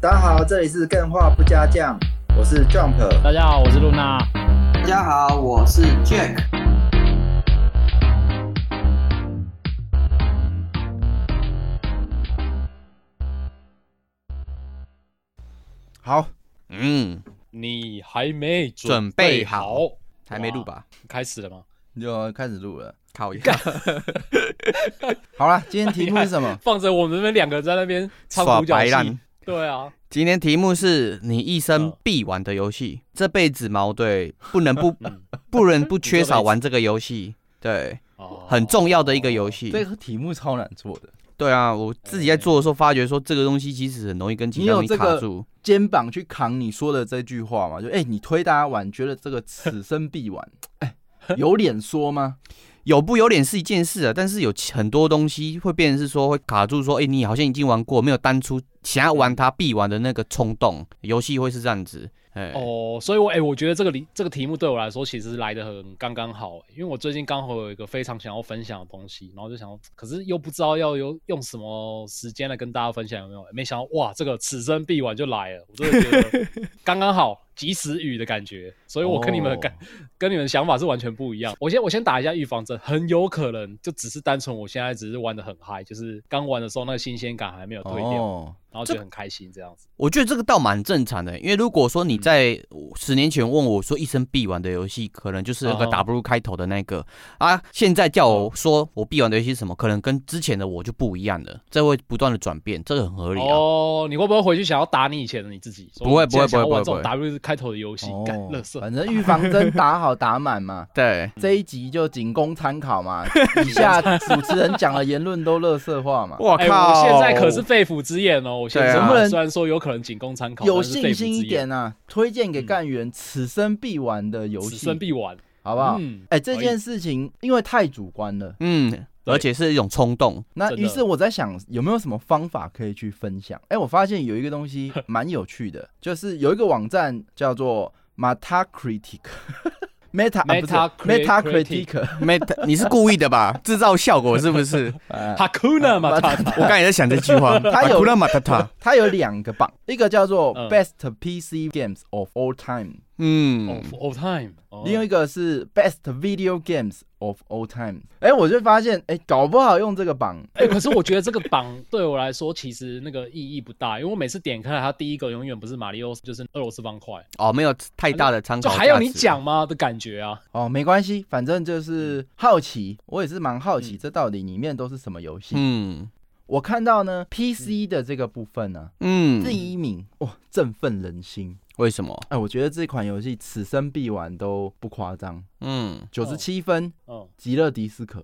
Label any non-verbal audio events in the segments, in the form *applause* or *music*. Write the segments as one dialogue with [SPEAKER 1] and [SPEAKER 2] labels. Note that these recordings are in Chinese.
[SPEAKER 1] 大家好，这里是更画不加酱，我是 Jump。
[SPEAKER 2] 大家好，我是露娜。
[SPEAKER 3] 大家好，我是 Jack。
[SPEAKER 4] 好，嗯，
[SPEAKER 2] 你还没
[SPEAKER 4] 准备
[SPEAKER 2] 备
[SPEAKER 4] 好还没录吧？
[SPEAKER 2] 开始了吗？？
[SPEAKER 4] 就开始录了，靠呀！ *laughs* 好了，今天题目是什么
[SPEAKER 2] *laughs* 放着我们这边两个在那边唱
[SPEAKER 4] 耍
[SPEAKER 2] 独角
[SPEAKER 4] 白
[SPEAKER 2] 戏
[SPEAKER 4] 烂。
[SPEAKER 2] 对啊，
[SPEAKER 4] 今天题目是你一生
[SPEAKER 2] 嗯
[SPEAKER 4] 必玩的游戏，这辈子毛对不能不
[SPEAKER 2] 嗯，
[SPEAKER 4] 不能不缺少玩这个游戏，对，
[SPEAKER 2] 哦
[SPEAKER 4] 很重要的一个游。戏。
[SPEAKER 5] 哦这个题目超难做的，
[SPEAKER 4] 对啊，我自己在做的时候发觉说这个东西其实很容易跟其他东
[SPEAKER 5] 你有
[SPEAKER 4] 西
[SPEAKER 5] 这
[SPEAKER 4] 卡
[SPEAKER 5] 个
[SPEAKER 4] 住。
[SPEAKER 5] 肩膀去扛你说的这句话嘛，就哎、你推大家玩，觉得这个此生必玩，哎、有脸说 *laughs* 吗？
[SPEAKER 4] 有不有脸是一件事啊，但是有很多东西会变成是说会卡住说，哎、你好像已经玩过，没有当初想要玩它必玩的那个冲动，游戏会是这样子。哎、
[SPEAKER 2] 哦，所以我哎、我觉得这个题这个题目对我来说其实来的很刚刚好、因为我最近刚好有一个非常想要分享的东西，然后就想要，可是又不知道要有用什么时间来跟大家分享，有没有？没想到哇，这个此生必玩就来了，我真的觉得刚刚好，及时雨的感觉，所以我跟你们的感、跟你们的想法是完全不一样。我先我先打一下预防针，很有可能就只是单纯我现在只是玩的很嗨，就是刚玩的时候那个新鲜感还没有退掉，
[SPEAKER 5] 哦，
[SPEAKER 2] 然后就很开心这样子。
[SPEAKER 4] 我觉得这个倒蛮正常的，因为如果说你在十年前问我说一生必玩的游戏，可能就是那个
[SPEAKER 2] 嗯
[SPEAKER 4] W 开头的那个啊，现在叫我说我必玩的游戏是什么，可能跟之前的我就不一样了，这会不断的转变，这个很合理啊。
[SPEAKER 2] 哦，你会不会回去想要打你以前的你自己？说
[SPEAKER 4] 不会
[SPEAKER 2] 你现在
[SPEAKER 4] 不会
[SPEAKER 2] 想要
[SPEAKER 4] 不会
[SPEAKER 2] 玩这
[SPEAKER 4] 不
[SPEAKER 2] 种
[SPEAKER 4] 会
[SPEAKER 2] W 开头的游戏，干
[SPEAKER 5] 哦
[SPEAKER 2] 乐色。
[SPEAKER 5] 反正预防针打好打满 *laughs* 嘛，
[SPEAKER 4] 对，
[SPEAKER 5] 这一集就仅供参考 *laughs* 嘛。以下主持人讲的言论都乐色话嘛，
[SPEAKER 4] 我
[SPEAKER 2] 哎，我现在可是肺腑之言哦，我现在
[SPEAKER 4] 对啊
[SPEAKER 5] 能不能
[SPEAKER 2] 虽然说有可能仅供参考，
[SPEAKER 5] 有
[SPEAKER 2] 但是肺
[SPEAKER 5] 信
[SPEAKER 2] 腑之
[SPEAKER 5] 心一
[SPEAKER 2] 言，
[SPEAKER 5] 点啊，嗯推荐给干员此生必玩的游
[SPEAKER 2] 此
[SPEAKER 5] 戏
[SPEAKER 2] 生，必玩，
[SPEAKER 5] 好不好？
[SPEAKER 2] 嗯，
[SPEAKER 5] 哎、这件事情因为太主观了，
[SPEAKER 4] 嗯，
[SPEAKER 2] 对
[SPEAKER 4] 而且是一种冲动，
[SPEAKER 5] 那
[SPEAKER 2] 真的
[SPEAKER 5] 于是我在想，有没有什么方法可以去分享？哎、我发现有一个
[SPEAKER 2] *laughs*
[SPEAKER 5] 东西蛮有趣的，就是有一个网站叫做 Metacritic。Meta 啊不是
[SPEAKER 2] Metacritic
[SPEAKER 5] Metacritic， *laughs*
[SPEAKER 4] 没，你是故意的吧？制造效果是不是？
[SPEAKER 5] 哎
[SPEAKER 2] 哈库纳嘛，
[SPEAKER 5] 把它
[SPEAKER 2] 他
[SPEAKER 4] 我刚才也在想这句 *laughs* 话，
[SPEAKER 5] 他有
[SPEAKER 4] 库拉马塔塔，
[SPEAKER 5] 它有两个榜，一个叫做
[SPEAKER 2] 嗯
[SPEAKER 5] Best PC Games of All Time，
[SPEAKER 4] 嗯，
[SPEAKER 2] *laughs* of all time，哦
[SPEAKER 5] 另外一个是 Best Video Games of All Time。哎，我就发现，哎，搞不好用这个榜，
[SPEAKER 2] 哎，可是我觉得这个榜对我来说其实那个意义不大，因为我每次点开它第一个永远不是马里奥，就是俄罗斯方块，
[SPEAKER 4] 哦，没有太大的参
[SPEAKER 2] 就
[SPEAKER 4] 考，
[SPEAKER 2] 还要你，讲吗的感觉啊？
[SPEAKER 5] 哦，没关系，反正就是好奇，我也是蛮好
[SPEAKER 2] 嗯
[SPEAKER 5] 奇，这到底里面都是什么游戏？
[SPEAKER 4] 嗯
[SPEAKER 5] 我看到
[SPEAKER 2] 嗯
[SPEAKER 5] 呢，PC 的这个部分呢、
[SPEAKER 4] 嗯，
[SPEAKER 5] 第一名哇，振奋人心！
[SPEAKER 4] 为什么？
[SPEAKER 5] 哎，我觉得这款游戏此生必玩都不夸张，
[SPEAKER 4] 嗯，
[SPEAKER 5] 九十七分，
[SPEAKER 2] 嗯，
[SPEAKER 5] 极乐迪斯 *laughs* 科。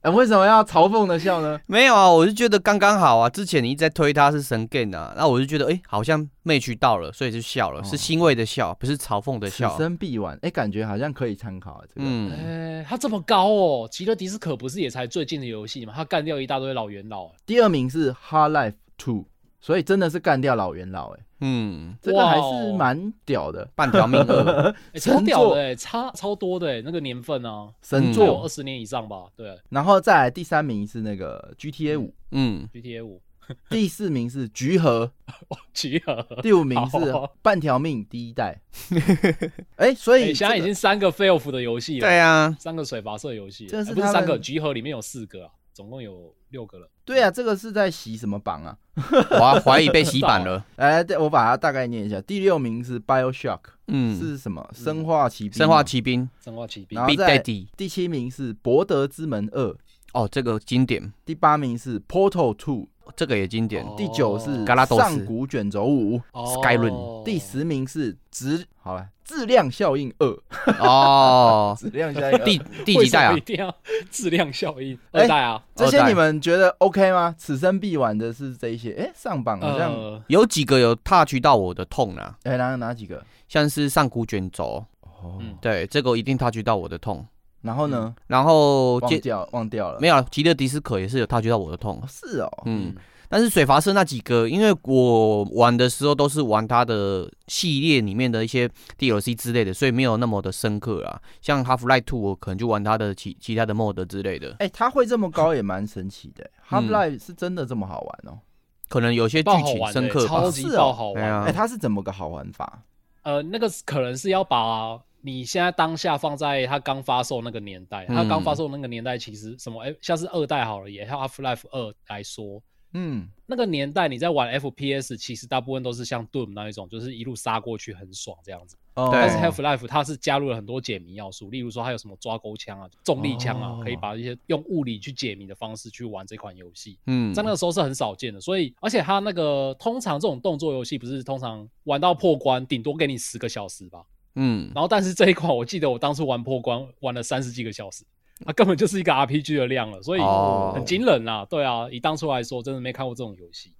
[SPEAKER 5] 哎，为什么要嘲讽的笑呢？
[SPEAKER 4] 没有啊，我是觉得刚刚好啊。之前你一直在推他是神 g a n 啊，那我就觉得哎、诶好像 match 到了，所以就笑了，
[SPEAKER 5] 哦
[SPEAKER 4] 是欣慰的笑，不是嘲讽的
[SPEAKER 5] 此
[SPEAKER 4] 笑。
[SPEAKER 5] 生必玩，哎，感觉好像可以参考啊。这个、
[SPEAKER 4] 嗯，
[SPEAKER 2] 哎，它这么高哦，极乐迪斯科不是也才最近的游戏吗？它干掉一大堆老元老，
[SPEAKER 5] 第二名是《Hard Life Two》，所以真的是干掉老元老，哎，
[SPEAKER 4] 嗯，
[SPEAKER 5] 这个还
[SPEAKER 2] 哇哦
[SPEAKER 5] 是蛮屌的。
[SPEAKER 4] 半条命二， *laughs*
[SPEAKER 2] 欸、超
[SPEAKER 5] 神
[SPEAKER 2] 屌
[SPEAKER 5] 作
[SPEAKER 2] 的、欸，差超多的、欸、那个年份啊，
[SPEAKER 5] 神
[SPEAKER 4] 嗯
[SPEAKER 2] 还有
[SPEAKER 5] 作，
[SPEAKER 2] 二十年以上吧。对
[SPEAKER 5] 然后再来第三名是那个 GTA 五，
[SPEAKER 4] 嗯，
[SPEAKER 2] ，GTA 五
[SPEAKER 5] 第四名是橘河，
[SPEAKER 2] 集合。
[SPEAKER 5] 第五名
[SPEAKER 2] *laughs*
[SPEAKER 5] 是
[SPEAKER 2] 好
[SPEAKER 5] 半条命第
[SPEAKER 2] *laughs*
[SPEAKER 5] 一代。哎、所以、
[SPEAKER 2] 欸，现在已经三个 fail 的游戏了，
[SPEAKER 4] 对啊，
[SPEAKER 2] 三个水发射游戏了，
[SPEAKER 5] 这是
[SPEAKER 2] 欸不是
[SPEAKER 5] 他们
[SPEAKER 2] 三个，集合里面有四个啊，总共有六个了。
[SPEAKER 5] 对啊，这个是在洗什么榜啊？
[SPEAKER 4] 我还怀疑被洗版了。
[SPEAKER 5] 哎，对我把它大概念一下。第六名是 BioShock，、
[SPEAKER 4] 嗯，
[SPEAKER 5] 是什么？生化奇兵。
[SPEAKER 4] 生化。奇兵
[SPEAKER 2] 生化奇兵
[SPEAKER 5] 然后
[SPEAKER 4] Big
[SPEAKER 5] 再
[SPEAKER 4] Daddy，
[SPEAKER 5] 第七名是博德之门二。
[SPEAKER 4] 哦，这个经典，
[SPEAKER 5] 第八名是 Portal Two。
[SPEAKER 4] 这个也经典。
[SPEAKER 2] 哦
[SPEAKER 5] 第九是
[SPEAKER 4] 嘎拉斗士
[SPEAKER 5] 上古卷轴五。
[SPEAKER 4] Skyrim
[SPEAKER 5] 第，十名是质好了，质量效应二。
[SPEAKER 4] 哦，
[SPEAKER 5] 质量效应
[SPEAKER 4] *laughs*
[SPEAKER 5] 二。
[SPEAKER 4] 第第几代
[SPEAKER 2] 为什
[SPEAKER 4] 啊哎
[SPEAKER 2] 么一？定要质量效应，
[SPEAKER 5] 欸
[SPEAKER 2] 二代啊，
[SPEAKER 5] 这
[SPEAKER 4] 二
[SPEAKER 5] 些
[SPEAKER 4] 代
[SPEAKER 5] 你们觉得 OK 吗？此生必玩的是这一些。哎，上榜好像
[SPEAKER 2] 呃，
[SPEAKER 4] 有几个有 touch 到我的痛啊，
[SPEAKER 5] 哎、哪哪几个？
[SPEAKER 4] 像是上古卷轴，
[SPEAKER 5] 哦，
[SPEAKER 2] 嗯
[SPEAKER 4] 对，这个一定 touch 到我的痛。
[SPEAKER 5] 然后呢？
[SPEAKER 4] 然后
[SPEAKER 5] 忘
[SPEAKER 4] 接
[SPEAKER 5] 掉忘掉了。
[SPEAKER 4] 嗯没有极乐迪斯科也是有 touch 到我的痛
[SPEAKER 5] 哦，，是哦。
[SPEAKER 4] 嗯，但是水阀社那几个，因为我玩的时候都是玩它的系列里面的一些 DLC 之类的，所以没有那么的深刻啊。像 Half Life Two，我可能就玩它的其其他的 mod 之类的，嗯
[SPEAKER 5] 哎、它会这么高也蛮神奇的。Half Life 是真的这么好玩哦？
[SPEAKER 4] 可能有些剧
[SPEAKER 2] 爆好
[SPEAKER 4] 情
[SPEAKER 2] 玩的
[SPEAKER 4] 深
[SPEAKER 2] 欸、
[SPEAKER 4] 刻吧
[SPEAKER 2] 超。级
[SPEAKER 5] 是哦
[SPEAKER 2] 爆好
[SPEAKER 4] 哎
[SPEAKER 2] 玩。
[SPEAKER 4] 呀
[SPEAKER 5] 哎、它是怎么个好玩法？
[SPEAKER 2] 呃，那个可能是要把你现在当下放在它刚发售那个年代，它刚发售那个年代其实什么，哎、像是二代好了，也像 Half Life 二来说，
[SPEAKER 5] 嗯，
[SPEAKER 2] 那个年代你在玩 FPS，其实大部分都是像 Doom 那一种，就是一路杀过去很爽这样子。
[SPEAKER 5] 哦
[SPEAKER 4] 对
[SPEAKER 2] 但是 Half Life 它是加入了很多解谜要素，例如说它有什么抓钩枪啊、重力枪啊，
[SPEAKER 5] 哦
[SPEAKER 2] 可以把一些用物理去解谜的方式去玩这款游戏。
[SPEAKER 4] 嗯，
[SPEAKER 2] 在那个时候是很少见的，所以而且它那个通常这种动作游戏不是通常玩到破关，顶多给你十个小时吧。
[SPEAKER 4] 嗯，
[SPEAKER 2] 然后但是这一款我记得我当初玩破关玩了三十几个小时，它根本就是一个 RPG 的量了，所以
[SPEAKER 4] 哦。
[SPEAKER 2] 很惊人啦。对啊，以当初来说，真的没看过这种游戏。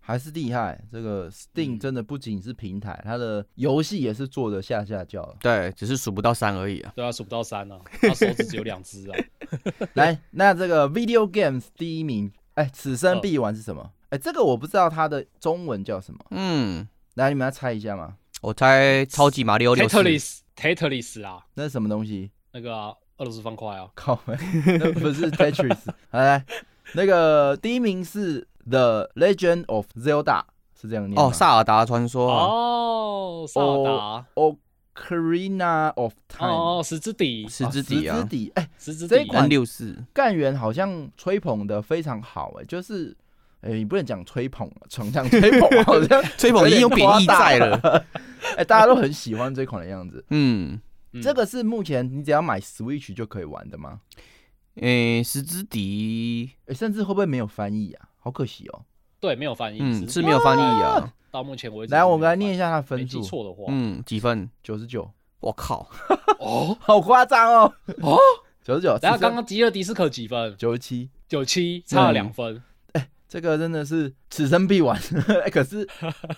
[SPEAKER 5] 还是厉害。这个 Steam
[SPEAKER 2] 嗯
[SPEAKER 5] 真的不仅是平台，它的游戏也是做的下下叫了
[SPEAKER 4] 对，只是数不到三而已啊。
[SPEAKER 2] 对啊，数不到三啊，他手指只有两只啊。
[SPEAKER 5] *laughs* 来，那这个 Video Games 第一名，哎、此生
[SPEAKER 2] 嗯
[SPEAKER 5] 必玩是什么？哎、这个我不知道它的中文叫什么，
[SPEAKER 4] 嗯，
[SPEAKER 5] 来，你们要猜一下吗？
[SPEAKER 4] 我猜超级马里奥六四。
[SPEAKER 2] Tetris Tetris 啊，
[SPEAKER 5] 那是什么东西？
[SPEAKER 2] 那个啊、俄罗斯方块啊，
[SPEAKER 5] 靠背，那不是 Tetris。好来，那个第一名是 The Legend of Zelda，是这样念吗
[SPEAKER 4] 哦，萨尔达传说啊，
[SPEAKER 2] 哦，萨尔达，
[SPEAKER 5] Ocarina of Time，
[SPEAKER 2] 哦，十之底，
[SPEAKER 4] 十之底
[SPEAKER 5] 十
[SPEAKER 4] 啊
[SPEAKER 5] 之，底。哎，
[SPEAKER 2] 十之
[SPEAKER 5] 这一
[SPEAKER 2] 底啊，
[SPEAKER 5] 款
[SPEAKER 4] 跟六四。
[SPEAKER 5] 干员好像吹捧的非常好，哎，就是。哎、你不能讲吹捧，崇尚 *laughs* 吹捧好像
[SPEAKER 4] 吹捧已经有贬义在
[SPEAKER 5] 有点
[SPEAKER 4] 了。
[SPEAKER 5] 哎、大家都很喜欢这款的样子。
[SPEAKER 4] 嗯，
[SPEAKER 2] 嗯
[SPEAKER 5] 这个是目前你只要买 Switch 就可以玩的吗？
[SPEAKER 4] 诶，十之敌，
[SPEAKER 5] 哎、甚至会不会没有翻译啊？好可惜哦。
[SPEAKER 2] 对没有翻译，
[SPEAKER 4] 嗯，
[SPEAKER 2] 之
[SPEAKER 4] 是没有翻译啊。
[SPEAKER 2] 到目前为止，
[SPEAKER 5] 来，我们来念一
[SPEAKER 2] 下
[SPEAKER 5] 下它的分
[SPEAKER 2] 没记
[SPEAKER 5] 数，
[SPEAKER 2] 错的话，
[SPEAKER 4] 嗯，几分？
[SPEAKER 5] 九十九，
[SPEAKER 4] 我靠，
[SPEAKER 2] 哦，
[SPEAKER 5] 好夸张哦！哦，九十九，
[SPEAKER 2] 等一下刚刚吉尔迪斯克几分？
[SPEAKER 5] 九十七，
[SPEAKER 2] 九七，差了两分，
[SPEAKER 5] 这个真的是此生必玩， *laughs* 哎可是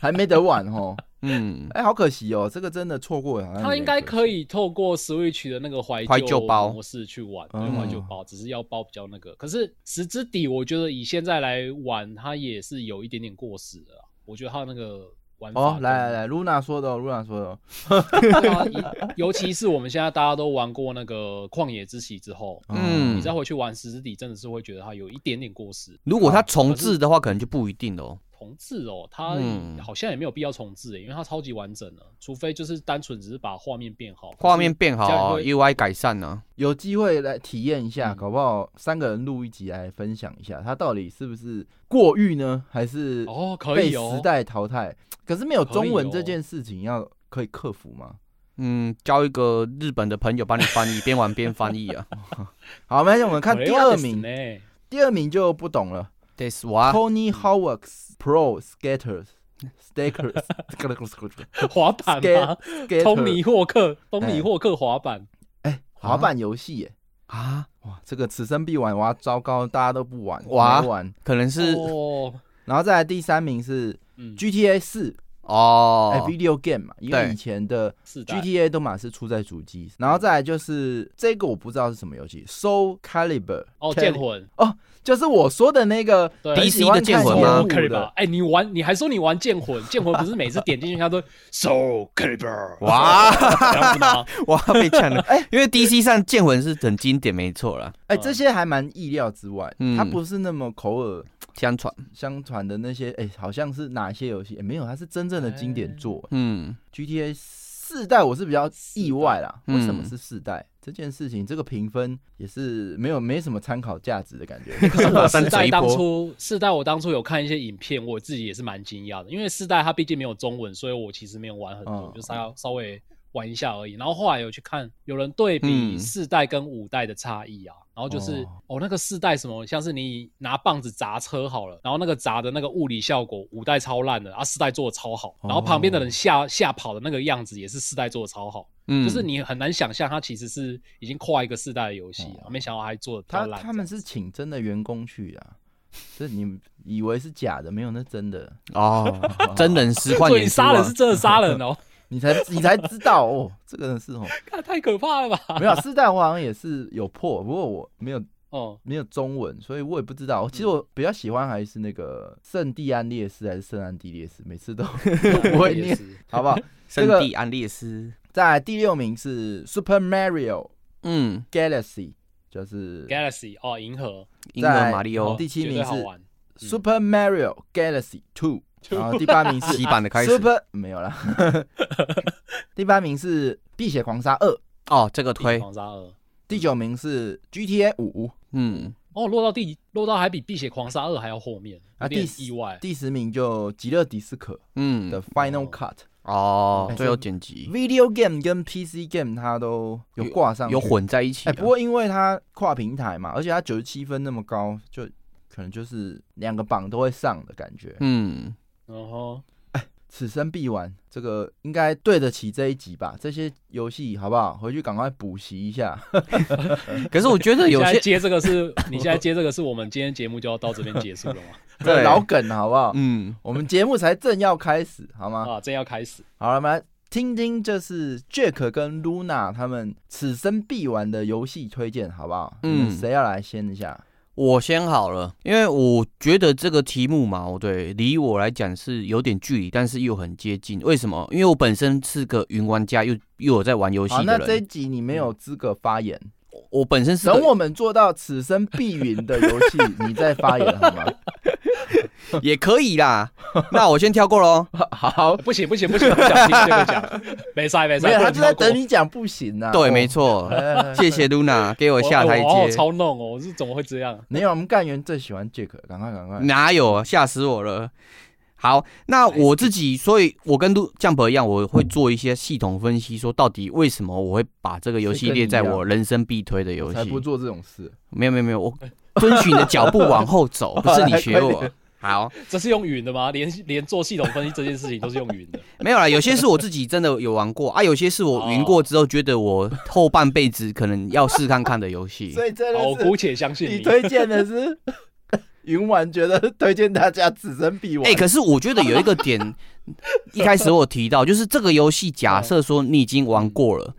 [SPEAKER 5] 还没得玩哦。
[SPEAKER 2] *laughs*
[SPEAKER 4] 嗯，
[SPEAKER 5] 哎、好可惜哦，这个真的错过了。好像有
[SPEAKER 2] 他
[SPEAKER 5] 点
[SPEAKER 2] 应该可
[SPEAKER 5] 惜。
[SPEAKER 2] 以透过 Switch 的那个怀
[SPEAKER 4] 怀旧包
[SPEAKER 2] 模式去玩，
[SPEAKER 5] 嗯
[SPEAKER 2] 对怀旧包，只是要包比较那个。可是十之底，我觉得以现在来玩，它也是有一点点过时了啊。我觉得它那个玩法
[SPEAKER 5] 哦，
[SPEAKER 2] 跟
[SPEAKER 5] 来
[SPEAKER 2] *laughs*
[SPEAKER 5] 来来，露娜说的、哦，露娜说的、哦，
[SPEAKER 2] 对啊，一尤其是我们现在大家都玩过那个《旷野之息》之后，
[SPEAKER 4] 嗯
[SPEAKER 2] 你再回去玩《十之底》，真的是会觉得它有一点点过时。
[SPEAKER 4] 如果它重置的话，可能就不一定了哦。
[SPEAKER 2] 重置哦，它
[SPEAKER 4] 嗯
[SPEAKER 2] 好像也没有必要重置欸耶，因为它超级完整了，除非就是单纯只是把画面变好。
[SPEAKER 4] 画面变好
[SPEAKER 2] 这样
[SPEAKER 4] 啊
[SPEAKER 2] 会
[SPEAKER 4] ，UI 改善啊呢。
[SPEAKER 5] 有机会来体验一下，
[SPEAKER 2] 嗯
[SPEAKER 5] 搞不好三个人录一集来分享一下，它到底是不是过誉呢，还是
[SPEAKER 2] 哦，可
[SPEAKER 5] 被
[SPEAKER 2] 以哦
[SPEAKER 5] 时，代淘汰？可是没有中文
[SPEAKER 2] 可以
[SPEAKER 5] 这
[SPEAKER 2] 哦
[SPEAKER 5] 件事情要可以克服吗？
[SPEAKER 4] 嗯，交一个日本的朋友帮你翻译，边玩边翻译
[SPEAKER 2] *laughs*
[SPEAKER 4] 啊。
[SPEAKER 5] 好，没关系，我们看
[SPEAKER 2] 可以
[SPEAKER 5] 第二
[SPEAKER 2] です
[SPEAKER 5] 名，
[SPEAKER 2] ね
[SPEAKER 5] 第二名就不懂了。啊
[SPEAKER 4] This
[SPEAKER 2] 哦
[SPEAKER 4] one，
[SPEAKER 5] Tony Hawk's Pro Skaters Stakers *laughs* Skater
[SPEAKER 2] 滑板啊吗？通尼霍
[SPEAKER 4] 哎
[SPEAKER 2] 克，通尼霍克滑板，
[SPEAKER 5] 哎，滑板游戏耶，
[SPEAKER 4] 啊，
[SPEAKER 5] 哇，这个此生必玩，哇，糟糕，大家都不玩，
[SPEAKER 4] 哇
[SPEAKER 5] 没玩。
[SPEAKER 4] 可能是
[SPEAKER 2] 哦，
[SPEAKER 5] 然后再来第三名是
[SPEAKER 2] 嗯
[SPEAKER 5] GTA 四，哎
[SPEAKER 4] 哦，
[SPEAKER 2] E
[SPEAKER 5] ，Video Game 嘛，因为
[SPEAKER 4] 对
[SPEAKER 5] 以前的
[SPEAKER 2] 是的
[SPEAKER 5] GTA 都嘛是出在主机，然后再来就是这个我不知道是什么游戏，Soul Calibur，
[SPEAKER 2] 哦，剑，魂
[SPEAKER 5] 就是我说的那个
[SPEAKER 2] 对
[SPEAKER 4] DC
[SPEAKER 5] 很喜欢
[SPEAKER 4] 的剑
[SPEAKER 5] 看
[SPEAKER 4] 魂
[SPEAKER 5] 烟
[SPEAKER 4] 吗
[SPEAKER 5] 雾
[SPEAKER 2] Soul Calibur，
[SPEAKER 5] 的，
[SPEAKER 2] 哎，你玩，你还说你玩剑魂，剑魂不是每次点进去
[SPEAKER 4] *laughs*
[SPEAKER 2] 它都 Soul Calibur，
[SPEAKER 4] 哇
[SPEAKER 2] *laughs* 这样子吗？
[SPEAKER 4] 哇被呛了，
[SPEAKER 2] 哎
[SPEAKER 4] 因为 DC 上剑魂是很经典，没错啦，
[SPEAKER 5] 哎，这些还蛮意料之外，
[SPEAKER 4] 嗯
[SPEAKER 5] 它不是那么口耳
[SPEAKER 4] 相传，
[SPEAKER 5] 相传的那些，哎、好像是哪些游戏？哎、没有，它是真正的经典作。
[SPEAKER 4] 嗯，
[SPEAKER 5] GTA 四代我是比较意外啦，
[SPEAKER 4] 代
[SPEAKER 5] 为什么
[SPEAKER 4] 嗯
[SPEAKER 5] 是四代、这件事情？这个评分也是没有没什么参考价值
[SPEAKER 4] *laughs*
[SPEAKER 5] 的感觉。
[SPEAKER 2] 可是 *laughs* 我世
[SPEAKER 4] 三折
[SPEAKER 2] 代
[SPEAKER 4] 一
[SPEAKER 2] 当
[SPEAKER 4] 波
[SPEAKER 2] 初世代我当初有看一些影片，我自己也是蛮惊讶的，因为世代它毕竟没有中文，所以我其实没有玩很多，
[SPEAKER 5] 嗯
[SPEAKER 2] 就稍稍微玩一下而已。然后后来有去看有人对比
[SPEAKER 4] 嗯
[SPEAKER 2] 世代跟五代的差异啊，然后就是哦那个世代什么像是你拿棒子砸车好了，然后那个砸的那个物理效果五代超烂的，啊世代做的超好，然后旁边的人吓吓跑的那个样子也是世代做的超好。
[SPEAKER 4] 嗯，
[SPEAKER 2] 就是你很难想象，它其实是已经跨一个世代的游戏了，没想到还做的
[SPEAKER 5] 他他们是请真的员工
[SPEAKER 4] *laughs*
[SPEAKER 5] 去的啊，这你以为是假的，没有，那真的，
[SPEAKER 4] 哦，
[SPEAKER 2] *laughs*
[SPEAKER 4] 真人实况
[SPEAKER 2] 所以
[SPEAKER 4] 演
[SPEAKER 2] 你
[SPEAKER 4] 出
[SPEAKER 2] 杀人是
[SPEAKER 4] 啊，
[SPEAKER 2] 真的杀人
[SPEAKER 5] *laughs*
[SPEAKER 2] 哦，
[SPEAKER 5] 你才你才知道哦，这个人是
[SPEAKER 4] *laughs*
[SPEAKER 5] 哦，
[SPEAKER 2] 看太可怕了吧？
[SPEAKER 5] 没有四代我好像也是有破，不过我没有 *laughs*
[SPEAKER 2] 哦，
[SPEAKER 5] 没有中文，所以我也不知道。其实我比较喜欢还是那个圣地安列斯还是圣安地列斯，每次都 *laughs* 不会
[SPEAKER 2] 也
[SPEAKER 5] 念，
[SPEAKER 2] 是
[SPEAKER 5] 好不好？这
[SPEAKER 4] 圣
[SPEAKER 5] 个
[SPEAKER 4] 地安列斯，
[SPEAKER 5] 再来第六名是 Super Mario
[SPEAKER 4] 嗯，
[SPEAKER 5] Galaxy，就是
[SPEAKER 2] Galaxy 哦，银河
[SPEAKER 4] 银河马里
[SPEAKER 5] 有
[SPEAKER 4] 奥
[SPEAKER 5] 第七
[SPEAKER 2] 绝
[SPEAKER 5] 名
[SPEAKER 2] 对
[SPEAKER 4] 嗯
[SPEAKER 5] 是
[SPEAKER 2] 好玩，
[SPEAKER 5] Super Mario Galaxy *laughs* Two，然后第八名是
[SPEAKER 4] 洗
[SPEAKER 5] *laughs*
[SPEAKER 4] 版的开始
[SPEAKER 5] Super 没有啦， *laughs* 第八名是《碧血狂杀二》，
[SPEAKER 4] 哦，这个
[SPEAKER 2] 《碧血
[SPEAKER 4] 推，
[SPEAKER 2] 狂杀二》
[SPEAKER 5] 第九名是 GTA 五，
[SPEAKER 4] 嗯，
[SPEAKER 2] 哦，落到第落到还比《碧血狂杀二》还要后面，
[SPEAKER 5] 啊
[SPEAKER 2] 有点
[SPEAKER 5] 第四
[SPEAKER 2] 意外。
[SPEAKER 5] 第十名就《极乐迪斯科》的
[SPEAKER 4] 嗯，
[SPEAKER 5] Final
[SPEAKER 2] 哦
[SPEAKER 5] Cut。
[SPEAKER 4] 哦
[SPEAKER 5] 哎，
[SPEAKER 4] 最后剪辑
[SPEAKER 5] Video Game 跟 PC Game 它都有挂上去
[SPEAKER 4] 有。混在一起
[SPEAKER 5] 哎、
[SPEAKER 4] 啊，
[SPEAKER 5] 不过因为它跨平台嘛，而且它九十七分那么高，就可能就是两个榜都会上的感觉。
[SPEAKER 4] 嗯，
[SPEAKER 2] 然后
[SPEAKER 5] 此生必玩，这个应该对得起这一集吧？这些游戏好不好？回去赶快补习一下。
[SPEAKER 4] 可是我觉得
[SPEAKER 2] 你
[SPEAKER 4] 有
[SPEAKER 2] *laughs* 现在
[SPEAKER 4] 些
[SPEAKER 2] 接这个
[SPEAKER 5] *laughs*
[SPEAKER 2] 是，你现在接这个是我们今天节目就要到这边结束了吗？
[SPEAKER 5] 这老梗好不好？
[SPEAKER 4] 嗯，
[SPEAKER 5] 我们节目才正要开始，好吗？
[SPEAKER 2] 啊，正要开始，
[SPEAKER 5] 好了，我们来听听这是 Jack 跟 Luna 他们此生必玩的游戏推荐，好不好？
[SPEAKER 4] 嗯
[SPEAKER 5] 你们谁要来先一下？
[SPEAKER 4] 我先好了，因为我觉得这个题目嘛，我对离我来讲是有点距离，但是又很接近。为什么？因为我本身是个云玩家，又又有在玩游戏
[SPEAKER 5] 好，那
[SPEAKER 4] 的
[SPEAKER 5] 这一
[SPEAKER 4] 人。
[SPEAKER 5] 集你没有资格发言，
[SPEAKER 4] 我本身是
[SPEAKER 5] 等
[SPEAKER 4] 个
[SPEAKER 5] 我们做到此生必云的游
[SPEAKER 4] *laughs*
[SPEAKER 5] 戏，你再发言好吗？ *laughs*
[SPEAKER 4] 也可以啦。那我先跳过喽。
[SPEAKER 5] 好，
[SPEAKER 2] 哎不行不行不行，不想听这个
[SPEAKER 5] *laughs*
[SPEAKER 2] 讲，没赛
[SPEAKER 4] 哎
[SPEAKER 2] 没赛，
[SPEAKER 5] 没有，
[SPEAKER 2] 不
[SPEAKER 5] 他
[SPEAKER 2] 能
[SPEAKER 5] 就在
[SPEAKER 2] 跳过
[SPEAKER 5] 等你讲不行啊。
[SPEAKER 4] 对，
[SPEAKER 5] 哦
[SPEAKER 4] 没。错。
[SPEAKER 5] 来来来
[SPEAKER 4] 谢谢
[SPEAKER 5] 哎
[SPEAKER 4] Luna 给我下台
[SPEAKER 2] 我哎我好
[SPEAKER 4] 阶。
[SPEAKER 2] 操弄哦，我是怎么会这样？
[SPEAKER 5] 没有，我们干员最喜欢 Jack，赶快赶快。
[SPEAKER 4] 哪有？吓死我了。好，
[SPEAKER 5] 哎
[SPEAKER 4] 那我自己，所以我跟 Lu- Jump 一样，我会做一些系统分析，说到底为什么我会把这个游
[SPEAKER 5] 是
[SPEAKER 4] 戏
[SPEAKER 5] 跟你
[SPEAKER 4] 列在
[SPEAKER 5] 一样
[SPEAKER 4] 我人生必推的游
[SPEAKER 5] 才
[SPEAKER 4] 戏
[SPEAKER 5] 不。做这种事。
[SPEAKER 4] 没有没有没有，我 *laughs* 遵循你的脚步往后走，
[SPEAKER 5] *laughs*
[SPEAKER 4] 不是你学
[SPEAKER 5] 哎
[SPEAKER 4] 我。好，
[SPEAKER 2] 这是用云的吗？连连做系统分析这件事情都是用
[SPEAKER 5] *laughs*
[SPEAKER 2] 云的，
[SPEAKER 4] 没有啦，有些是我自己真的有玩过啊，有些是
[SPEAKER 5] 哦
[SPEAKER 4] 我云过之后觉得我后半辈子可能要试看看的游戏。
[SPEAKER 5] 所以真
[SPEAKER 2] 好我
[SPEAKER 5] 的
[SPEAKER 2] 姑
[SPEAKER 5] 是
[SPEAKER 2] 且相信
[SPEAKER 5] 你
[SPEAKER 2] 你。
[SPEAKER 5] 推荐的是 *laughs* 云玩，觉得推荐大家此生必玩。
[SPEAKER 4] 哎、可是我觉得有一个点，一开始我有提到，就是这个游戏假设说你已经玩过了，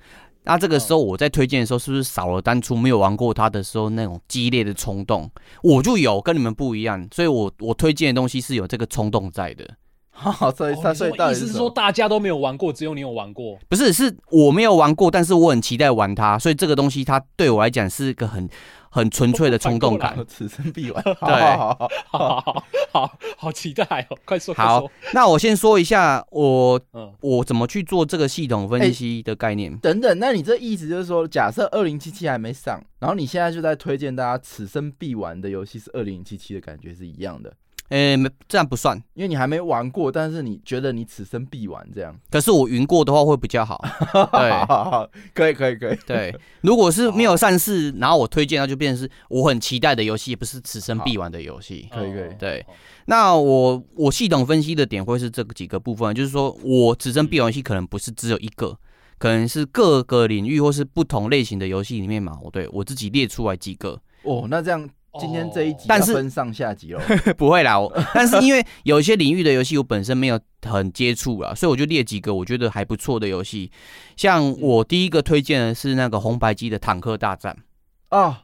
[SPEAKER 4] 那这个时候我在推荐的时候，是不是少了当初没有玩过它的时候那种激烈的冲动？我就有跟你们不一样，所以我我推荐的东西是有这个冲动在的。
[SPEAKER 5] *laughs* 好，所以
[SPEAKER 2] 哦
[SPEAKER 5] 他
[SPEAKER 2] 你
[SPEAKER 5] 所
[SPEAKER 2] 说
[SPEAKER 5] 以到
[SPEAKER 2] 意
[SPEAKER 5] 底
[SPEAKER 2] 思
[SPEAKER 5] 是
[SPEAKER 2] 是
[SPEAKER 5] 什
[SPEAKER 2] 说
[SPEAKER 5] 么？
[SPEAKER 2] 大家都没有玩过，只有你有玩过？
[SPEAKER 5] *laughs*
[SPEAKER 4] 不是，是我没有玩过，但是我很期待玩它，所以这个东西它对我来讲是一个很很纯粹的冲动感。
[SPEAKER 5] *laughs* 此生必玩。好好好好，
[SPEAKER 2] 好好好好期待哦！快说，快
[SPEAKER 4] 好
[SPEAKER 2] 说，，
[SPEAKER 4] 那我先说一下我
[SPEAKER 2] 嗯，
[SPEAKER 4] 我怎么去做这个系统分析的概念。
[SPEAKER 5] 等等，那你这意思就是说，假设二零七七还没上，然后你现在就在推荐大家此生必玩的游戏是二零七七的感觉是一样的，
[SPEAKER 4] 呃，没这样不算，
[SPEAKER 5] 因为你还没玩过，但是你觉得你此生必玩这样。
[SPEAKER 4] 可是我云过的话会比较 *laughs* 好。
[SPEAKER 5] 好
[SPEAKER 4] 对
[SPEAKER 5] *laughs* 好好，可以可以可以。
[SPEAKER 4] 对，如果是没有上市，然后我推荐，那就变成是我很期待的游戏，不是此生必玩的游戏。
[SPEAKER 5] 可以可以
[SPEAKER 2] 哦
[SPEAKER 4] 对，
[SPEAKER 2] 哦
[SPEAKER 4] 那我我系统分析的点会是这几个部分，就是说我只争必游戏可能不是只有一个，可能是各个领域或是不同类型的游戏里面嘛，我对我自己列出来几个，
[SPEAKER 5] 哦，那这样今天这一集
[SPEAKER 2] 哦
[SPEAKER 4] 但是
[SPEAKER 5] 要分上下集喽。
[SPEAKER 4] *laughs* 不会啦，我 *laughs* 但是因为有一些领域的游戏我本身没有很接触啦，所以我就列几个我觉得还不错的游戏，像我第一个推荐的是那个红白机的《坦克大战》，
[SPEAKER 5] 啊，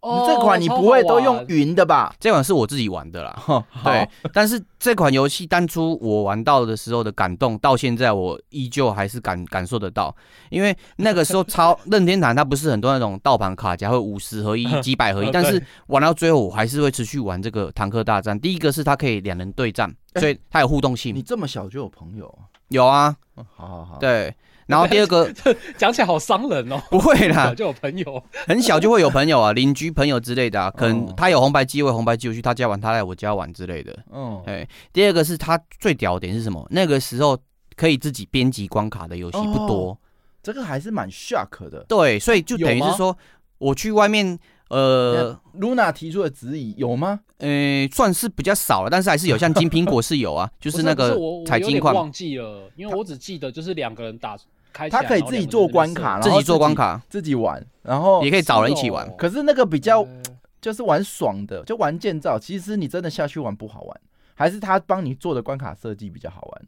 [SPEAKER 5] 你这
[SPEAKER 2] 哦
[SPEAKER 5] 款你不会都用云的吧？
[SPEAKER 4] 这款是我自己玩的啦。 *laughs*
[SPEAKER 5] 哦，
[SPEAKER 4] 对，但是这款游戏当初我玩到的时候的感动，到现在我依旧还是感感受得到，因为那个时候超 *laughs* 任天堂它不是很多那种盗版卡夹会五十
[SPEAKER 5] *laughs*
[SPEAKER 4] 合一、几百
[SPEAKER 5] 哦
[SPEAKER 4] 合一，但是玩到最后我还是会持续玩这个《坦克大战》。第一个是它可以两人对战，所以它有互动
[SPEAKER 5] 哎你
[SPEAKER 4] 性，
[SPEAKER 5] 这么小就有朋友啊，
[SPEAKER 4] 有啊，
[SPEAKER 5] 哦好好好。， *laughs*
[SPEAKER 4] 对。然后第二个
[SPEAKER 2] *laughs* 讲起来好伤人哦。
[SPEAKER 4] 不会啦
[SPEAKER 5] 啊
[SPEAKER 2] 我，就有朋友，
[SPEAKER 4] 很小就会有朋友啊，邻居朋友之类的、啊，可
[SPEAKER 5] 哦
[SPEAKER 4] 能他有红白机，我有红白机，我去他家玩，他来我家玩之类的。
[SPEAKER 5] 嗯，
[SPEAKER 4] 哎，第二个是它最屌的点是什么？那个时候可以自己编辑关卡的游戏不多，
[SPEAKER 5] 这个还是蛮 shock 的。
[SPEAKER 4] 对，所以就
[SPEAKER 2] 有
[SPEAKER 4] 等于
[SPEAKER 2] 吗
[SPEAKER 4] 是说，我去外面，呃，
[SPEAKER 5] Luna 提出的质疑有吗？
[SPEAKER 4] 呃，算是比较少了，但是还是有，像金苹果是有啊，就
[SPEAKER 2] 不
[SPEAKER 4] 是那
[SPEAKER 2] 不
[SPEAKER 4] 个
[SPEAKER 2] 我我
[SPEAKER 4] 采
[SPEAKER 2] 有
[SPEAKER 4] 金
[SPEAKER 2] 点
[SPEAKER 4] 矿，
[SPEAKER 2] 忘记了，因为我只记得就是两个人打开起来，
[SPEAKER 5] 他可以自己做关卡，
[SPEAKER 2] 然后两个人在那边射
[SPEAKER 5] 然
[SPEAKER 4] 自
[SPEAKER 5] 后
[SPEAKER 4] 己做关卡，
[SPEAKER 5] 自己玩，然后
[SPEAKER 4] 也可以找人一起
[SPEAKER 2] 是
[SPEAKER 4] 玩
[SPEAKER 2] 哦。
[SPEAKER 5] 可是那个比较
[SPEAKER 2] 呃
[SPEAKER 5] 就是玩爽的，就玩建造。其实你真的下去玩不好玩，还是他帮你做的关卡设计比较好玩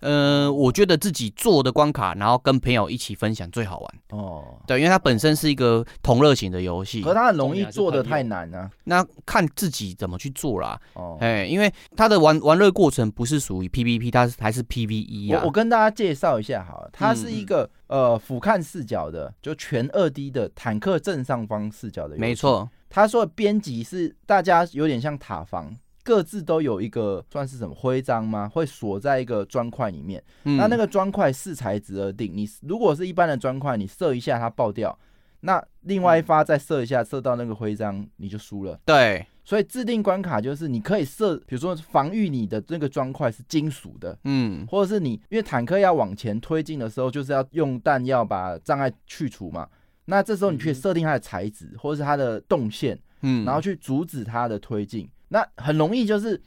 [SPEAKER 4] 呃，我觉得自己做的关卡，然后跟朋友一起分享最好玩。
[SPEAKER 5] 哦。
[SPEAKER 4] 对，因为它本身是一个同乐型的游戏
[SPEAKER 5] 可，他很容易做的太难啊。
[SPEAKER 4] 那看自己怎么去做啦。
[SPEAKER 5] 哦，
[SPEAKER 4] 哎，因为它的玩玩乐过程不是属于 PVP，它是还是 PVE 啊。
[SPEAKER 5] 我我跟大家介绍一下好了，它是
[SPEAKER 4] 嗯
[SPEAKER 5] 一个呃俯瞰视角的，就全二 D 的坦克正上方视角的，
[SPEAKER 4] 没。错，
[SPEAKER 5] 他说的编辑是大家有点像塔防各自都有一个算是什么徽章吗？会锁在一个砖块里面。
[SPEAKER 4] 嗯
[SPEAKER 5] 那那个砖块视材质而定，你如果是一般的砖块，你射一下它爆掉，那另外一发再射一下，射到那个徽章你就输了。
[SPEAKER 4] 对，
[SPEAKER 5] 所以制定关卡就是你可以设，比如说防御你的那个砖块是金属的，
[SPEAKER 4] 嗯
[SPEAKER 5] 或者是你因为坦克要往前推进的时候，就是要用弹药把障碍去除嘛。那这时候你可以设定它的材质，或者是它的动线，
[SPEAKER 4] 嗯，
[SPEAKER 5] 然后去阻止它的推进。那很容易就是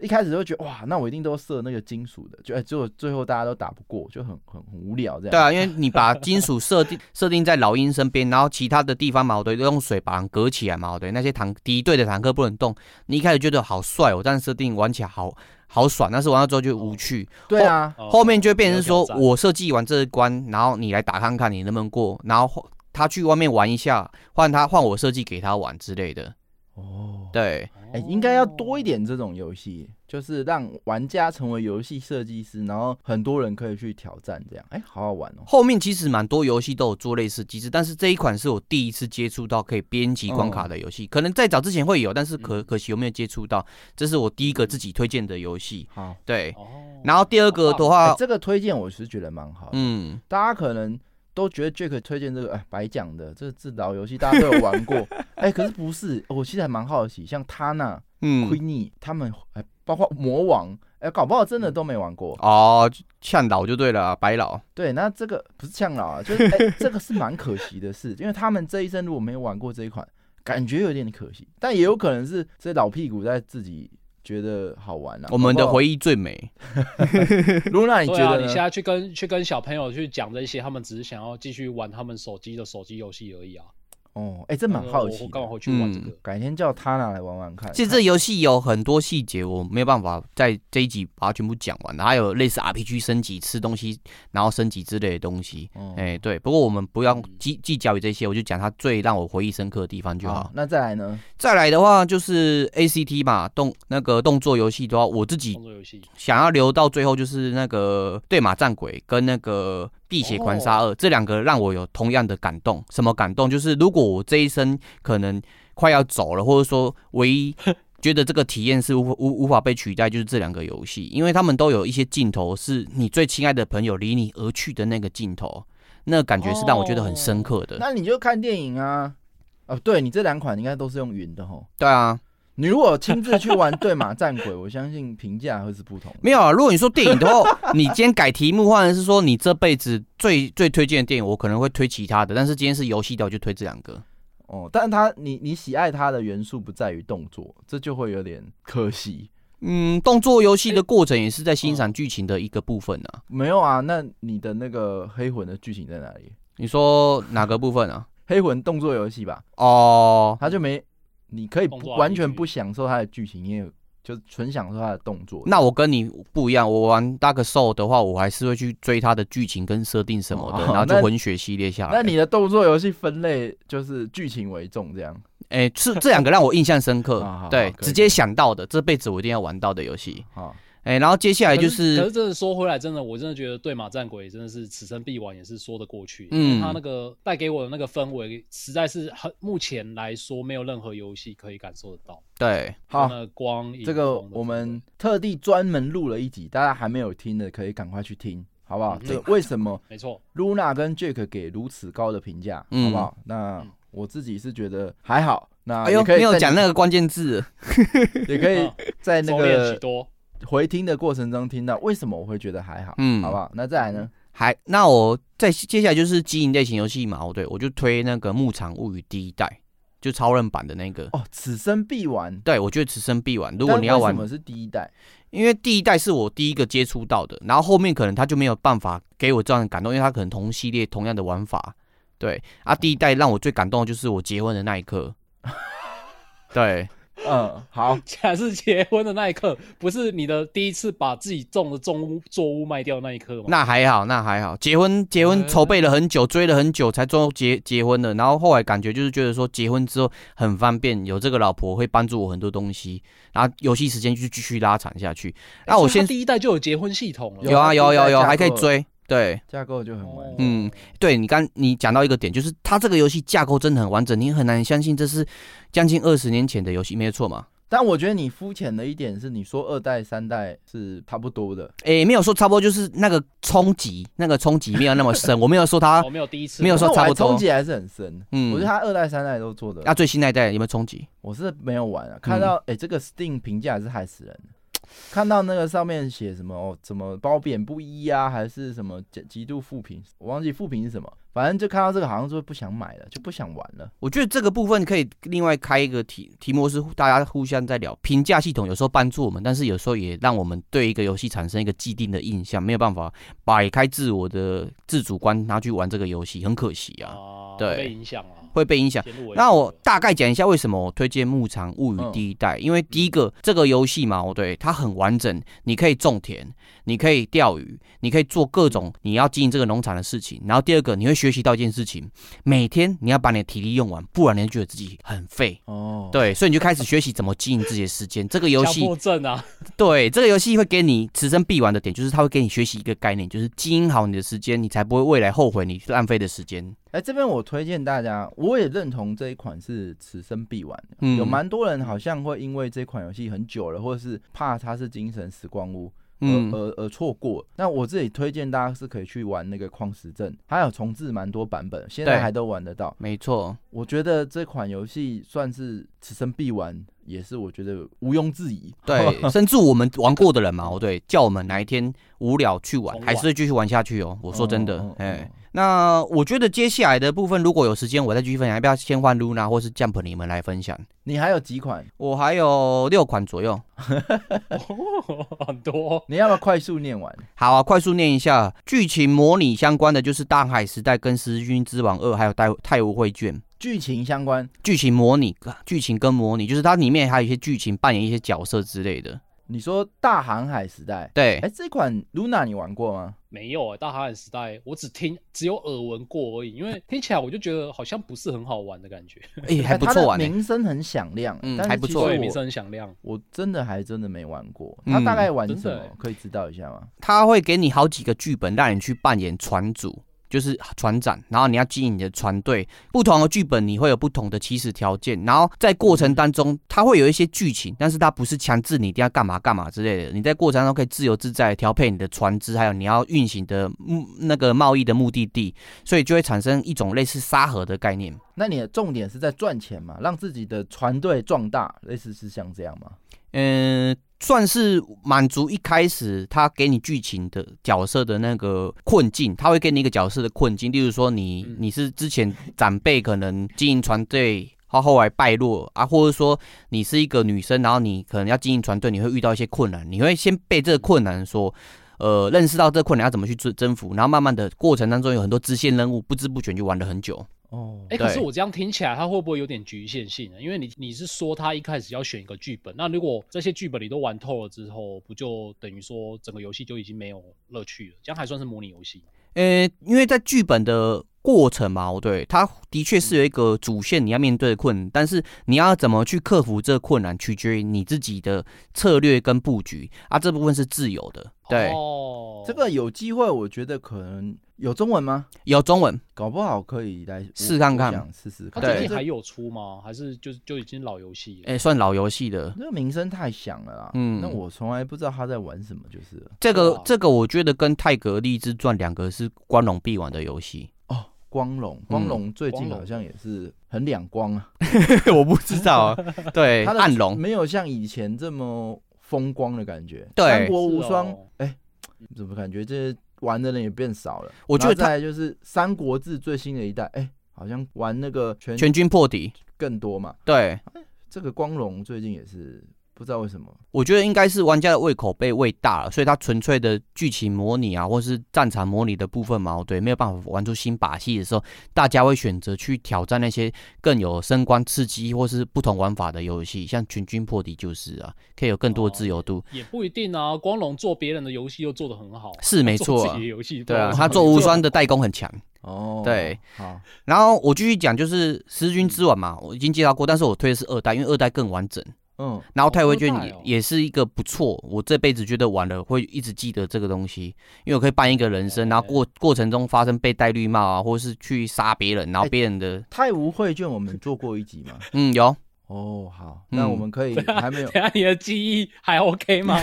[SPEAKER 5] 一开始就会觉得哇，那我一定都射那个金属的，就哎结果最后大家都打不过，就很很很无聊这样。
[SPEAKER 4] 对啊，因为你把金属设定 *laughs* 设定在老鹰身边，然后其他的地方嘛，对，都用水把它隔起来嘛，对，那些坦敌对的坦克不能动。你一开始觉得好帅哦，但是设定玩起来好好爽，但是玩到之后就无趣。
[SPEAKER 5] 对啊，
[SPEAKER 2] 哦
[SPEAKER 4] 后面就会变成说
[SPEAKER 2] 有挑，战
[SPEAKER 4] 我设计完这一关，然后你来打看看你能不能过，然后后他去外面玩一下，换他换我设计给他玩之类的。
[SPEAKER 5] 哦，
[SPEAKER 4] 对，
[SPEAKER 5] 哎、应该要多一点这种游戏，就是让玩家成为游戏设计师，然后很多人可以去挑战这样，哎、好好玩哦。
[SPEAKER 4] 后面其实蛮多游戏都有做类似机制，但是这一款是我第一次接触到可以编辑关
[SPEAKER 5] 哦
[SPEAKER 4] 卡的游戏，可能在早之前会有，但是
[SPEAKER 5] 嗯
[SPEAKER 4] 可可惜我没有接触到，这是我第一个自己推荐的游戏。
[SPEAKER 5] 好，
[SPEAKER 4] 对，
[SPEAKER 2] 哦。
[SPEAKER 4] 然后第二个的
[SPEAKER 5] 哎
[SPEAKER 4] 话，
[SPEAKER 5] 这个推荐我是觉得蛮好的，
[SPEAKER 4] 嗯，
[SPEAKER 5] 大家可能都觉得 Jack 推荐这个，哎，白讲的，这这老游戏大家都有
[SPEAKER 4] *laughs*
[SPEAKER 5] 玩过，哎、可是不是，我其实还蛮好奇，像他那、
[SPEAKER 4] 嗯，
[SPEAKER 5] Queenie 他们，哎，包括魔王，哎、搞不好真的都没玩过。
[SPEAKER 4] 哦，呛老就对了啊，白老，
[SPEAKER 5] 对，那这个不是呛
[SPEAKER 4] *laughs*
[SPEAKER 5] 老啊，就是、哎这个是蛮可惜的事，因为他们这一生如果没有玩过这一款，感觉有点可惜，但也有可能是这些老屁股在自己觉得好玩啊。
[SPEAKER 4] 我们的回忆最美。
[SPEAKER 5] 哎露娜，Luna，你觉
[SPEAKER 2] 对啊，
[SPEAKER 5] 得
[SPEAKER 2] 你现
[SPEAKER 5] 呢？
[SPEAKER 2] 在去跟去跟小朋友去讲这些，他们只是想要继续玩他们手机的手机游戏而已啊。
[SPEAKER 5] 哦，哎、这蛮好
[SPEAKER 2] 我嗯我
[SPEAKER 5] 奇的嗯
[SPEAKER 2] 干嘛。回去玩这个？
[SPEAKER 5] 改天叫他拿来玩玩看。
[SPEAKER 4] 其实这游戏有很多细节，我没有办法在这一集把它全部讲完。还有类似 RPG 升级、吃东西，然后升级之类的东西。
[SPEAKER 5] 哦
[SPEAKER 4] 哎、对。不过我们不要
[SPEAKER 2] 嗯
[SPEAKER 4] 计计较于这些，我就讲它最让我回忆深刻的地方就好。
[SPEAKER 5] 那再来呢？
[SPEAKER 4] 再来的话就是 ACT 嘛，动那个动作游戏的话，我自己
[SPEAKER 2] 动作游戏，
[SPEAKER 4] 想要留到最后就是那个对马战鬼跟那个碧血狂杀二、这两个让我有同样的感动。什么感动？就是如果我这一生可能快要走了，或者说唯一觉得这个体验是无无无法被取代，就是这两个游戏，因为他们都有一些镜头是你最亲爱的朋友离你而去的那个镜头，那个感觉是让我觉得很深刻的。
[SPEAKER 5] 哦那你就看电影啊。哦，对你这两款应该都是用云的吼。
[SPEAKER 4] 对啊，
[SPEAKER 5] 你如果亲自去玩对马 *laughs* 战鬼，我相信评价会是不同的。
[SPEAKER 4] 没有啊，如果你说电影的话，你今天改题目，或者是说你这辈子最最推荐的电影，我可能会推其他的，但是今天是游戏的，我就推这两个。
[SPEAKER 5] 哦，但它你你喜爱它的元素不在于动作，这就会有点可惜。
[SPEAKER 4] 嗯，动作游戏的过程也是在欣赏剧情的一个部分啊。
[SPEAKER 5] 没有啊，那你的那个黑魂的剧情在哪里？
[SPEAKER 4] 你说哪个部分啊？
[SPEAKER 5] 黑魂动作游戏吧，
[SPEAKER 4] 哦，
[SPEAKER 5] 它就没，你可以不
[SPEAKER 2] 动作啊 RPG
[SPEAKER 5] 完全不享受它的剧情，你也就纯享受它的动作。
[SPEAKER 4] 那我跟你不一样，我玩 Dark Soul 的话，我还是会去追它的剧情跟设定什么的，
[SPEAKER 5] 哦
[SPEAKER 4] 然后就
[SPEAKER 5] 那
[SPEAKER 4] 混血系列下来。
[SPEAKER 5] 那你的动作游戏分类就是剧情为重，这样
[SPEAKER 4] 哎，是这两个让我印象深
[SPEAKER 5] *laughs* 好
[SPEAKER 4] 刻
[SPEAKER 5] 好，
[SPEAKER 4] 对
[SPEAKER 5] 好，可以
[SPEAKER 4] 直接想到的，这辈子我一定要玩到的游戏。
[SPEAKER 5] 啊、哦
[SPEAKER 4] 哎，然后接下来就
[SPEAKER 2] 可是可
[SPEAKER 4] 是
[SPEAKER 2] 是真的说回来，真的我真的觉得对马战鬼真的是此生必玩，也是说得过去。
[SPEAKER 4] 嗯
[SPEAKER 2] 因为他那个带给我的那个氛围，实在是很目前来说没有任何游戏可以感受得到。
[SPEAKER 4] 对，
[SPEAKER 5] 好，
[SPEAKER 2] 那光影
[SPEAKER 5] 这个
[SPEAKER 2] 风的
[SPEAKER 5] 我
[SPEAKER 2] 氛
[SPEAKER 5] 们
[SPEAKER 2] 围
[SPEAKER 5] 特地专门录了一集，大家还没有听的可以赶快去听，好不好？
[SPEAKER 2] 嗯
[SPEAKER 5] 这个为什么
[SPEAKER 2] 没错，
[SPEAKER 5] Luna 跟 Jack 给如此高的评价，
[SPEAKER 4] 嗯
[SPEAKER 5] 好不好？那我自己是觉得还好，那
[SPEAKER 4] 哎呦，
[SPEAKER 5] 啊也可以
[SPEAKER 4] 没有
[SPEAKER 5] 在
[SPEAKER 4] 讲那个关键字。
[SPEAKER 5] *laughs* 也可以在那
[SPEAKER 2] 收敛嗯许
[SPEAKER 5] 个
[SPEAKER 2] 多。 *laughs*
[SPEAKER 5] 回听的过程中听到为什么我会觉得还好，
[SPEAKER 4] 嗯
[SPEAKER 5] 好不好？那再来呢？
[SPEAKER 2] 嗯
[SPEAKER 4] 还，那我再接下来就是经营类型游戏嘛，我对我就推那个《牧场物语》第一代，就超人版的那个。
[SPEAKER 5] 哦，此生必玩。
[SPEAKER 4] 对，我觉得此生必玩。如果你要玩
[SPEAKER 5] 但为，什么是第一代？
[SPEAKER 4] 因为第一代是我第一个接触到的，然后后面可能他就没有办法给我这样的感动，因为他可能同系列同样的玩法。对啊，第一代让我最感动的就是我结婚的那一刻。 *laughs* 对，
[SPEAKER 5] 嗯，好，
[SPEAKER 2] 竟然是结婚的那一刻，不是你的第一次把自己种的重屋作物卖掉那一刻吗？
[SPEAKER 4] 那还好，那还好。结婚结婚呃
[SPEAKER 2] 嗯
[SPEAKER 4] 筹备了很久，追了很久，才终于结结婚了。然后后来感觉就是觉得说，结婚之后很方便，有这个老婆会帮助我很多东西，然后游戏时间就继续拉长下去。那啊我
[SPEAKER 2] 哎所以
[SPEAKER 4] 先
[SPEAKER 2] 他第一代就有结婚系统了，
[SPEAKER 5] 有
[SPEAKER 4] 有啊有啊有啊有啊，
[SPEAKER 5] 架构
[SPEAKER 4] 还可以追。对，
[SPEAKER 5] 架构就很完
[SPEAKER 2] 哦
[SPEAKER 5] 整。
[SPEAKER 4] 嗯，对你刚你讲到一个点，就是它这个游戏架构真的很完整，你很难相信这是将近二十年前的游戏，没错嘛？
[SPEAKER 5] 但我觉得你肤浅的一点是，你说二代、三代是差不多的，
[SPEAKER 4] 诶、没有说差不多，就是那个冲击，那个冲击没有那么深。我没有说它
[SPEAKER 2] 我哦没有第一
[SPEAKER 4] 啊
[SPEAKER 2] 次，啊
[SPEAKER 4] 没有
[SPEAKER 5] 可
[SPEAKER 4] 说
[SPEAKER 5] 是我
[SPEAKER 4] 差
[SPEAKER 5] 还
[SPEAKER 4] 不多
[SPEAKER 5] 冲击还是很深。
[SPEAKER 4] 嗯
[SPEAKER 5] 我觉得他二代、三代都做的，
[SPEAKER 4] 那最新那一代有没有冲击？
[SPEAKER 5] 我是没有玩啊。看
[SPEAKER 4] 嗯
[SPEAKER 5] 到诶，这个 Steam 评价也是害死人的。看到那个上面写什么哦，怎么褒贬不一啊，还是什么极极度负评，我忘记负评是什么，反正就看到这个好像说不想买了，就不想玩了。
[SPEAKER 4] 我觉得这个部分可以另外开一个题题目，是大家互相在聊评价系统，有时候帮助我们，但是有时候也让我们对一个游戏产生一个既定的印象，没有办法摆开自我的自主观，拿去玩这个游戏，很可惜啊，
[SPEAKER 2] 啊，
[SPEAKER 4] 对
[SPEAKER 2] 被影响了。
[SPEAKER 4] 会被影响。
[SPEAKER 2] 先入为主
[SPEAKER 4] 那我大概讲一下为什么我推荐《牧场物语》第一代，因为第一个这个游戏嘛，我哦对它很完整，你可以种田，你可以钓鱼，你可以做各种你要经营这个农场的事情。然后第二个，你会学习到一件事情，每天你要把你的体力用完，不然你就觉得自己很废。
[SPEAKER 5] 哦，
[SPEAKER 4] 对，所以你就开始学习怎么经营自己的时间。这个游戏
[SPEAKER 2] 强迫症啊，
[SPEAKER 4] 对，这个游戏会给你此生必玩的点，就是它会给你学习一个概念，就是经营好你的时间，你才不会未来后悔你浪费的时间。
[SPEAKER 5] 哎、这边我推荐大家，我也认同这一款是此生必玩的。
[SPEAKER 4] 嗯
[SPEAKER 5] 有蛮多人好像会因为这款游戏很久了，或者是怕它是精神时光屋，而、
[SPEAKER 4] 嗯，
[SPEAKER 5] 而而错过。那我自己推荐大家是可以去玩那个矿石镇，它有重置蛮多版本，现在
[SPEAKER 4] 对
[SPEAKER 5] 还都玩得到。
[SPEAKER 4] 没错。
[SPEAKER 5] 我觉得这款游戏算是此生必玩，也是我觉得毋庸置疑。 *laughs*
[SPEAKER 4] 对，甚至我们玩过的人嘛，哦对，叫我们哪一天无聊去玩，
[SPEAKER 2] 重玩
[SPEAKER 4] 还是会继续玩下去哦。我说真的
[SPEAKER 5] 嗯嗯，
[SPEAKER 4] 哎、
[SPEAKER 5] 嗯
[SPEAKER 4] 那我觉得接下来的部分，如果有时间，我再继续分享，要不要先换 Luna 或是 Jump 你们来分享？
[SPEAKER 5] 你还有几款？
[SPEAKER 4] 我还有六款左右，
[SPEAKER 2] *laughs* 很多啊
[SPEAKER 5] 你要不要快速念完？
[SPEAKER 4] 好、啊，快速念一下剧情模拟相关的，就是《大海时代》跟《十字军之王二》，还有《太太无会卷》。
[SPEAKER 5] 剧情相关，
[SPEAKER 4] 剧情模拟，剧情跟模拟，就是它里面还有一些剧情扮演一些角色之类的。
[SPEAKER 5] 你说大航海时代，
[SPEAKER 4] 对，
[SPEAKER 5] 哎、这款 Luna 你玩过吗？
[SPEAKER 2] 没有哎、大航海时代我只听只有耳闻过而已，因为听起来我就觉得好像不是很好玩的感觉，
[SPEAKER 4] 哎、还不错玩、
[SPEAKER 5] 它
[SPEAKER 4] 欸。
[SPEAKER 5] 的名声很响亮，
[SPEAKER 4] 嗯
[SPEAKER 5] 但是
[SPEAKER 4] 还不
[SPEAKER 5] 其实
[SPEAKER 4] 错
[SPEAKER 2] 所
[SPEAKER 4] 对
[SPEAKER 2] 以
[SPEAKER 5] 我
[SPEAKER 2] 名声很响亮。
[SPEAKER 5] 我真的还真的没玩过。
[SPEAKER 4] 嗯
[SPEAKER 5] 他大概玩
[SPEAKER 2] 真
[SPEAKER 5] 什
[SPEAKER 2] 的
[SPEAKER 5] 么
[SPEAKER 2] 欸？
[SPEAKER 5] 可以知道一下吗？
[SPEAKER 4] 他会给你好几个剧本，让你去扮演船主，就是船长，然后你要经营你的船队。不同的剧本你会有不同的起始条件，然后在过程当中，它会有一些剧情，但是它不是强制你一定要干嘛干嘛之类的。你在过程当中可以自由自在地调配你的船只，还有你要运行的目那个贸易的目的地，所以就会产生一种类似沙盒的概念。
[SPEAKER 5] 那你的重点是在赚钱嘛，让自己的船队壮大，类似是像这样吗？
[SPEAKER 4] 嗯，算是满足一开始他给你剧情的角色的那个困境，他会给你一个角色的困境，例如说你
[SPEAKER 2] 嗯
[SPEAKER 4] 你是之前长辈可能经营船队。他后来败落啊，或者说你是一个女生，然后你可能要经营船队，你会遇到一些困难，你会先被这个困难所，呃，认识到这个困难要怎么去征征服，然后慢慢的过程当中有很多支线任务，不知不觉就玩了很久。
[SPEAKER 5] 哦
[SPEAKER 4] 对
[SPEAKER 2] 哎、可是我这样听起来，它会不会有点局限性呢？因为你你是说他一开始要选一个剧本，那如果这些剧本你都玩透了之后，不就等于说整个游戏就已经没有乐趣了？这样还算是模拟游戏吗？
[SPEAKER 4] 呃，因为在剧本的过程嘛，哦对，它的确是有一个主线你要面对的困难，但是你要怎么去克服这个困难，取决于你自己的策略跟布局啊，这部分是自由的。对，
[SPEAKER 2] 哦，
[SPEAKER 5] 这个有机会，我觉得可能有中文吗？
[SPEAKER 4] 有中文，
[SPEAKER 5] 搞不好可以来
[SPEAKER 4] 试看看
[SPEAKER 5] 我想试试
[SPEAKER 2] 它
[SPEAKER 5] 看。
[SPEAKER 4] 对
[SPEAKER 2] 哦最近还有出吗？还是就就已经老游戏了？
[SPEAKER 4] 哎，算老游戏的。
[SPEAKER 5] 这个名声太响了啦。
[SPEAKER 4] 嗯
[SPEAKER 5] 那我从来不知道他在玩什么，就是了
[SPEAKER 4] 这
[SPEAKER 2] 哇
[SPEAKER 4] 个这个，我觉得跟《泰格利之传》两个是光荣必玩的游戏。
[SPEAKER 5] 哦。光荣，
[SPEAKER 4] 嗯
[SPEAKER 5] 光荣最近
[SPEAKER 2] 光荣
[SPEAKER 5] 好像也是很两光啊，
[SPEAKER 4] 我不知道，啊对，
[SPEAKER 5] 他的
[SPEAKER 4] 暗龙，
[SPEAKER 5] 没有像以前这么风光的感觉。
[SPEAKER 4] 对
[SPEAKER 5] 三国无双
[SPEAKER 2] 是哦，
[SPEAKER 5] 哎、怎么感觉这玩的人也变少了？
[SPEAKER 4] 我觉得
[SPEAKER 5] 然后
[SPEAKER 4] 他
[SPEAKER 5] 再来就是《三国志》最新的一代，哎、好像玩那个全
[SPEAKER 4] 全军破敌。
[SPEAKER 5] 更多嘛。
[SPEAKER 4] 对，
[SPEAKER 5] 这个光荣最近也是不知道为什么，
[SPEAKER 4] 我觉得应该是玩家的胃口被喂大了，所以他纯粹的剧情模拟啊，或是战场模拟的部分嘛，哦对，没有办法玩出新把戏的时候，大家会选择去挑战那些更有升官刺激或是不同玩法的游戏，像全军破敌就是啊，可以有更多的自由度，
[SPEAKER 2] 也不一定啊，光荣做别人的游戏又做得很好，
[SPEAKER 4] 是 *laughs* 没错、
[SPEAKER 2] 做自
[SPEAKER 4] 啊
[SPEAKER 2] 己的，游戏
[SPEAKER 4] 对啊，
[SPEAKER 2] 不知道
[SPEAKER 4] 他
[SPEAKER 2] 为什么
[SPEAKER 4] 做无 *laughs* 双的代工很强。
[SPEAKER 5] 哦，
[SPEAKER 4] 对，
[SPEAKER 5] 好，
[SPEAKER 4] 然后我继续讲，就是《十字军之王》嘛，我已经介绍过，但是我推的是二代，因为二代更完整。
[SPEAKER 5] 嗯，
[SPEAKER 4] 然后太微
[SPEAKER 2] 好多
[SPEAKER 4] 卷
[SPEAKER 2] 代哦
[SPEAKER 4] 也是一个不错，我这辈子觉得玩了会一直记得这个东西，因为我可以扮一个人生，然
[SPEAKER 5] 哎
[SPEAKER 4] 后过过程中发生被戴绿帽
[SPEAKER 5] 哎
[SPEAKER 4] 啊，或是去杀别人，然后别人的 *laughs*
[SPEAKER 5] 太无绘卷我们做过一集嘛，
[SPEAKER 4] 嗯有
[SPEAKER 5] 哦，好，那我
[SPEAKER 4] 嗯
[SPEAKER 5] 们可以
[SPEAKER 4] *laughs*
[SPEAKER 5] 还没有
[SPEAKER 2] 等一下你的记忆还 OK 吗？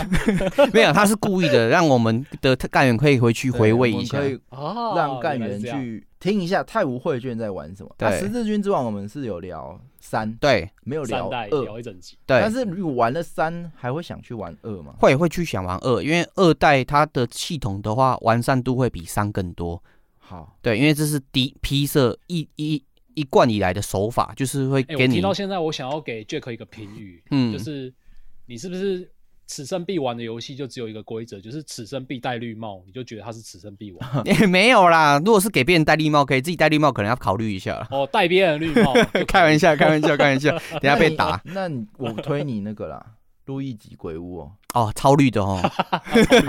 [SPEAKER 4] 没有，他是故意的，让我们的干员可以回去
[SPEAKER 5] 对
[SPEAKER 4] 回味
[SPEAKER 5] 我
[SPEAKER 4] 一
[SPEAKER 5] 们
[SPEAKER 4] 下
[SPEAKER 5] 可。以
[SPEAKER 2] *laughs* *laughs* 哦，
[SPEAKER 5] 让干
[SPEAKER 2] 原来
[SPEAKER 5] 员
[SPEAKER 2] 是这样。
[SPEAKER 5] 去听一下太无绘卷在玩什么。那
[SPEAKER 4] 对
[SPEAKER 5] 十字军之王我们是有聊三，
[SPEAKER 4] 对
[SPEAKER 5] 没有
[SPEAKER 2] 三
[SPEAKER 5] 聊
[SPEAKER 2] 代
[SPEAKER 5] 二
[SPEAKER 2] 聊，一整集，
[SPEAKER 4] 对
[SPEAKER 5] 但，是如果玩了三，还会想去玩二吗？
[SPEAKER 4] 会会去想玩二，因为二代它的系统的话，完善度会比三更多。
[SPEAKER 5] 好，
[SPEAKER 4] 对，因为这是第批设一一一贯以来的手法，就是会给
[SPEAKER 2] 哎、我
[SPEAKER 4] 你
[SPEAKER 2] 听到现在，我想要给 Jack 一个评语，
[SPEAKER 4] 嗯
[SPEAKER 2] 就是你是不是此生必玩的游戏就只有一个规则，就是此生必戴绿帽，你就觉得它是此生必玩。
[SPEAKER 4] 也 *laughs* 没有啦。如果是给别人戴绿帽，可以自己戴绿帽，可能要考虑一下啦。，
[SPEAKER 2] 哦，戴别人的绿帽
[SPEAKER 4] *laughs* 开玩笑，开玩笑，开玩笑，等下
[SPEAKER 5] 那
[SPEAKER 4] 被
[SPEAKER 5] 你
[SPEAKER 4] 打。
[SPEAKER 5] 那你我推你那
[SPEAKER 4] *laughs*
[SPEAKER 5] 个啦，路易吉鬼屋哦。
[SPEAKER 4] 哦，超绿的哦。
[SPEAKER 5] 好，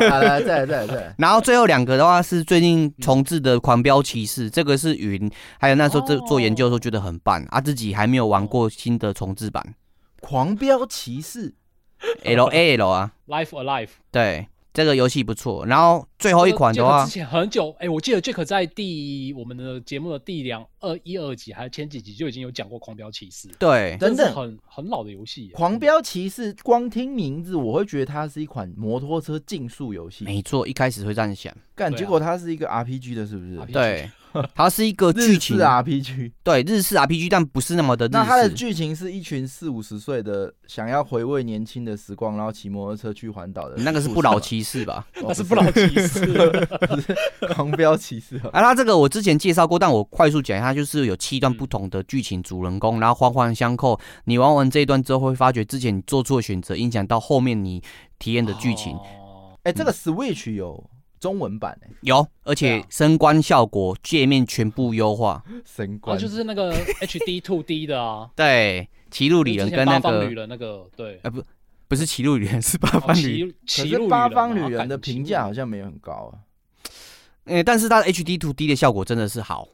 [SPEAKER 5] 来来再来再来再来，
[SPEAKER 4] *laughs* 然后最后两个的话是最近重置的《狂飙骑士》，这个是云，还有那时候做
[SPEAKER 2] 哦
[SPEAKER 4] 做研究的时候觉得很棒啊，自己还没有玩过新的重置版
[SPEAKER 5] 狂飙骑士
[SPEAKER 4] L A L 啊，
[SPEAKER 2] Life Alive。
[SPEAKER 4] 对，这个游戏不错。然后最后一款的话
[SPEAKER 2] 之，前很久，哎、我记得 Jack 在第我们的节目的第两二一二集还是前几集就已经有讲过《狂飙骑士》， *laughs*
[SPEAKER 4] 对
[SPEAKER 5] 等
[SPEAKER 2] 这是
[SPEAKER 5] 等，
[SPEAKER 2] 很很老的游戏耶。
[SPEAKER 5] 狂飙骑士光听名字我会觉得它是一款摩托车竞速游戏，
[SPEAKER 4] 没错，一开始会这样想，
[SPEAKER 5] 干
[SPEAKER 2] 对啊
[SPEAKER 5] 结果它是一个 RPG 的，是不是？
[SPEAKER 2] RPG
[SPEAKER 4] 对，它是一个
[SPEAKER 5] 日
[SPEAKER 4] 呃剧
[SPEAKER 5] 式
[SPEAKER 4] 情，
[SPEAKER 5] RPG，
[SPEAKER 4] 对，日式 RPG，但不是那么的
[SPEAKER 5] 那它的
[SPEAKER 4] 日式。
[SPEAKER 5] 剧情是一群四五十岁的想要回味年轻的时光，然后骑摩托车去环岛的故事吗。
[SPEAKER 4] 那个是不老骑士吧？
[SPEAKER 5] 哦，
[SPEAKER 2] 那是不老骑士，
[SPEAKER 5] *laughs* 狂飙骑士哦。
[SPEAKER 4] 啊，它这个我之前介绍过，但我快速讲一下，就是有七段不同的剧情主人公，然后环环相扣。你玩完这一段之后，会发觉之前你做错的选择，影响到后面你体验的剧情。
[SPEAKER 2] 哦
[SPEAKER 5] 哎，这个 Switch 有中文版哎，
[SPEAKER 4] 有，而
[SPEAKER 2] 对
[SPEAKER 4] 且
[SPEAKER 2] 啊
[SPEAKER 4] 升官效果、界面全部优化。
[SPEAKER 5] 神
[SPEAKER 2] 哦，
[SPEAKER 5] 官
[SPEAKER 2] 就是那
[SPEAKER 4] *laughs*
[SPEAKER 2] 个 HD Two D 的啊，
[SPEAKER 4] 对，歧路
[SPEAKER 2] 就
[SPEAKER 4] 旅
[SPEAKER 2] 是
[SPEAKER 4] 人
[SPEAKER 2] 之前
[SPEAKER 4] 跟那
[SPEAKER 2] 八方
[SPEAKER 4] 个
[SPEAKER 2] 旅人那个对，
[SPEAKER 4] 呃不是歧路旅人，是八
[SPEAKER 2] 哦
[SPEAKER 4] 方旅人。
[SPEAKER 2] 骑
[SPEAKER 5] 可
[SPEAKER 2] 骑
[SPEAKER 5] 是
[SPEAKER 2] 路
[SPEAKER 5] 八
[SPEAKER 2] 嘛
[SPEAKER 5] 方旅
[SPEAKER 2] 啊
[SPEAKER 5] 人
[SPEAKER 2] 干
[SPEAKER 5] 的
[SPEAKER 2] 骑
[SPEAKER 5] 评
[SPEAKER 2] 路
[SPEAKER 5] 价好像没有很高啊。
[SPEAKER 4] 哎、但是它的 HD 2 D 的效果真的是好。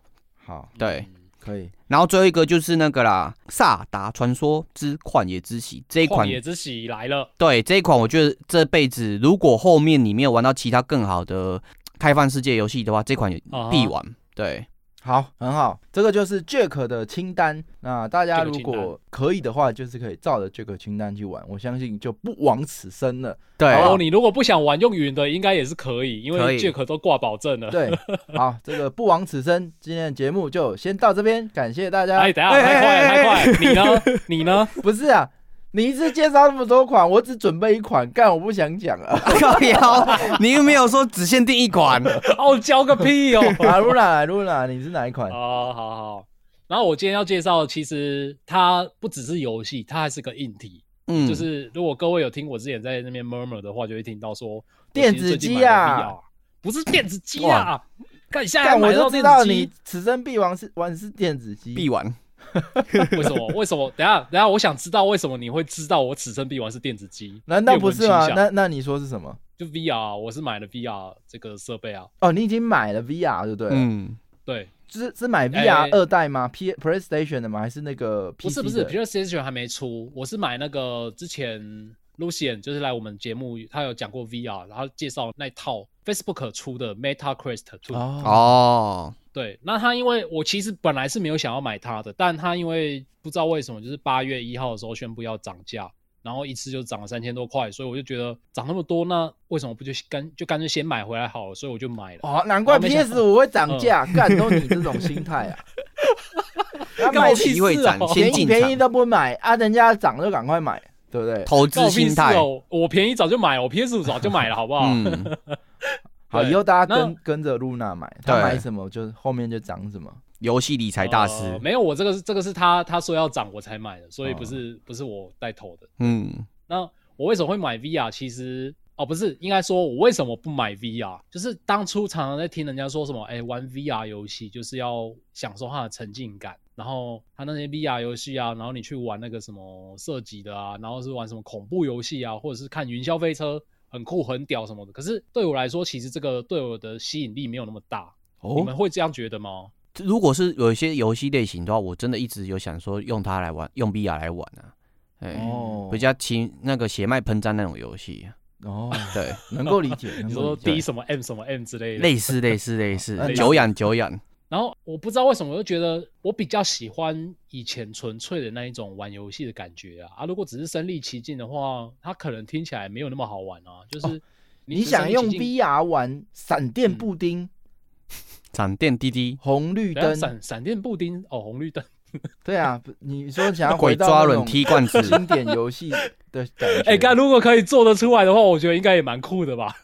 [SPEAKER 5] 好，
[SPEAKER 4] 对，
[SPEAKER 5] 可以。
[SPEAKER 4] 然后最后一个就是那个啦，《萨达传说之旷野之息》这一
[SPEAKER 2] 旷
[SPEAKER 4] 款
[SPEAKER 2] 野之喜来了，
[SPEAKER 4] 对这一款，我觉得这辈子如果后面你没有玩到其他更好的开放世界游戏的话，这款也
[SPEAKER 2] 啊哈
[SPEAKER 4] 必玩。对，
[SPEAKER 5] 好，很好，这个就是 Jack 的清单。那大家
[SPEAKER 2] Jack
[SPEAKER 5] 如
[SPEAKER 2] 清
[SPEAKER 5] 果可以的话，就是可以照着 Jack 清单去玩，我相信就不枉此生了。
[SPEAKER 4] 对
[SPEAKER 5] 好
[SPEAKER 2] 然
[SPEAKER 5] 啊
[SPEAKER 2] 后你如果不想玩用云的，应该也是可以，因为
[SPEAKER 4] 可以
[SPEAKER 2] Jack 都挂保证 *laughs* 了。
[SPEAKER 5] 对，好，这个不枉此生，今天的节目就先到这边，感谢大家。
[SPEAKER 2] 哎，等一下
[SPEAKER 4] 哎
[SPEAKER 2] 太快了，
[SPEAKER 4] 哎
[SPEAKER 2] 太
[SPEAKER 4] 哎
[SPEAKER 2] 快
[SPEAKER 4] *laughs*
[SPEAKER 2] 了！你呢？你呢？
[SPEAKER 5] 不是啊，你一次介绍那么多款，我只准备一款，干我不想讲了。 *laughs*
[SPEAKER 4] 靠腰，你又没有说只限定一款。
[SPEAKER 2] 傲娇个
[SPEAKER 4] *laughs*
[SPEAKER 2] 屁哦！
[SPEAKER 5] 啊，露 *laughs* 娜，露娜，你是哪一款？
[SPEAKER 2] 哦，好好。然后我今天要介绍，其实它不只是游戏，它还是个硬体。
[SPEAKER 4] 嗯，
[SPEAKER 2] 就是如果各位有听我之前在那边 murmur 的话，就会听到说
[SPEAKER 5] 电子
[SPEAKER 2] 我其实最
[SPEAKER 5] 机啊，
[SPEAKER 2] 近买了 VR 不是电子机啊！看你现在还
[SPEAKER 5] 但我
[SPEAKER 2] 买
[SPEAKER 5] 就
[SPEAKER 2] 到
[SPEAKER 5] 知
[SPEAKER 2] 电
[SPEAKER 5] 道
[SPEAKER 2] 子
[SPEAKER 5] 你
[SPEAKER 2] 机，
[SPEAKER 5] 此生必玩是玩是电子机，
[SPEAKER 4] 必玩。
[SPEAKER 2] 为什
[SPEAKER 5] *laughs*
[SPEAKER 2] 么？为什么？等一下，等一下，我想知道为什么你会知道我此生必玩是电子机？
[SPEAKER 5] 难道不是
[SPEAKER 2] 因为我
[SPEAKER 5] 吗
[SPEAKER 2] 很？倾向
[SPEAKER 5] 那那你说是什么？
[SPEAKER 2] 就 VR，啊我是买了 VR 这个设备啊。
[SPEAKER 5] 哦，你已经买了 VR 对不对？嗯，
[SPEAKER 4] 嗯，
[SPEAKER 2] 对，
[SPEAKER 5] 是是买
[SPEAKER 2] 哎
[SPEAKER 5] VR 二代吗？P PlayStation 的吗？还是那个 PC
[SPEAKER 2] 不是不是
[SPEAKER 5] 的
[SPEAKER 2] ，PlayStation 还没出，我是买那个之前 Lucian 就是来我们节目，他有讲过 VR，然后介绍那套 Facebook 出的 Meta Quest 2。
[SPEAKER 5] 哦，
[SPEAKER 4] 哦，
[SPEAKER 2] 对，那他因为我其实本来是没有想要买它的，但他因为不知道为什么，就是八月一号的时候宣布要涨价，然后一次就涨了三千多块，所以我就觉得涨那么多，那为什么不就干就干脆先买回来好了？所以我就买了。
[SPEAKER 5] 哦，难怪
[SPEAKER 2] 哦没想嗯
[SPEAKER 5] PS 五会涨价，干都你这种
[SPEAKER 2] *laughs*
[SPEAKER 5] 心态啊！他
[SPEAKER 2] 干
[SPEAKER 5] 买
[SPEAKER 2] 我
[SPEAKER 5] 起
[SPEAKER 2] 屁
[SPEAKER 4] 机会展
[SPEAKER 2] 事哦
[SPEAKER 4] 先
[SPEAKER 5] 便宜
[SPEAKER 4] 进
[SPEAKER 5] 便宜
[SPEAKER 4] 场，
[SPEAKER 5] 都不买啊，人家涨就赶快买，对不对？
[SPEAKER 4] 投资
[SPEAKER 2] 告屁
[SPEAKER 4] 心
[SPEAKER 2] 事
[SPEAKER 4] 态。
[SPEAKER 2] 哦！我便宜早就买了，我 PS 五早就买了，好不好？ *laughs*
[SPEAKER 4] 嗯，
[SPEAKER 5] 好，
[SPEAKER 2] 对
[SPEAKER 5] 以后大家跟
[SPEAKER 2] 那
[SPEAKER 5] 跟着露娜买，她
[SPEAKER 4] 对
[SPEAKER 5] 买什么就后面就涨什么。
[SPEAKER 4] 游戏理财大
[SPEAKER 2] 呃
[SPEAKER 4] 师。
[SPEAKER 2] 没有，我这个是这个是他他说要涨我才买的，所以
[SPEAKER 5] 哦
[SPEAKER 2] 不是、不是我带头的。
[SPEAKER 4] 嗯，
[SPEAKER 2] 那我为什么会买 VR？其实哦，不是，应该说我为什么不买 VR？就是当初常常在听人家说什么，哎，玩 VR 游戏就是要享受它的沉浸感。然后它那些 VR 游戏啊，然后你去玩那个什么射击的啊，然后是玩什么恐怖游戏啊，或者是看云霄飞车，很酷很屌什么的。可是对我来说，其实这个对我的吸引力没有那么大。你们
[SPEAKER 4] 哦，
[SPEAKER 2] 会这样觉得吗？
[SPEAKER 4] 如果是有一些游戏类型的话，我真的一直有想说用它来玩，用 VR 来玩啊。哎、
[SPEAKER 5] 哦
[SPEAKER 4] 比较亲那个血脉喷张那种游戏，啊
[SPEAKER 5] 哦，
[SPEAKER 4] 对，
[SPEAKER 5] 能够理解。
[SPEAKER 4] *laughs*
[SPEAKER 2] 你
[SPEAKER 5] 能够
[SPEAKER 2] 说
[SPEAKER 5] 理解
[SPEAKER 2] D 什么 M 什么 M 之类的，
[SPEAKER 4] 类似类似类似
[SPEAKER 5] 呃，
[SPEAKER 4] 久仰久仰。
[SPEAKER 2] 然后我不知道为什么，我就觉得我比较喜欢以前纯粹的那一种玩游戏的感觉啊啊！如果只是身临其境的话，它可能听起来没有那么好玩啊。就是
[SPEAKER 5] 你
[SPEAKER 2] 只
[SPEAKER 5] 想
[SPEAKER 2] 身临
[SPEAKER 5] 用
[SPEAKER 2] 其境
[SPEAKER 5] VR 玩闪电布丁、
[SPEAKER 4] 嗯闪电滴滴，
[SPEAKER 5] 红绿
[SPEAKER 2] 等一下
[SPEAKER 5] 灯，
[SPEAKER 2] 啊闪闪电布丁哦，红绿灯。
[SPEAKER 5] *laughs* 对啊，不你说想要
[SPEAKER 4] 鬼
[SPEAKER 5] 回到
[SPEAKER 4] 抓
[SPEAKER 5] 那
[SPEAKER 4] 人
[SPEAKER 5] 种
[SPEAKER 4] 踢罐子，
[SPEAKER 5] 经典游戏的感觉。
[SPEAKER 4] *laughs*
[SPEAKER 2] 哎、干如果可以做得出来的话，我觉得应该也蛮酷的吧。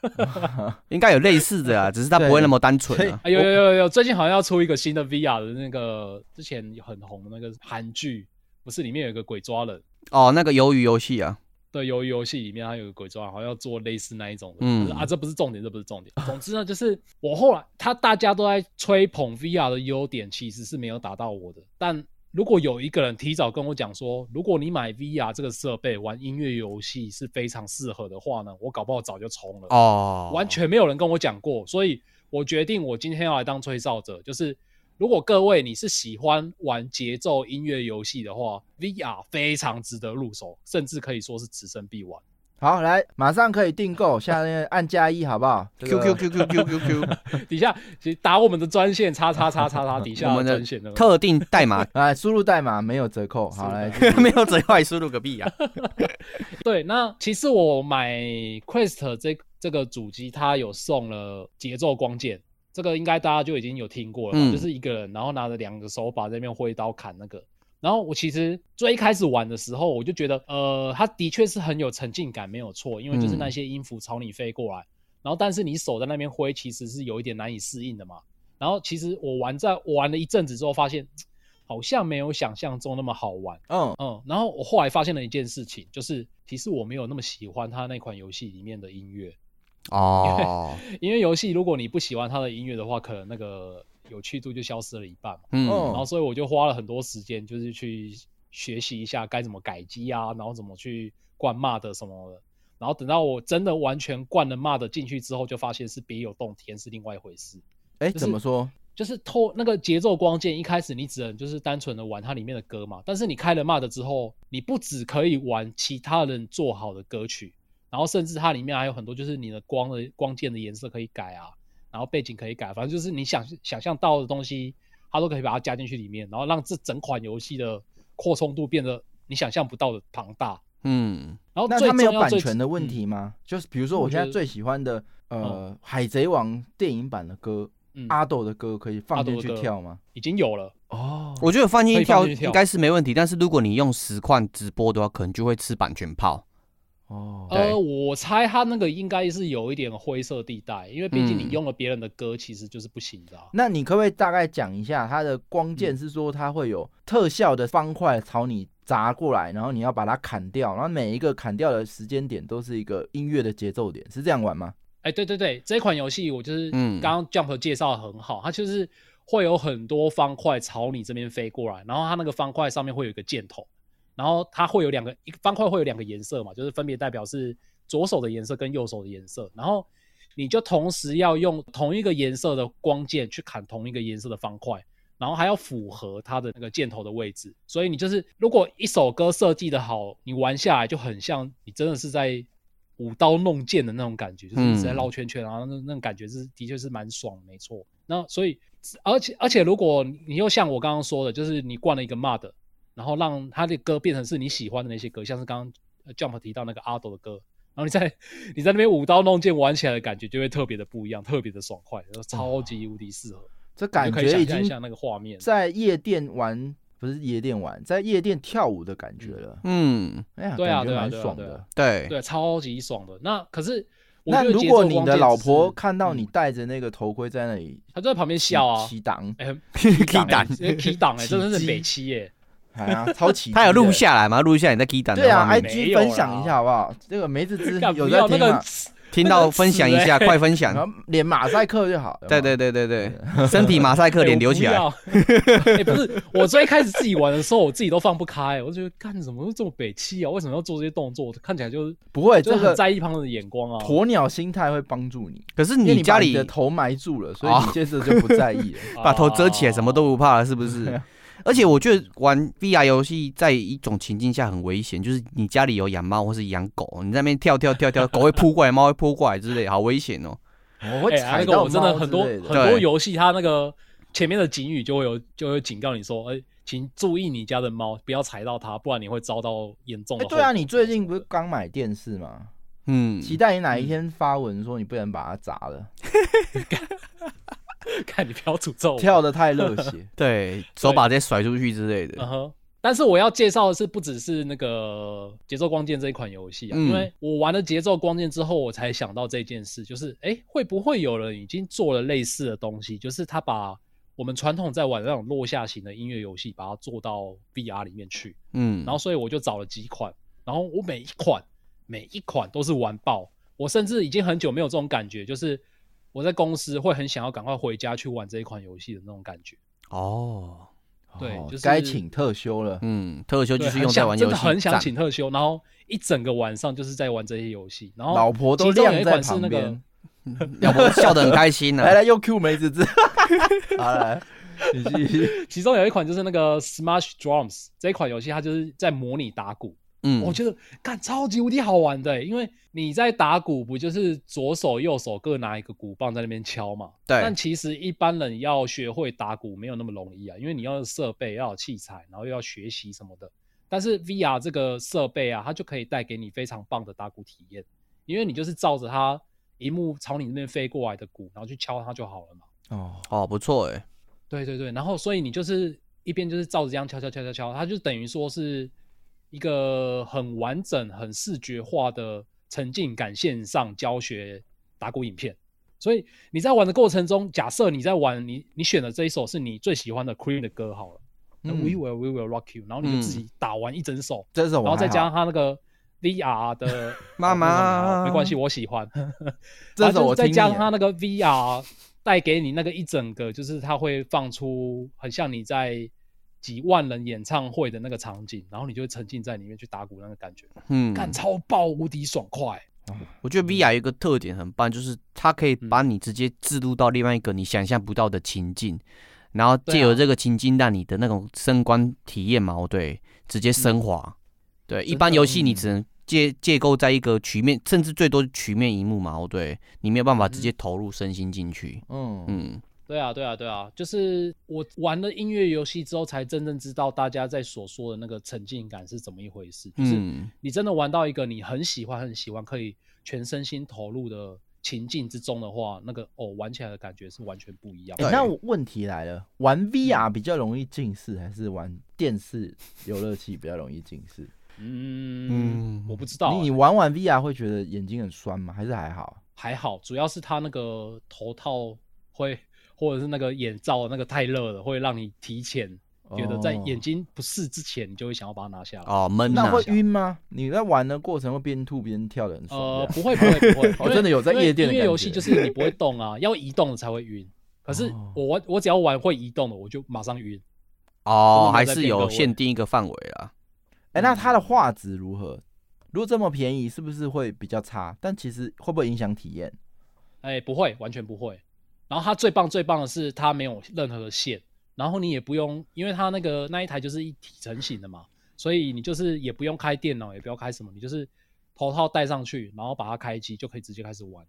[SPEAKER 4] 应该有类似的啊，只是它不会那么单纯
[SPEAKER 5] 所以
[SPEAKER 4] 啊。
[SPEAKER 2] 啊，有有有有，最近好像要出一个新的 VR 的那个，之前很红的那个韩剧，不是里面有一个鬼抓人，
[SPEAKER 4] 哦，那个鱿鱼游戏啊，
[SPEAKER 2] 对，鱿鱼游戏里面它有个鬼抓人，好像要做类似那一种的。
[SPEAKER 4] 嗯
[SPEAKER 2] 嗯啊，这不是重点，这不是重点。总之呢，就是我后来他大家都在吹捧 VR 的优点，其实是没有达到我的。但如果有一个人提早跟我讲说，如果你买 VR 这个设备玩音乐游戏是非常适合的话呢，我搞不好早就冲了。
[SPEAKER 4] 哦，
[SPEAKER 2] 完全没有人跟我讲过，所以我决定我今天要来当吹哨者。就是如果各位你是喜欢玩节奏音乐游戏的话，VR 非常值得入手，甚至可以说是此生必玩。 *laughs*
[SPEAKER 5] 好，来，马上可以订购，下面按加一好不好
[SPEAKER 4] Q Q Q Q Q Q Q，
[SPEAKER 2] 底下请打我们的专线叉叉
[SPEAKER 4] *laughs*
[SPEAKER 2] 叉叉叉底
[SPEAKER 4] 我
[SPEAKER 2] 下
[SPEAKER 4] 们
[SPEAKER 2] 的专线
[SPEAKER 4] 的特定代码 *laughs*
[SPEAKER 5] 来输入代码没有折扣，好来，
[SPEAKER 4] 没有嘴坏输入个
[SPEAKER 5] *laughs*
[SPEAKER 4] 屁啊！
[SPEAKER 2] *laughs* 对，那其实我买 Quest 这这个主机，它有送了节奏光剑，这个应该大家就已经有听过了吧，
[SPEAKER 4] 嗯
[SPEAKER 2] 就是一个人然后拿着两个手把在那边挥刀砍那个。然后我其实最一开始玩的时候，我就觉得，呃，它的确是很有沉浸感，没有错，因为就是
[SPEAKER 4] 嗯
[SPEAKER 2] 那些音符朝你飞过来，然后但是你手在那边挥，其实是有一点难以适应的嘛。然后其实我玩在我玩了一阵子之后，发现好像没有想象中那么好玩。
[SPEAKER 5] 嗯，
[SPEAKER 2] 嗯，然后我后来发现了一件事情，就是其实我没有那么喜欢他那款游戏里面的音乐，
[SPEAKER 4] 哦，
[SPEAKER 2] 因为游戏如果你不喜欢他的音乐的话，可能那个有趣度就消失了一半嘛。
[SPEAKER 4] 嗯
[SPEAKER 5] 哦
[SPEAKER 2] 然后所以我就花了很多时间，就是去学习一下该怎么改机啊，然后怎么去灌骂的什么的。然后等到我真的完全灌了骂的进去之后，就发现是别有洞天，是另外一回事。
[SPEAKER 5] 哎，
[SPEAKER 2] 就是
[SPEAKER 5] 怎么说？
[SPEAKER 2] 就是透那个节奏光剑，一开始你只能就是单纯的玩它里面的歌嘛，但是你开了 MUD 之后，你不只可以玩其他人做好的歌曲，然后甚至它里面还有很多就是你的光的光剑的颜色可以改啊，然后背景可以改，反正就是你想想象到的东西，它都可以把它加进去里面，然后让这整款游戏的扩充度变得你想象不到的庞大。
[SPEAKER 4] 嗯，
[SPEAKER 2] 然后
[SPEAKER 5] 那
[SPEAKER 2] 哦最
[SPEAKER 5] 它没有
[SPEAKER 2] 重要
[SPEAKER 5] 版
[SPEAKER 2] 最
[SPEAKER 5] 权的问
[SPEAKER 2] 嗯
[SPEAKER 5] 题吗？就是比如说我
[SPEAKER 2] 我
[SPEAKER 5] 现在
[SPEAKER 2] 觉得
[SPEAKER 5] 最喜欢的呃《海贼王》电影版的歌，
[SPEAKER 2] 嗯
[SPEAKER 5] 阿斗的歌可以放进去
[SPEAKER 2] 阿斗的歌
[SPEAKER 5] 跳吗？
[SPEAKER 2] 已经有了，
[SPEAKER 5] 哦，
[SPEAKER 4] 我觉得放进去跳
[SPEAKER 2] 可以放进去跳
[SPEAKER 4] 应该是没问题，但是如果你用实况直播的话，可能就会吃版权炮。
[SPEAKER 5] 哦，
[SPEAKER 4] 对
[SPEAKER 2] 呃，我猜他那个应该是有一点灰色地带，因为毕竟
[SPEAKER 4] 嗯
[SPEAKER 2] 你用了别人的歌，其实就是不行的啊、
[SPEAKER 5] 那你可不可以大概讲一下它的
[SPEAKER 2] 嗯
[SPEAKER 5] 光剑是说它会有特效的方块朝你砸过来，然后你要把它砍掉，然后每一个砍掉的时间点都是一个音乐的节奏点，是这样玩吗？
[SPEAKER 2] 哎、对对对，这款游戏我就是
[SPEAKER 4] 嗯
[SPEAKER 2] 刚刚 Jump 介绍得很好，它就是会有很多方块朝你这边飞过来，然后它那个方块上面会有一个箭头，然后它会有两个一个方块会有两个颜色嘛，就是分别代表是左手的颜色跟右手的颜色，然后你就同时要用同一个颜色的光剑去砍同一个颜色的方块。然后还要符合它的那个箭头的位置，所以你就是如果一首歌设计的好，你玩下来就很像你真的是在舞刀弄剑的那种感觉，就是一直在
[SPEAKER 4] 嗯
[SPEAKER 2] 绕圈圈，然后那那种感觉是的确是蛮爽的，没错。那所以，而且而且如果你又像我刚刚说的，就是你灌了一个 mud，然后让他的歌变成是你喜欢的那些歌，像是刚刚呃 Jump 提到那个阿斗的歌，然后你在 *laughs* 你在那边舞刀弄剑玩起来的感觉就会特别的不一样，特别的爽快，然后超级无敌适合。
[SPEAKER 5] 这感
[SPEAKER 2] 你就可
[SPEAKER 5] 觉
[SPEAKER 2] 以想
[SPEAKER 5] 已
[SPEAKER 2] 象
[SPEAKER 5] 经
[SPEAKER 2] 一下那个画面
[SPEAKER 5] 在夜店玩，不是夜店玩，在夜店跳舞的感觉了。
[SPEAKER 4] 嗯，
[SPEAKER 5] 哎呀，
[SPEAKER 2] 对啊
[SPEAKER 5] 感觉
[SPEAKER 2] 对啊
[SPEAKER 5] 蛮
[SPEAKER 2] 对啊
[SPEAKER 5] 爽
[SPEAKER 2] 对啊
[SPEAKER 5] 的。
[SPEAKER 4] 对， *laughs*
[SPEAKER 2] 对，超级爽的。那可是我
[SPEAKER 5] 那
[SPEAKER 2] 觉得
[SPEAKER 5] 如
[SPEAKER 2] 节
[SPEAKER 5] 果
[SPEAKER 2] 奏
[SPEAKER 5] 你
[SPEAKER 2] 光
[SPEAKER 5] 的
[SPEAKER 2] 剑
[SPEAKER 5] 老
[SPEAKER 2] 只
[SPEAKER 5] 婆
[SPEAKER 2] 是
[SPEAKER 5] 看到你
[SPEAKER 2] 嗯
[SPEAKER 5] 戴着那个头盔在那里
[SPEAKER 2] 她就在旁边 *laughs*
[SPEAKER 5] 起
[SPEAKER 2] 笑啊，
[SPEAKER 5] 起档， *laughs*
[SPEAKER 2] 哎，
[SPEAKER 4] 可以打，
[SPEAKER 2] 提档哎，真的
[SPEAKER 5] 起
[SPEAKER 2] 是
[SPEAKER 5] 鸡
[SPEAKER 2] 北七
[SPEAKER 5] *laughs*
[SPEAKER 2] 耶。
[SPEAKER 5] 哎呀，超起。
[SPEAKER 4] 他有录。下来吗？录下你在 G 档
[SPEAKER 5] 对
[SPEAKER 4] 的
[SPEAKER 5] 啊
[SPEAKER 4] 画面，
[SPEAKER 2] 没
[SPEAKER 5] ，IG
[SPEAKER 2] 有啦
[SPEAKER 5] 分享一下好不好？这个梅子汁
[SPEAKER 2] *laughs* 干
[SPEAKER 5] 有
[SPEAKER 2] 不
[SPEAKER 5] 在
[SPEAKER 2] 要那
[SPEAKER 5] 听
[SPEAKER 2] 个
[SPEAKER 5] 吗？ *laughs*
[SPEAKER 2] 词，
[SPEAKER 4] 听到分享一下，快分享
[SPEAKER 5] 然。后连马赛克就好。有
[SPEAKER 4] *laughs*
[SPEAKER 5] 没
[SPEAKER 4] 对
[SPEAKER 5] 有
[SPEAKER 4] 对对对对，身体马赛克脸留起
[SPEAKER 5] *laughs*
[SPEAKER 4] 来。
[SPEAKER 2] 哎。我不要哎不是，我最开始自己玩的时候，我自己都放不开，我就觉得干怎么会这么北七啊？为什么要做这些动作？看起来就是
[SPEAKER 5] 不会，
[SPEAKER 2] 就
[SPEAKER 5] 这
[SPEAKER 2] 是很
[SPEAKER 5] 个
[SPEAKER 2] 在意旁人的眼光啊。
[SPEAKER 5] 鸵鸟心态会帮助你，
[SPEAKER 4] 可是
[SPEAKER 5] 因为
[SPEAKER 4] 你
[SPEAKER 5] 你
[SPEAKER 4] 家
[SPEAKER 5] 把你
[SPEAKER 4] 里
[SPEAKER 5] 的头埋住了，所以
[SPEAKER 4] 哦
[SPEAKER 5] 你接着就不
[SPEAKER 4] *laughs*
[SPEAKER 5] 在意了。
[SPEAKER 2] 哦
[SPEAKER 4] 把头遮起来，
[SPEAKER 2] 啊
[SPEAKER 4] 什么都不怕了，是不
[SPEAKER 2] *laughs*
[SPEAKER 4] 是？而且我觉得玩 VR 游戏在一种情境下很危险，就是你家里有养猫或是养狗，你在那边跳跳跳跳，狗会扑过来，猫会扑过来之类，好危险哦。
[SPEAKER 5] 我会
[SPEAKER 2] 哎啊
[SPEAKER 5] 踩
[SPEAKER 2] 那个
[SPEAKER 5] 到
[SPEAKER 2] 我真的
[SPEAKER 5] 猫
[SPEAKER 2] 很
[SPEAKER 5] 之
[SPEAKER 2] 多
[SPEAKER 5] 类
[SPEAKER 2] 很
[SPEAKER 5] 的。
[SPEAKER 4] 对
[SPEAKER 2] 多游戏，它那个前面的警语就会有就会警告你说，哎、请注意你家的猫，不要踩到它，不然你会遭到严重
[SPEAKER 5] 哎、
[SPEAKER 2] 的后果。
[SPEAKER 5] 对啊，你最近不是刚买电视吗？
[SPEAKER 4] 嗯，。
[SPEAKER 5] 期待你哪一天发文说你不能把它砸了，
[SPEAKER 2] *laughs* 看你不要诅咒我。
[SPEAKER 5] 跳的太热血
[SPEAKER 4] 对手把直接甩出去之类
[SPEAKER 2] *laughs* 嗯
[SPEAKER 4] 的，
[SPEAKER 2] 哼。但是我要介绍的是，不只是那个《节奏光剑》这一款游戏啊，
[SPEAKER 4] 嗯
[SPEAKER 2] 因为我玩了《节奏光剑》之后，我才想到这件事，就是哎、诶会不会有人已经做了类似的东西？就是他把我们传统在玩的那种落下型的音乐游戏，把它做到 VR 里面去。
[SPEAKER 4] 嗯，
[SPEAKER 2] 然后所以我就找了几款，然后我每一款每一款都是玩爆，我甚至已经很久没有这种感觉，就是我在公司会很想要赶快回家去玩这一款游戏的那种感觉。
[SPEAKER 4] 哦，
[SPEAKER 2] 对
[SPEAKER 5] 哦
[SPEAKER 2] 就是
[SPEAKER 5] 该请特休了。
[SPEAKER 4] 嗯，特休
[SPEAKER 2] 对，
[SPEAKER 4] 就是
[SPEAKER 2] 很
[SPEAKER 4] 用在
[SPEAKER 2] 想
[SPEAKER 4] 玩游
[SPEAKER 2] 真
[SPEAKER 4] 戏，
[SPEAKER 2] 的很想
[SPEAKER 4] 赞
[SPEAKER 2] 请特休，然后一整个晚上就是在玩这些游戏，然后
[SPEAKER 5] 老婆都
[SPEAKER 2] 哦其中有
[SPEAKER 5] 晾
[SPEAKER 2] 一
[SPEAKER 5] 在
[SPEAKER 2] 款是
[SPEAKER 5] 旁
[SPEAKER 2] 那个
[SPEAKER 5] 边，，
[SPEAKER 4] *laughs* 要
[SPEAKER 2] *laughs*
[SPEAKER 4] 不笑得很开心啊呢、
[SPEAKER 5] 来来又 Q 梅子汁，好来，你继续。
[SPEAKER 2] 其中有一款就是那个 Smash Drums 这一款游戏，它就是在模拟打鼓，
[SPEAKER 4] 嗯，
[SPEAKER 2] 我觉得干超级无敌好玩的欸、因为你在打鼓不就是左手右手各拿一个鼓棒在那边敲嘛？
[SPEAKER 4] 对
[SPEAKER 2] 但其实一般人要学会打鼓没有那么容易啊，因为你要有设备，要有器材，然后又要学习什么的。但是 VR 这个设备啊，它就可以带给你非常棒的打鼓体验，因为你就是照着它一幕朝你那边飞过来的鼓，然后去敲它就好了嘛。
[SPEAKER 5] 哦，
[SPEAKER 4] 哦不错哎、
[SPEAKER 2] 对对对，然后所以你就是一边就是照着这样敲敲敲敲敲，它就等于说是一个很完整、很视觉化的沉浸感线上教学打鼓影片。所以你在玩的过程中，假设你在玩你你选的这一首是你最喜欢的 Queen 的歌好了、
[SPEAKER 5] 嗯
[SPEAKER 2] w e will we will rock you，然后你就自己打完一整首，
[SPEAKER 5] 这哦首我
[SPEAKER 2] 然后再
[SPEAKER 5] 还好
[SPEAKER 2] 加上他那个 VR 的
[SPEAKER 4] 妈妈
[SPEAKER 2] 哦不是妈没关系，我喜欢。
[SPEAKER 5] 这
[SPEAKER 2] 然
[SPEAKER 5] 首
[SPEAKER 2] 后
[SPEAKER 5] 我
[SPEAKER 2] 就是再
[SPEAKER 5] 听
[SPEAKER 2] 加
[SPEAKER 5] 腻
[SPEAKER 2] 上
[SPEAKER 5] 了
[SPEAKER 2] 他那个 VR 带给你那个一整个，就是他会放出很像你在几万人演唱会的那个场景，然后你就会沉浸在里面去打鼓那个感觉，
[SPEAKER 4] 嗯，
[SPEAKER 2] 干超爆无敌爽快。
[SPEAKER 4] 我
[SPEAKER 5] 嗯
[SPEAKER 4] 觉得 VR 有一个特点很棒，就是它可以把你直接置入到另外一个你想象不到的情境，然后
[SPEAKER 5] 啊
[SPEAKER 4] 借由这个情境让你的那种升官体验嘛，哦对，直接
[SPEAKER 5] 嗯
[SPEAKER 4] 升华。对，一般游戏你只能借借构在一个曲面，甚至最多曲面一幕嘛，哦对，你没有办法直接投入身心进去。
[SPEAKER 5] 嗯，
[SPEAKER 4] 嗯，
[SPEAKER 2] 对啊，对啊，对啊，就是我玩了音乐游戏之后，才真正知道大家在所说的那个沉浸感是怎么一回事。就是
[SPEAKER 4] 嗯
[SPEAKER 2] 你真的玩到一个你很喜欢、很喜欢，可以全身心投入的情境之中的话，那个哦，玩起来的感觉是完全不一样
[SPEAKER 5] 哎
[SPEAKER 2] 的。
[SPEAKER 4] 对
[SPEAKER 5] 那我问题来了，玩 VR 比较容易近视，还是玩电视游乐器比较容易近
[SPEAKER 2] *laughs*
[SPEAKER 5] 视？
[SPEAKER 2] 嗯，我不知道、
[SPEAKER 5] 你你玩玩 VR 会觉得眼睛很酸吗？还是还好？
[SPEAKER 2] 还好，主要是它那个头套会， *laughs* 或者是那个眼罩那个太热了，会让你提前觉得在
[SPEAKER 5] 哦
[SPEAKER 2] 眼睛不适之前，你就会想要把它拿下来。
[SPEAKER 4] 哦闷
[SPEAKER 5] 那
[SPEAKER 4] 呐
[SPEAKER 5] 会，晕吗？你在玩的过程会边吐边跳的很
[SPEAKER 2] 呃
[SPEAKER 5] 爽，这
[SPEAKER 2] 不会
[SPEAKER 5] 样。
[SPEAKER 2] 不会不
[SPEAKER 5] *laughs*
[SPEAKER 2] 会，因为
[SPEAKER 5] 啊哦真的有在
[SPEAKER 2] 因为
[SPEAKER 5] 夜店的
[SPEAKER 2] 音乐
[SPEAKER 5] 感
[SPEAKER 2] 游戏
[SPEAKER 5] 觉
[SPEAKER 2] 就是你不会动啊，要移动的才会晕。可是
[SPEAKER 5] 哦
[SPEAKER 2] 我玩我只要玩会移动的，我就马上晕。
[SPEAKER 4] 哦
[SPEAKER 2] 不能
[SPEAKER 4] 还
[SPEAKER 2] 在
[SPEAKER 4] 是
[SPEAKER 2] 变各
[SPEAKER 4] 有
[SPEAKER 2] 位
[SPEAKER 4] 限定一个范围啦。
[SPEAKER 5] 哎、那它的画质如何？如果这么便宜，是不是会比较差？但其实会不会影响体验？
[SPEAKER 2] 哎，不会，完全不会。然后它最棒最棒的是它没有任何的线，然后你也不用，因为它那个那一台就是一体成型的嘛，所以你就是也不用开电脑，也不要开什么，你就是头套戴上去，然后把它开机就可以直接开始玩。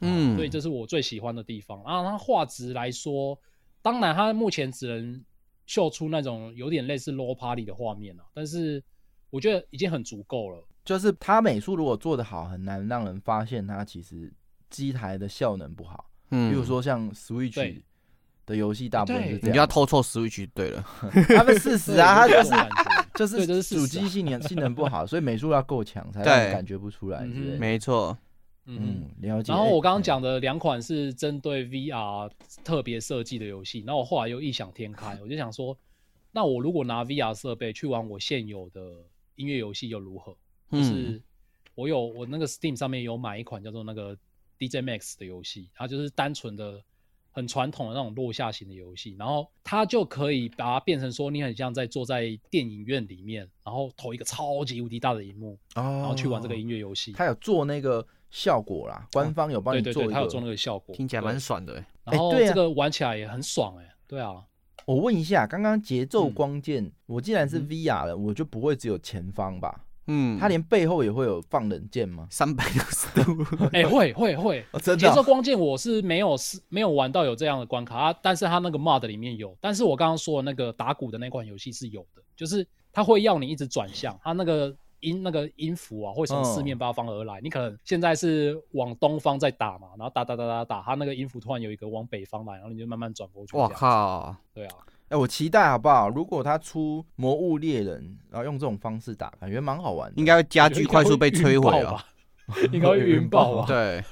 [SPEAKER 4] 嗯，
[SPEAKER 2] 所以这是我最喜欢的地方啊。它画质来说，当然它目前只能秀出那种有点类似 low party 的画面了、啊但是我觉得已经很足够了。
[SPEAKER 5] 就是它美术如果做得好，很难让人发现它其实机台的效能不好。
[SPEAKER 4] 嗯，
[SPEAKER 5] 比如说像
[SPEAKER 2] 对
[SPEAKER 5] Switch 的游戏，大部分
[SPEAKER 2] 对
[SPEAKER 5] 是这
[SPEAKER 4] 你
[SPEAKER 5] 样。
[SPEAKER 4] 就要偷凑 Switch 对了。
[SPEAKER 5] 他们事实啊，他
[SPEAKER 2] 对
[SPEAKER 5] 就是
[SPEAKER 2] 这种感觉
[SPEAKER 5] *laughs* 就
[SPEAKER 2] 对这是
[SPEAKER 5] 是
[SPEAKER 2] 事实啊
[SPEAKER 5] 主机性能性能不好，所以美术要够强才
[SPEAKER 4] 对
[SPEAKER 5] 让你感觉不出来之
[SPEAKER 2] 嗯
[SPEAKER 5] 类
[SPEAKER 2] 哼
[SPEAKER 5] 的。
[SPEAKER 4] 没错，
[SPEAKER 2] 嗯哼
[SPEAKER 5] 嗯，了解。
[SPEAKER 2] 然后我刚刚
[SPEAKER 5] 哎，
[SPEAKER 2] 讲的两款是针对 VR 特别设计的游戏，然后我后来又异想天开，我就想说，那我如果拿 VR 设备去玩我现有的音乐游戏又如何？就
[SPEAKER 4] 嗯
[SPEAKER 2] 是我有我那个 Steam 上面有买一款叫做那个 DJ Max 的游戏，它就是单纯的很传统的那种落下型的游戏，然后它就可以把它变成说你很像在坐在电影院里面，然后投一个超级无敌大的荧幕，然
[SPEAKER 5] 然
[SPEAKER 2] 后去玩这个音乐游戏。
[SPEAKER 5] 哦他有做那个效果啦，官方有帮
[SPEAKER 2] 对
[SPEAKER 5] 你
[SPEAKER 2] 对
[SPEAKER 5] 做
[SPEAKER 2] 对，
[SPEAKER 5] 一
[SPEAKER 2] 它有做那
[SPEAKER 5] 个。
[SPEAKER 2] 个效果，
[SPEAKER 4] 听起来
[SPEAKER 2] 对
[SPEAKER 4] 蛮爽的欸。
[SPEAKER 2] 然后
[SPEAKER 5] 哎对啊
[SPEAKER 2] 这个玩起来也很爽哎、对
[SPEAKER 5] *laughs*
[SPEAKER 2] 啊，
[SPEAKER 5] 我问一下，刚刚节奏
[SPEAKER 2] 嗯
[SPEAKER 5] 光剑，我既然是
[SPEAKER 2] 嗯
[SPEAKER 5] VR 了，我就不会只有前方吧？
[SPEAKER 4] 嗯，
[SPEAKER 5] 它连背后也会有放冷箭吗？
[SPEAKER 4] 三百六十度，
[SPEAKER 2] 哎、会会会，
[SPEAKER 5] 哦， *laughs* 真
[SPEAKER 2] 节
[SPEAKER 5] 的
[SPEAKER 2] 奏
[SPEAKER 5] 哦，
[SPEAKER 2] 光剑我是没有是没有玩到有这样的关卡啊，但是它那个 mod 里面有，但是我刚刚说的那个打鼓的那款游戏是有的，就是它会要你一直转向，它那个音那个音符啊会从四
[SPEAKER 5] 嗯
[SPEAKER 2] 面八方而来，你可能现在是往东方在打嘛，然后打打打打打，它那个音符突然有一个往北方来，然后你就慢慢转过
[SPEAKER 4] *laughs*
[SPEAKER 2] 去。
[SPEAKER 4] 哇
[SPEAKER 2] 这样，
[SPEAKER 4] 靠！
[SPEAKER 2] 对啊，
[SPEAKER 5] 哎，我期待好不好？如果他出《魔物猎人》，然后用这种方式打，感觉蛮好玩的。
[SPEAKER 4] 应该会家具快速被摧毁
[SPEAKER 2] 了
[SPEAKER 4] 啊。
[SPEAKER 2] 吧？ *laughs* 应
[SPEAKER 5] *laughs*
[SPEAKER 2] 该会晕爆吧？
[SPEAKER 4] 对，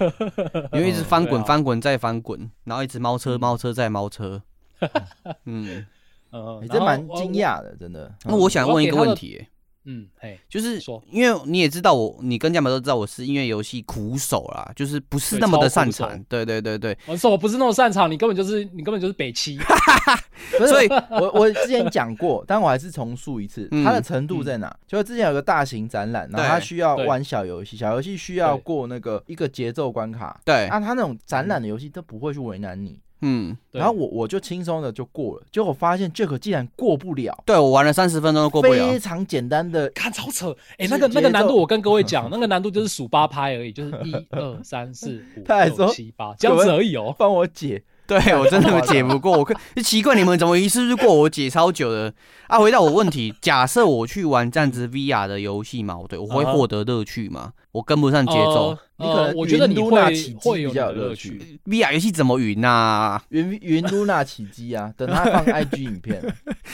[SPEAKER 4] 因为一直翻
[SPEAKER 2] 对
[SPEAKER 4] 滚、
[SPEAKER 2] 啊
[SPEAKER 4] 翻滚再翻滚，然后一直猫车、猫车再猫 *laughs* 车。嗯，
[SPEAKER 2] 嗯，然
[SPEAKER 5] 你欸这
[SPEAKER 2] 后
[SPEAKER 5] 蛮
[SPEAKER 2] 我
[SPEAKER 5] 惊。
[SPEAKER 2] 我
[SPEAKER 5] 讶的，真的。
[SPEAKER 4] 那呃我想问一个
[SPEAKER 2] 我要给他的
[SPEAKER 4] 问题、
[SPEAKER 2] 嗯，嘿，
[SPEAKER 4] 就是
[SPEAKER 2] 说
[SPEAKER 4] 因为你也知道我，你跟家门都知道我是音乐游戏苦手啦，就是不是那么的擅
[SPEAKER 2] 对超苦
[SPEAKER 4] 长。对对对对，
[SPEAKER 2] 我说我不是那么擅长，你根本就是你根本就是北七。
[SPEAKER 5] 不是
[SPEAKER 4] 所以
[SPEAKER 5] 嗯我我之前讲过，但我还是重述一次，
[SPEAKER 4] 嗯
[SPEAKER 5] 它的程度在哪？就是之前有个大型展览，然后它
[SPEAKER 4] 对
[SPEAKER 5] 需要
[SPEAKER 2] 对
[SPEAKER 5] 玩小游戏，小游戏需要
[SPEAKER 2] 对
[SPEAKER 5] 过那个一个节奏关卡。
[SPEAKER 4] 对，
[SPEAKER 5] 啊，他那种展览的游戏都不会去为难你，
[SPEAKER 4] 嗯，
[SPEAKER 2] 对
[SPEAKER 5] 然后我我就轻松的就过了，结果发现 Jack 竟然过不了，
[SPEAKER 4] 对我玩了三十分钟都过不了
[SPEAKER 5] 非。常简单的，
[SPEAKER 2] 看超扯，哎、
[SPEAKER 5] 是
[SPEAKER 2] 那个那个
[SPEAKER 5] 节奏
[SPEAKER 2] 难度，我跟各位
[SPEAKER 5] *laughs*
[SPEAKER 2] 讲，那个难度就是数八拍而已，就是一二三四五
[SPEAKER 5] 他还说
[SPEAKER 2] 六七八这样子而已哦。
[SPEAKER 5] 帮我解，
[SPEAKER 4] 对我真的解不过，我看奇怪你们怎么一次就过，我解超久的啊！回到我问题，假设我去玩这样子 VR 的游戏嘛，我对我会
[SPEAKER 2] 啊哈
[SPEAKER 4] 获得乐趣吗？我跟不上节奏
[SPEAKER 2] 呃，
[SPEAKER 5] 你可能
[SPEAKER 2] 呃我觉得你
[SPEAKER 5] 云露娜
[SPEAKER 2] 会
[SPEAKER 5] 起机
[SPEAKER 2] 会有
[SPEAKER 5] 比较
[SPEAKER 2] 你的
[SPEAKER 5] 有乐
[SPEAKER 2] 乐
[SPEAKER 5] 趣
[SPEAKER 2] 趣。
[SPEAKER 4] ，VR 游戏怎么啊云呐？
[SPEAKER 5] 云云露娜起机啊，等他放 IG 影片，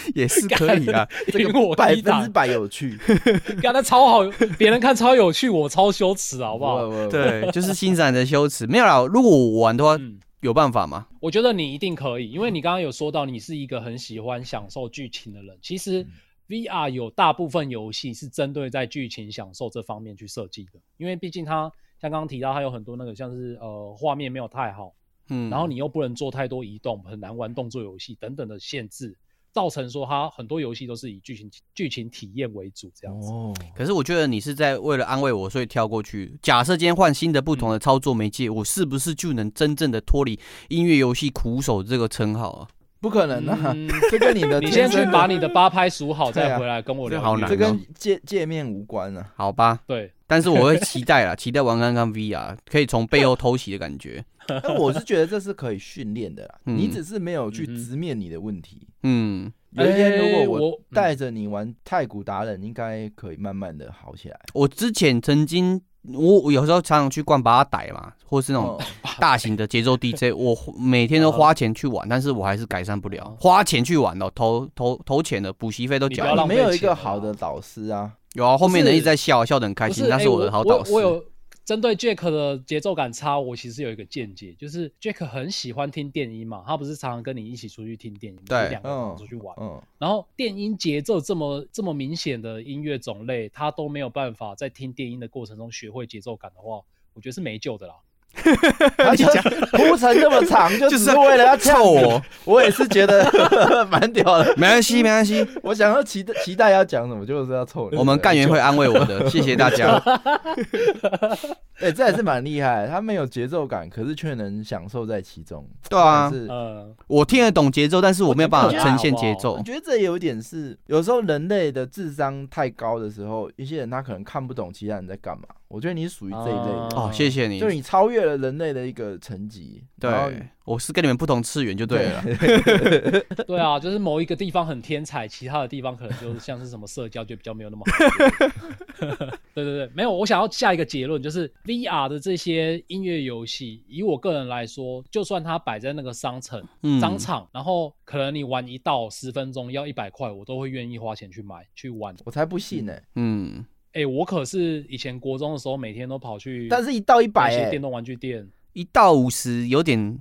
[SPEAKER 4] *laughs* 也是可以啊
[SPEAKER 2] *laughs*
[SPEAKER 4] 啦。
[SPEAKER 5] *laughs* *laughs* 这
[SPEAKER 2] 赢我
[SPEAKER 5] 个百
[SPEAKER 2] 第一
[SPEAKER 5] 分之
[SPEAKER 2] 档，
[SPEAKER 5] 百有趣，
[SPEAKER 2] 干他超好，别人看超有趣，我超羞耻， *laughs* 啊好不好？
[SPEAKER 5] 不，
[SPEAKER 4] 对，就是欣赏的羞耻。没有啦，如果我玩的话，
[SPEAKER 2] 嗯，
[SPEAKER 4] 有办法吗？
[SPEAKER 2] 我觉得你一定可以，因为你刚刚有说到你是一个很喜欢享受剧情的人。其
[SPEAKER 5] 嗯
[SPEAKER 2] 实 VR 有大部分游戏是针对在剧情享受这方面去设计的，因为毕竟它像刚刚提到，它有很多那个像是呃画面没有太好，
[SPEAKER 4] 嗯，
[SPEAKER 2] 然后你又不能做太多移动，很难玩动作游戏等等的限制，造成说它很多游戏都是以剧情剧情体验为主这样子。
[SPEAKER 5] 哦，
[SPEAKER 4] 可是我觉得你是在为了安慰我，所以跳过去。假设今天换新的不
[SPEAKER 2] 嗯
[SPEAKER 4] 同的操作媒介，我是不是就能真正的脱离音乐游戏苦手这个称号啊？
[SPEAKER 5] 不可能啊， *laughs*
[SPEAKER 2] 嗯
[SPEAKER 5] 这跟你
[SPEAKER 2] *laughs*
[SPEAKER 5] 的
[SPEAKER 2] 你先
[SPEAKER 5] 天生
[SPEAKER 2] 去
[SPEAKER 5] 的
[SPEAKER 2] 把你的八拍数好，
[SPEAKER 5] 对啊
[SPEAKER 2] 再回来跟我
[SPEAKER 4] 这
[SPEAKER 2] 聊天。
[SPEAKER 4] 好难
[SPEAKER 5] 这
[SPEAKER 4] 哦
[SPEAKER 5] 跟界界面无关啊。
[SPEAKER 4] 好吧，
[SPEAKER 2] 对，
[SPEAKER 4] 但是我会期待啦， *laughs* 期待玩看看 VR，可以从背后偷袭的感觉。
[SPEAKER 5] 但我是觉得这是可以训练的啦，
[SPEAKER 4] 嗯
[SPEAKER 5] 你只是没有去
[SPEAKER 2] 嗯哼
[SPEAKER 5] 直面你的问题。
[SPEAKER 4] 嗯，
[SPEAKER 5] 有一天
[SPEAKER 2] 哎
[SPEAKER 5] 如果我
[SPEAKER 2] 我
[SPEAKER 5] 带着你玩太古达人，应该可以慢慢的好起来。
[SPEAKER 4] 我之前曾经，我我有时候常常去逛把它逮嘛，或是那种
[SPEAKER 5] 哦，
[SPEAKER 4] 大型的节奏
[SPEAKER 2] *laughs*
[SPEAKER 4] DJ，我每天都花钱去玩，但是我还是改善不了。花钱去玩哦，投投投钱的补习费都
[SPEAKER 2] 你
[SPEAKER 4] 缴
[SPEAKER 2] 不要
[SPEAKER 4] 了。
[SPEAKER 2] 浪
[SPEAKER 5] 你
[SPEAKER 2] 费
[SPEAKER 5] 没有一
[SPEAKER 2] 钱
[SPEAKER 5] 个
[SPEAKER 2] 了
[SPEAKER 5] 好的导师啊，
[SPEAKER 4] 有啊，后面人一
[SPEAKER 2] 不是
[SPEAKER 4] 直在笑，笑得很开
[SPEAKER 2] 不
[SPEAKER 4] 心
[SPEAKER 2] 是，，
[SPEAKER 4] 那
[SPEAKER 2] 哎
[SPEAKER 4] 是
[SPEAKER 2] 我
[SPEAKER 4] 的好导师。
[SPEAKER 2] 我有针对 Jack 的节奏感差，我其实有一个见解，就是 Jack 很喜欢听电音嘛，他不是常常跟你一起出去听电音嘛，
[SPEAKER 4] 对
[SPEAKER 2] 就两个人
[SPEAKER 5] 嗯
[SPEAKER 2] 出去玩。
[SPEAKER 5] 嗯，
[SPEAKER 2] 然后电音节奏这么这么明显的音乐种类，他都没有办法在听电音的过程中学会节奏感的话，我觉得是没救的啦。*laughs*
[SPEAKER 5] 他就铺成这么长，就只是为了要
[SPEAKER 4] 臭
[SPEAKER 5] 凑
[SPEAKER 4] 我 *laughs* 哦
[SPEAKER 5] 我。，我也是觉得 *laughs* 蛮屌的。
[SPEAKER 4] 没关系，没关系，
[SPEAKER 2] *laughs*
[SPEAKER 5] 我想要期待期待要讲什么，就是要凑你。
[SPEAKER 4] 我们干员会安慰我
[SPEAKER 2] *laughs*
[SPEAKER 4] 的，谢谢大家。
[SPEAKER 5] 对，哎，这也是蛮厉害的，他没有节奏感，可是却能享受在其中。
[SPEAKER 4] 对啊
[SPEAKER 5] 还，是
[SPEAKER 2] 呃，
[SPEAKER 4] 我听得懂节奏，但是我没有办法呈现节
[SPEAKER 2] *laughs*
[SPEAKER 5] 我
[SPEAKER 4] 奏。
[SPEAKER 5] 觉得这有点是，有时候人类的智商太高的时候，一些人他可能看不懂其他人在干嘛。我觉得你是属于这一类的，
[SPEAKER 4] 哦，谢谢
[SPEAKER 5] 就是
[SPEAKER 4] 你。
[SPEAKER 5] 你超越了人类的一个层级。然后
[SPEAKER 4] 对，我是跟你们不同次元就对了。
[SPEAKER 2] 对啊，就是某一个地方很天才，其他的地方可能就是像是什么社交就比较没有那么好。 *laughs* 对对对，没有。我想要下一个结论就是，VR 的这些音乐游戏，以我个人来说，就算它摆在那个商城、
[SPEAKER 4] 嗯
[SPEAKER 2] 商场，然后可能你玩一到十分钟要一百块，我都会愿意花钱去买去玩。
[SPEAKER 5] 我才不信呢、
[SPEAKER 4] *laughs* 嗯，
[SPEAKER 2] 哎、我可是以前国中的时候，每天都跑去，
[SPEAKER 5] 但是一到一
[SPEAKER 2] 买
[SPEAKER 5] 百、
[SPEAKER 2] 一些
[SPEAKER 5] 欸，
[SPEAKER 2] 电动玩具
[SPEAKER 5] *laughs*
[SPEAKER 2] 店，
[SPEAKER 4] 一到五十有点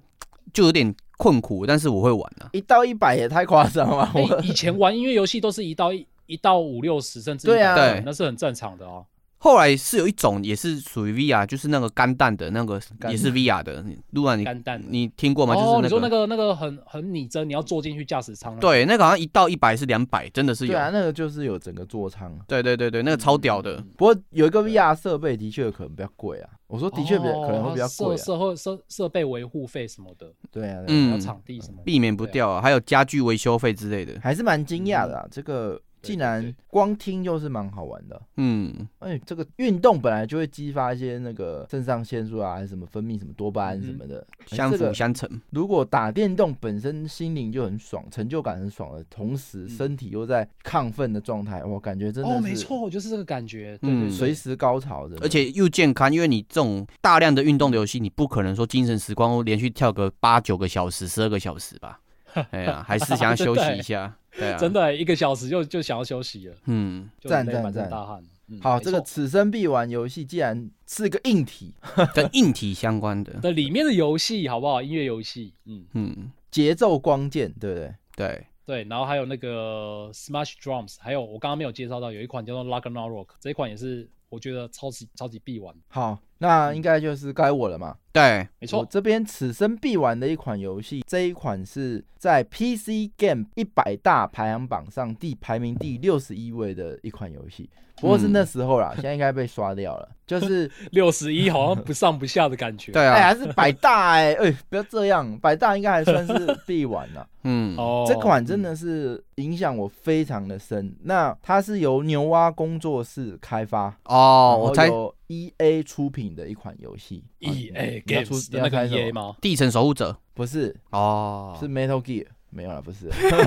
[SPEAKER 4] 就有点困苦，但是我会玩啊。
[SPEAKER 5] 一到一百也太夸张了吧。
[SPEAKER 2] 哎、
[SPEAKER 5] 我
[SPEAKER 2] 以前玩音乐游戏都是一到一。一到五六十，甚至
[SPEAKER 5] 对啊
[SPEAKER 2] 100
[SPEAKER 4] 对
[SPEAKER 2] 那是很正常的哦。
[SPEAKER 4] 后来是有一种也是属于 VR，就是那个干蛋的那个
[SPEAKER 5] 干蛋
[SPEAKER 4] 也是 VR 的，你露然你
[SPEAKER 2] 干蛋的
[SPEAKER 4] 你听过吗？
[SPEAKER 2] 哦，
[SPEAKER 4] 就
[SPEAKER 2] 你
[SPEAKER 4] 是
[SPEAKER 2] 说
[SPEAKER 5] 嗯
[SPEAKER 2] 那个那个很很拟真，你要坐进去驾驶舱啊。
[SPEAKER 4] 对，那个好像一到一百是两百，真的是
[SPEAKER 5] 对
[SPEAKER 4] 有。
[SPEAKER 5] 啊，那个嗯就是有整个座舱啊。
[SPEAKER 4] 对对对对，那个超屌的。
[SPEAKER 5] 不过有一个 VR 设备的确可能比较贵啊，我说的确比较、可能会比较贵、
[SPEAKER 2] 啊哦设
[SPEAKER 5] 啊
[SPEAKER 2] 设后设设备维护费什么的，
[SPEAKER 5] 对啊，对啊
[SPEAKER 4] 嗯
[SPEAKER 2] 还有场地什么
[SPEAKER 4] 啊
[SPEAKER 2] 的。
[SPEAKER 4] 避免不掉啊，还有家具维修费之类的。
[SPEAKER 5] 还是蛮惊讶的啊。这个
[SPEAKER 2] 嗯对
[SPEAKER 5] 竟
[SPEAKER 2] 对
[SPEAKER 5] 然
[SPEAKER 2] 对
[SPEAKER 5] 光听就是蛮好玩的。
[SPEAKER 4] 嗯，
[SPEAKER 5] 哎，这个运动本来就会激发一些那个肾上腺素啊，还是什么分泌什么多巴胺什么的。哎
[SPEAKER 4] 嗯相
[SPEAKER 5] 这
[SPEAKER 4] 辅
[SPEAKER 5] 个
[SPEAKER 4] 相成，
[SPEAKER 5] 如果打电动本身心灵就很爽，成就感很爽的同时，
[SPEAKER 2] 嗯
[SPEAKER 5] 身体又在亢奋的状态，我感觉真的
[SPEAKER 2] 哦，
[SPEAKER 5] 是
[SPEAKER 2] 没错，就是这个感觉，对对
[SPEAKER 4] 嗯
[SPEAKER 2] 对
[SPEAKER 5] 随时高潮的。
[SPEAKER 4] 而且又健康，因为你这种大量的运动的游戏，你不可能说精神时光连续跳个八九个小时、十二个小时
[SPEAKER 5] *laughs*
[SPEAKER 4] 吧？哎呀，还是想要休息一下，对啊，
[SPEAKER 2] 真，的欸一个小时就就想要休息了，
[SPEAKER 4] 嗯，
[SPEAKER 2] 就
[SPEAKER 5] 赞
[SPEAKER 2] 累
[SPEAKER 5] 赞
[SPEAKER 2] 满头
[SPEAKER 5] 赞
[SPEAKER 2] 大汗。嗯
[SPEAKER 5] 好，
[SPEAKER 2] 没
[SPEAKER 5] 这个
[SPEAKER 2] 错
[SPEAKER 5] 此生必玩游戏，既然是个硬体，
[SPEAKER 4] 跟硬体相关
[SPEAKER 5] *laughs*
[SPEAKER 4] 的，
[SPEAKER 2] 的里面的游戏好不好？音乐游戏，嗯，
[SPEAKER 4] 嗯，
[SPEAKER 5] 节奏光剑，对不对？
[SPEAKER 4] 对，
[SPEAKER 2] 对，然后还有那个 Smash Drums，还有我刚刚没有介绍到有一款叫做 l a g n a r o c k 这一款也是我觉得超级超级必玩，
[SPEAKER 5] 好，
[SPEAKER 2] 嗯
[SPEAKER 5] 那应该就是该我了嘛。
[SPEAKER 4] 对，
[SPEAKER 2] 没
[SPEAKER 5] 我
[SPEAKER 2] 错，
[SPEAKER 5] 这边此生必玩的一款游戏，这一款是在 PC Game 一百大排行榜上第排名第六十一位的一款游戏，不
[SPEAKER 2] 嗯
[SPEAKER 5] 过是那时候啦，现在应该被刷掉了。
[SPEAKER 2] *laughs*
[SPEAKER 5] 就是
[SPEAKER 2] 六十一好像不上不下的感觉。
[SPEAKER 4] 对
[SPEAKER 5] 哎，
[SPEAKER 4] 啊，
[SPEAKER 5] 还是百大哎、哎、不要这样，百大应该还算
[SPEAKER 2] *laughs*
[SPEAKER 5] 是必玩啦。
[SPEAKER 4] 嗯，
[SPEAKER 2] 哦，
[SPEAKER 5] 这款真的是影响我非常的深。那它是由牛蛙工作室开发，
[SPEAKER 4] 哦，我
[SPEAKER 5] 然
[SPEAKER 4] 猜
[SPEAKER 5] 后由 EA 出品的一款游戏。哦
[SPEAKER 2] E A
[SPEAKER 5] 你要出
[SPEAKER 2] Games
[SPEAKER 5] 你
[SPEAKER 2] 的
[SPEAKER 5] 要
[SPEAKER 2] 那个
[SPEAKER 5] 猜什么
[SPEAKER 2] E A 吗？
[SPEAKER 4] 地层守护者，
[SPEAKER 5] 不是，
[SPEAKER 4] 哦，
[SPEAKER 5] *laughs* 是 Metal Gear。没有了，不是。
[SPEAKER 4] 最好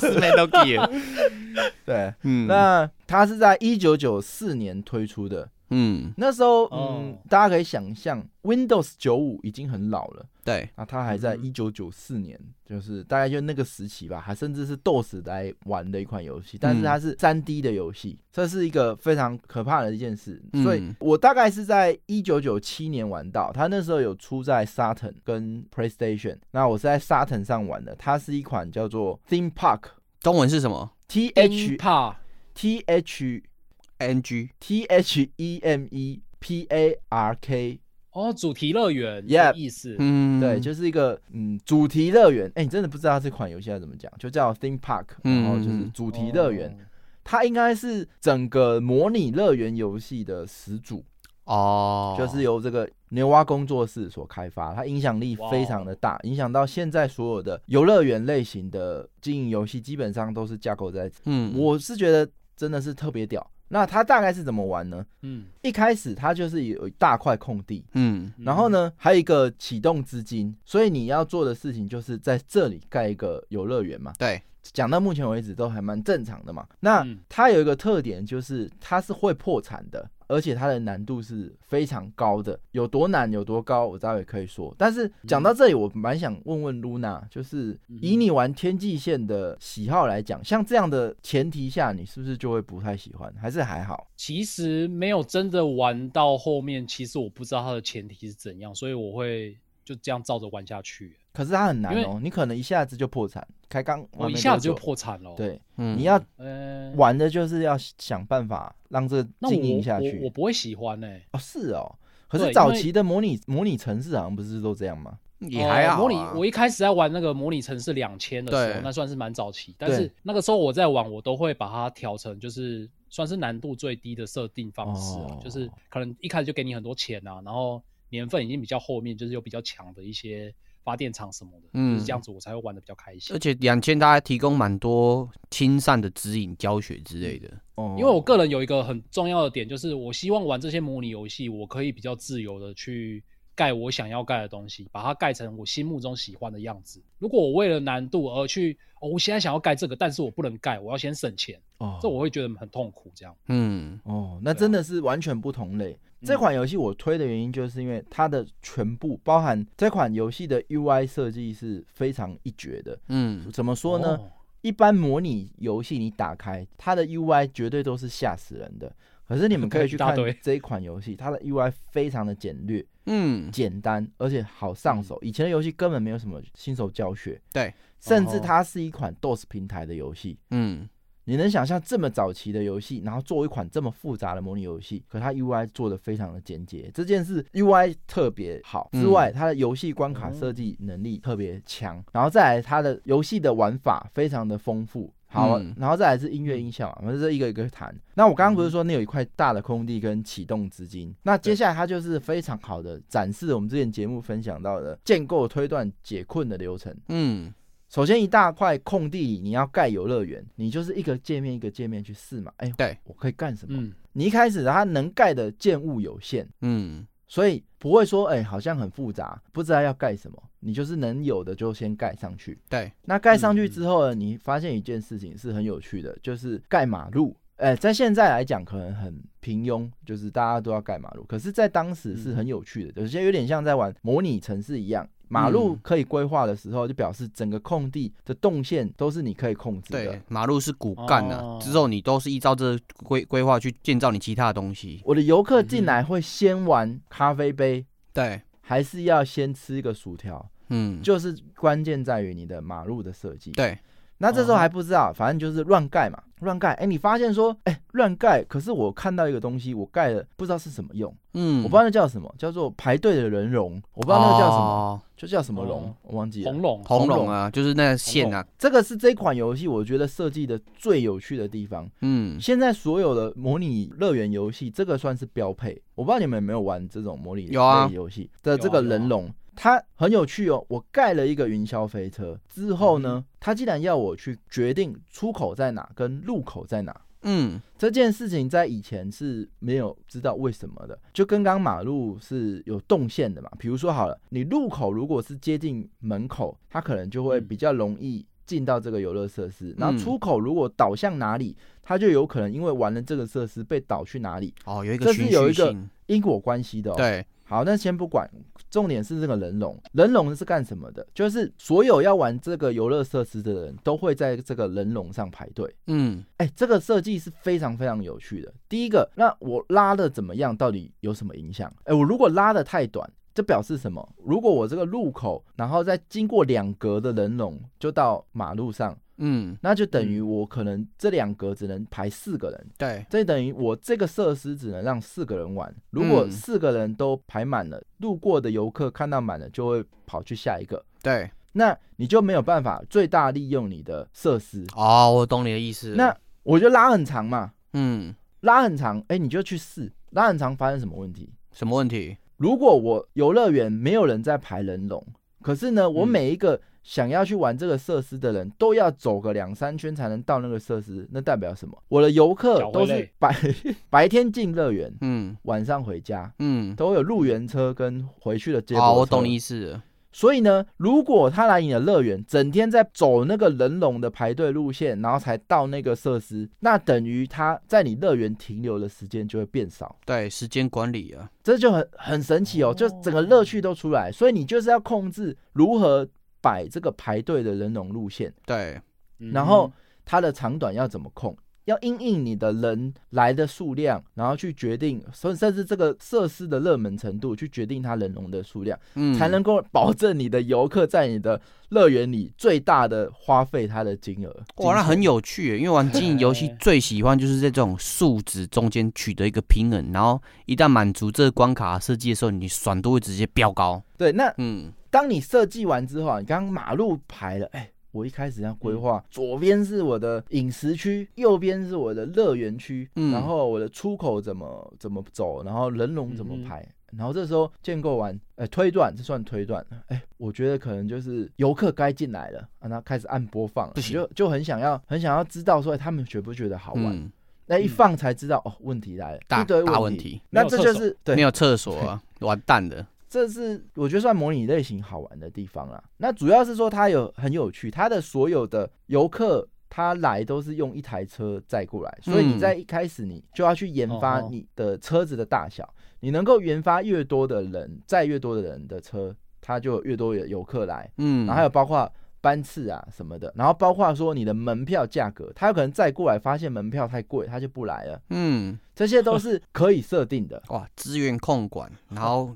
[SPEAKER 4] 是 Metal Gear，
[SPEAKER 5] 对，
[SPEAKER 4] *laughs* 嗯，
[SPEAKER 5] 那它是在一九九四年推出的，
[SPEAKER 4] 嗯，
[SPEAKER 5] 那时候，嗯，
[SPEAKER 2] 哦
[SPEAKER 5] 大家可以想象，Windows 九五已经很老了，
[SPEAKER 4] 对，
[SPEAKER 5] 那它还在
[SPEAKER 2] 嗯
[SPEAKER 5] 一九九四年，就是大概就那个时期吧，还甚至是 DOS 来玩的一款游戏，但是它是三 D 的游戏，这是一个非常可怕的一件事。
[SPEAKER 4] 嗯
[SPEAKER 5] 所以我大概是在一九九七年玩到，它那时候有出在 Saturn 跟 PlayStation，那我是在 Saturn 上玩的，它是一款叫做 Theme Park。
[SPEAKER 4] 中文是什么
[SPEAKER 5] T H
[SPEAKER 2] 怕
[SPEAKER 5] T H
[SPEAKER 4] ？NG，
[SPEAKER 5] T H E M E P A R K，、
[SPEAKER 2] 哦，主题乐园
[SPEAKER 5] Yep
[SPEAKER 2] 的意思。
[SPEAKER 4] 嗯，
[SPEAKER 5] 对，就是一个嗯主题乐园。哎、你真的不知道这款游戏要怎么讲，就叫 Theme Park，然后就是
[SPEAKER 4] 嗯
[SPEAKER 5] 主题乐园。
[SPEAKER 2] 哦
[SPEAKER 5] 它应该是整个模拟乐园游戏的始祖，
[SPEAKER 4] 哦，
[SPEAKER 5] 就是由这个牛蛙工作室所开发，它影响力非常的
[SPEAKER 4] 哦
[SPEAKER 5] 大，影响到现在所有的游乐园类型的经营游戏，基本上都是架构在。
[SPEAKER 4] 嗯，
[SPEAKER 5] 我是觉得真的是特别屌。那它大概是怎么玩呢？
[SPEAKER 2] 嗯，
[SPEAKER 5] 一开始它就是有一大块空地，
[SPEAKER 4] 嗯
[SPEAKER 2] 嗯
[SPEAKER 5] 然后？呢，还有一个启动资金，所以你要做的事情就是在这里盖一个游乐园嘛。
[SPEAKER 4] 对，
[SPEAKER 5] 讲到目前为止都还蛮正常的嘛。那
[SPEAKER 2] 嗯
[SPEAKER 5] 它有一个特点就是它是会破产的，而且它的难度是非常高的，有多难有多高，我待会可以说。但是讲到这里，我蛮想问问露娜，就是
[SPEAKER 2] 嗯
[SPEAKER 5] 以你玩天际线的喜好来讲，像这样的前提下，你是不是就会不太喜欢，还是还好？
[SPEAKER 2] 其实没有真的玩到后面，其实我不知道它的前提是怎样，所以我会就这样照着玩下去。
[SPEAKER 5] 可是它很难
[SPEAKER 2] 因
[SPEAKER 5] 哦，你可能一下子就破产，开刚
[SPEAKER 2] 我
[SPEAKER 5] 玩
[SPEAKER 2] 一
[SPEAKER 5] 没
[SPEAKER 2] 下
[SPEAKER 5] 多
[SPEAKER 2] 子就
[SPEAKER 5] 久
[SPEAKER 2] 破产了。，
[SPEAKER 5] 对，
[SPEAKER 4] 嗯
[SPEAKER 5] 你要
[SPEAKER 2] 呃，
[SPEAKER 5] 玩的就是要想办法让这个
[SPEAKER 2] 那
[SPEAKER 5] 经营
[SPEAKER 2] 我
[SPEAKER 5] 下
[SPEAKER 2] 我我
[SPEAKER 5] 去。
[SPEAKER 2] 不会喜欢欸呢。
[SPEAKER 5] 哦，是哦。可是
[SPEAKER 2] 对
[SPEAKER 5] 早
[SPEAKER 2] 因为
[SPEAKER 5] 期的模拟模拟城市好像不是都这样吗？
[SPEAKER 4] 也还
[SPEAKER 5] 哦
[SPEAKER 2] 呃
[SPEAKER 4] 好
[SPEAKER 2] 模拟
[SPEAKER 4] 啊，
[SPEAKER 2] 我一开始在玩那个模拟城市两千的时
[SPEAKER 4] 对
[SPEAKER 2] 候，那算是蛮早期。但
[SPEAKER 5] 对
[SPEAKER 2] 是那个时候我在玩，我都会把它调成就是算是难度最低的设定方式啊，
[SPEAKER 5] 哦
[SPEAKER 2] 就是可能一开始就给你很多钱啊，然后年份已经比较后面，就是有比较强的一些发电厂什么的，
[SPEAKER 4] 嗯
[SPEAKER 2] 就是这样子我才会玩的比较开心
[SPEAKER 4] 而。且两千它还提供蛮多亲善的指引、教学之类的。
[SPEAKER 5] 哦，
[SPEAKER 2] 因为我个人有一个很重要的点，就是我希望玩这些模拟游戏，我可以比较自由的去盖我想要盖的东西，把它盖成我心目中喜欢的样子。如果我为了难度而去，哦，我现在想要盖这个，但是我不能盖，我要先省钱，
[SPEAKER 5] 哦
[SPEAKER 2] 这我会觉得很痛苦。这样，
[SPEAKER 4] 嗯，
[SPEAKER 5] 哦，那真的是完全不同类。
[SPEAKER 2] 嗯
[SPEAKER 5] 这款游戏我推的原因，就是因为它的全部包含这款游戏的 UI 设计是非常一绝的。
[SPEAKER 4] 嗯，
[SPEAKER 5] 怎么说呢？
[SPEAKER 2] 哦
[SPEAKER 5] 一般模拟游戏你打开，它的 UI 绝对都是吓死人的。可是
[SPEAKER 2] *laughs*
[SPEAKER 5] 你们可以去
[SPEAKER 2] 一大
[SPEAKER 5] 看
[SPEAKER 2] 堆
[SPEAKER 5] 这一款游戏，它的 UI 非常的简略，
[SPEAKER 4] 嗯，
[SPEAKER 5] 简单，而且好上手。以前的游戏根本没有什么新手教学，
[SPEAKER 4] 对，
[SPEAKER 5] 甚至它是一款 DOS 平台的游戏。
[SPEAKER 4] 嗯，
[SPEAKER 5] 你能想象这么早期的游戏，然后做一款这么复杂的模拟游戏，可它 UI 做的非常的简洁，这件事 UI 特别好之外，它的游戏关卡设计能力特别强，然后再来它的游戏的玩法非常的丰富。好，
[SPEAKER 4] 嗯
[SPEAKER 5] 然后再来是音乐音效嘛，我们这一个一个谈。那我刚刚不是说你有一块大的空地跟启动资金，那接下来它就是非常好的展示我们之前节目分享到的建构、推断、解困的流程。
[SPEAKER 4] 嗯，
[SPEAKER 5] 首先一大块空地，你要盖游乐园，你就是一个界面一个界面去试嘛。哎、
[SPEAKER 4] 对，
[SPEAKER 5] 我可以干什么？
[SPEAKER 2] 嗯，
[SPEAKER 5] 你一开始它能盖的建物有限，
[SPEAKER 4] 嗯，
[SPEAKER 5] 所以不会说哎、好像很复杂，不知道要盖什么，你就是能有的就先盖上去。
[SPEAKER 4] 对，
[SPEAKER 5] 那盖上
[SPEAKER 4] 嗯
[SPEAKER 5] 去之后呢，你发现一件事情是很有趣的，就是盖马路。哎、在现在来讲可能很平庸，就是大家都要盖马路，可是，在当时是
[SPEAKER 4] 嗯
[SPEAKER 5] 很有趣的，有些有点像在玩模拟城市一样。马路
[SPEAKER 4] 嗯
[SPEAKER 5] 可以规划的时候，就表示整个空地的动线都是你可以控制的
[SPEAKER 4] 对，。马路是骨干呐、
[SPEAKER 2] 哦
[SPEAKER 4] 之后你都是依照这规规划去建造你其他的东西。
[SPEAKER 5] 我的游客进来会先玩咖啡杯，
[SPEAKER 4] 对，
[SPEAKER 5] 还是要先吃一个薯条？
[SPEAKER 4] 嗯，
[SPEAKER 5] 就是关键在于你的马路的设计。
[SPEAKER 4] 对，
[SPEAKER 5] 那这时
[SPEAKER 2] 哦
[SPEAKER 5] 候还不知道，反正就是乱盖嘛，乱盖。哎，你发现说，哎，乱盖，可是我看到一个东西，我盖了不知道是什么用，
[SPEAKER 4] 嗯，
[SPEAKER 5] 我不知道那叫什么，叫做排队的人龙，我不知道那个叫什么，
[SPEAKER 4] 哦
[SPEAKER 5] 就叫什么龙
[SPEAKER 2] 哦，
[SPEAKER 5] 我忘记
[SPEAKER 2] 红
[SPEAKER 5] 了。
[SPEAKER 2] 龙，
[SPEAKER 4] 红
[SPEAKER 5] 龙
[SPEAKER 4] 龙啊，就是那个线啊，
[SPEAKER 5] 这个是这款游戏我觉得设计的最有趣的地方。
[SPEAKER 4] 嗯，
[SPEAKER 5] 现在所有的模拟乐园游戏，这个算是标配。我不知道你们有没有玩这种模拟
[SPEAKER 4] 有啊
[SPEAKER 5] 类游戏的这个
[SPEAKER 2] 有啊
[SPEAKER 5] 人龙，它很有趣哦。我盖了一个云霄飞车之后
[SPEAKER 4] 嗯
[SPEAKER 5] 呢，它竟然要我去决定出口在哪跟入口在哪。
[SPEAKER 4] 嗯，
[SPEAKER 5] 这件事情在以前是没有知道为什么的，就跟刚马路是有动线的嘛。比如说好了，你入口如果是接近门口，它可能就会
[SPEAKER 2] 嗯
[SPEAKER 5] 比较容易进到这个游乐设施。然后
[SPEAKER 4] 嗯
[SPEAKER 5] 出口如果导向哪里，它就有可能因为玩了这个设施被导去哪里，
[SPEAKER 4] 哦，有一
[SPEAKER 5] 这
[SPEAKER 4] 个
[SPEAKER 5] 是
[SPEAKER 4] 循
[SPEAKER 5] 有一
[SPEAKER 4] 序
[SPEAKER 5] 个
[SPEAKER 4] 性，
[SPEAKER 5] 因果关系的、哦。。
[SPEAKER 4] 对，
[SPEAKER 5] 好，那先不管，重点是这个人龙。人龙是干什么的？就是所有要玩这个游乐设施的人都会在这个人龙上排队。
[SPEAKER 4] 嗯，
[SPEAKER 5] 哎、这个设计是非常非常有趣的。第一个，那我拉的怎么样，到底有什么影响？哎、我如果拉的太短，这表示什么？如果我这个路口，然后再经过两格的人龙，就到马路上，
[SPEAKER 4] 嗯，
[SPEAKER 5] 那就等于我可能这两格只能排四个人，
[SPEAKER 4] 对，
[SPEAKER 5] 这等于我这个设施只能让四个人玩。如果
[SPEAKER 4] 嗯
[SPEAKER 5] 四个人都排满了，路过的游客看到满了，就会跑去下一个，
[SPEAKER 4] 对，
[SPEAKER 5] 那你就没有办法最大利用你的设施。
[SPEAKER 4] 哦，我懂你的意思了。
[SPEAKER 5] 那我就拉很长嘛。
[SPEAKER 4] 嗯，
[SPEAKER 5] 拉很长，哎、你就去试。拉很长发生什么问题？
[SPEAKER 4] 什么问题？
[SPEAKER 5] 如果我游乐园没有人在排人龙，可是呢，我
[SPEAKER 2] 嗯
[SPEAKER 5] 每一个想要去玩这个设施的人都要走个两三圈才能到那个设施，那代表什么？我的游客
[SPEAKER 2] 脚会
[SPEAKER 5] 都是
[SPEAKER 2] 累
[SPEAKER 5] 白 *laughs* 白天进乐园，
[SPEAKER 4] 嗯
[SPEAKER 5] 晚上回家，
[SPEAKER 4] 嗯，
[SPEAKER 5] 都有入园车跟回去的接驳车。
[SPEAKER 4] 哦，我懂你意思了。
[SPEAKER 5] 所以呢，如果他来你的乐园，整天在走那个人龙的排队路线，然后才到那个设施，那等于他在你乐园停留的时间就会变少。
[SPEAKER 4] 对，时间管理啊，
[SPEAKER 5] 这就很很神奇哦，就整个乐趣都出来，所以你就是要控制如何摆这个排队的人龙路线，
[SPEAKER 4] 对，
[SPEAKER 2] 嗯
[SPEAKER 5] 然后它的长短要怎么控，要因应你的人来的数量，然后去决定，甚甚至这个设施的热门程度去决定它人龙的数量，
[SPEAKER 4] 嗯，
[SPEAKER 5] 才能够保证你的游客在你的乐园里最大的花费它的金额。
[SPEAKER 4] 哇，那
[SPEAKER 5] 金钱
[SPEAKER 4] 很有趣耶，因为玩经营游戏
[SPEAKER 5] *laughs*
[SPEAKER 4] 最喜欢就是在这种数值中间取得一个平衡，然后一旦满足这个关卡设计的时候，你爽度会直接飙高。
[SPEAKER 5] 对。那
[SPEAKER 4] 嗯，
[SPEAKER 5] 当你设计完之后啊，你刚刚马路排了，哎、我一开始要
[SPEAKER 4] 嗯
[SPEAKER 5] 规划，左边是我的饮食区，右边是我的乐园区，
[SPEAKER 4] 嗯
[SPEAKER 5] 然后我的出口怎么怎么走，然后人龙
[SPEAKER 4] 嗯
[SPEAKER 5] 怎么排。然后这时候建构完，哎，推断这算推断，哎，我觉得可能就是游客该进来了，啊，那开始按播放了，
[SPEAKER 4] 不行
[SPEAKER 5] 就就很想要很想要知道说哎他们觉不觉得好玩，
[SPEAKER 4] 嗯，
[SPEAKER 5] 那、一放才知道哦，问题来了，
[SPEAKER 4] 大
[SPEAKER 5] 一堆
[SPEAKER 4] 大
[SPEAKER 5] 问
[SPEAKER 4] 问题
[SPEAKER 5] 那这
[SPEAKER 2] 没有
[SPEAKER 5] 就
[SPEAKER 2] 厕所
[SPEAKER 5] 是对
[SPEAKER 4] 没有厕所
[SPEAKER 5] *laughs*
[SPEAKER 4] 啊，完蛋了。
[SPEAKER 5] 这是我觉得算模拟类型好玩的地方啦。那主要是说它有很有趣，它的所有的游客他来都是用一台车载过来，所以你
[SPEAKER 4] 嗯
[SPEAKER 5] 在一开始你就要去研发
[SPEAKER 2] 哦哦
[SPEAKER 5] 你的车子的大小，你能够研发越多的人载越多的人的车，它就有越多的游客来，
[SPEAKER 4] 嗯，
[SPEAKER 5] 然后还有包括。班次啊什么的，然后包括说你的门票价格，他有可能载过来发现门票太贵，他就不来了，
[SPEAKER 4] 嗯，。
[SPEAKER 5] 这些都是可以设定的
[SPEAKER 4] *laughs* 哇，资源控管，然后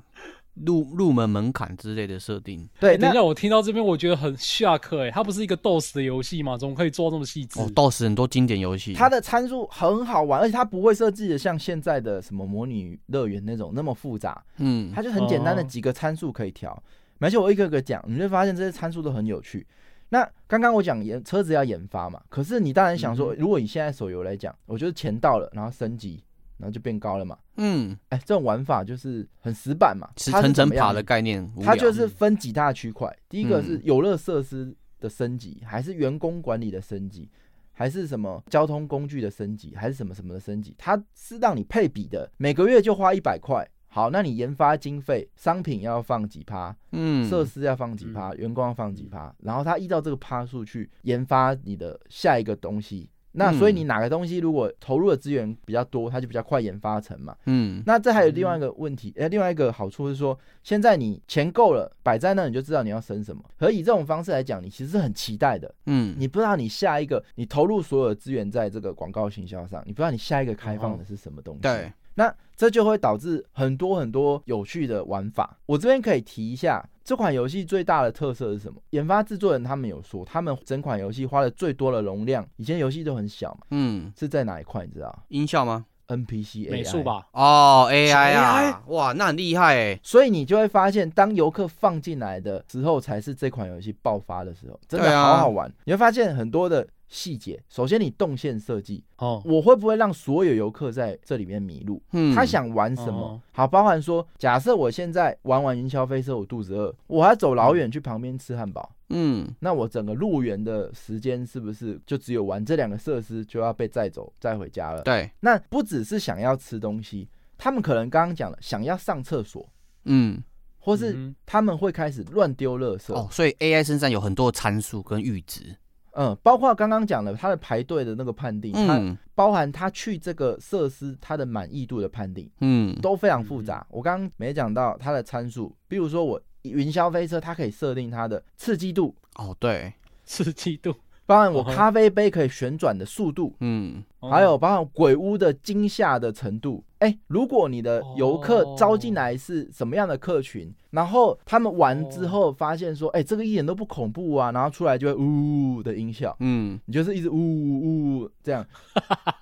[SPEAKER 4] 入入门门槛之类的设定。
[SPEAKER 5] 对，
[SPEAKER 2] 欸等
[SPEAKER 5] 哎那
[SPEAKER 2] 一下，我听到这边我觉得很下课哎，它不是一个 DOS 的游戏吗？怎么可以做到那么细致？
[SPEAKER 4] 哦，到时很多经典游戏，
[SPEAKER 5] 它的参数很好玩，而且它不会设计的像现在的什么模拟乐园那种那么复杂，
[SPEAKER 4] 嗯
[SPEAKER 5] 它就很简单的
[SPEAKER 2] 哦
[SPEAKER 5] 几个参数可以调。而且我一个个讲，你就发现这些参数都很有趣。那刚刚我讲研车子要研发嘛，可是你当然想说，
[SPEAKER 2] 嗯
[SPEAKER 5] 如果以现在手游来讲，我就是钱到了，然后升级，然后就变高了嘛。
[SPEAKER 4] 嗯，
[SPEAKER 5] 哎，这种玩法就是很死板嘛，
[SPEAKER 4] 是
[SPEAKER 5] 它
[SPEAKER 4] 层
[SPEAKER 5] 怎
[SPEAKER 4] 层
[SPEAKER 5] 么样
[SPEAKER 4] 爬的概念，无
[SPEAKER 5] 它
[SPEAKER 4] 聊嗯
[SPEAKER 5] 就是分几大区块，第一个是游乐设施的升级，还是员工管理的升级，还是什么交通工具的升级，还是什么什么的升级，它是让你配比的，每个月就花一百块。好，那你研发经费，商品要放几趴，
[SPEAKER 4] 嗯，
[SPEAKER 5] 设施要放几趴，员工要放几趴，然后他依照这个趴数去研发你的下一个东西。那
[SPEAKER 4] 嗯
[SPEAKER 5] 所以你哪个东西如果投入的资源比较多，它就比较快研发成嘛。
[SPEAKER 4] 嗯
[SPEAKER 5] 那这还有另外一个问题，哎、另外一个好处是说，现在你钱够了，摆在那你就知道你要生什么。可以这种方式来讲，你其实是很期待的。
[SPEAKER 4] 嗯，
[SPEAKER 5] 你不知道你下一个，你投入所有的资源在这个广告行销上，你不知道你下一个开放的是什么东
[SPEAKER 4] 哦
[SPEAKER 5] 西。
[SPEAKER 4] 对，
[SPEAKER 5] 那这就会导致很多很多有趣的玩法。我这边可以提一下，这款游戏最大的特色是什么？研发制作人他们有说，他们整款游戏花了最多的容量，以前游戏都很小嘛，
[SPEAKER 4] 嗯，
[SPEAKER 5] 是在哪一块？你知道
[SPEAKER 4] 音效吗？
[SPEAKER 5] ？NPC AI
[SPEAKER 2] 美术。吧，
[SPEAKER 4] 哦，AI
[SPEAKER 2] 什
[SPEAKER 4] 啊，哇，那很厉害哎，
[SPEAKER 5] 所以你就会发现，当游客放进来的时候，才是这款游戏爆发的时候，真
[SPEAKER 4] 对
[SPEAKER 5] 的
[SPEAKER 4] 啊
[SPEAKER 5] 好好玩。你会发现很多的细节。首先，你动线设计，
[SPEAKER 2] 哦，
[SPEAKER 5] 我会不会让所有游客在这里面迷路？
[SPEAKER 4] 嗯，
[SPEAKER 5] 他想玩什么
[SPEAKER 2] 哦？
[SPEAKER 5] 好，包含说，假设我现在玩完云霄飞车，我肚子饿，我还要走老远去旁边吃汉堡，
[SPEAKER 4] 嗯，
[SPEAKER 5] 那我整个路园的时间是不是就只有玩这两个设施就要被载走载回家了？
[SPEAKER 4] 对，
[SPEAKER 5] 那不只是想要吃东西，他们可能刚刚讲了，想要上厕所，
[SPEAKER 4] 嗯，
[SPEAKER 5] 或
[SPEAKER 2] 嗯
[SPEAKER 5] 是
[SPEAKER 2] 哼
[SPEAKER 5] 他们会开始乱丢垃圾。
[SPEAKER 4] 哦，所以 AI 身上有很多参数跟阈值，
[SPEAKER 5] 嗯，包括刚刚讲的他的排队的那个判定，他
[SPEAKER 4] 嗯
[SPEAKER 5] 包含他去这个设施他的满意度的判定。
[SPEAKER 4] 嗯，
[SPEAKER 5] 都非常复杂。我刚刚没讲到它的参数，比如说我云霄飞车，它可以设定它的刺激度，
[SPEAKER 4] 哦，对，
[SPEAKER 2] 刺激度，
[SPEAKER 5] 包含我
[SPEAKER 2] 嗯哼
[SPEAKER 5] 咖啡杯可以旋转的速度，
[SPEAKER 4] 嗯
[SPEAKER 2] 哦
[SPEAKER 5] 还有包含鬼屋的惊吓的程度。哎，如果你的游客
[SPEAKER 2] 哦
[SPEAKER 5] 招进来是什么样的客群，然后他们玩
[SPEAKER 4] 哦
[SPEAKER 5] 之后发现说，哎，这个一点都不恐怖啊，然后出来就会呜呜的音效，
[SPEAKER 4] 嗯，
[SPEAKER 5] 你就是一直呜呜呜
[SPEAKER 4] *laughs*
[SPEAKER 5] 这样，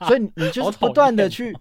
[SPEAKER 5] 所以你你就
[SPEAKER 2] 好
[SPEAKER 5] 是
[SPEAKER 2] 讨
[SPEAKER 5] 不断的
[SPEAKER 4] 哦
[SPEAKER 2] 厌
[SPEAKER 5] 去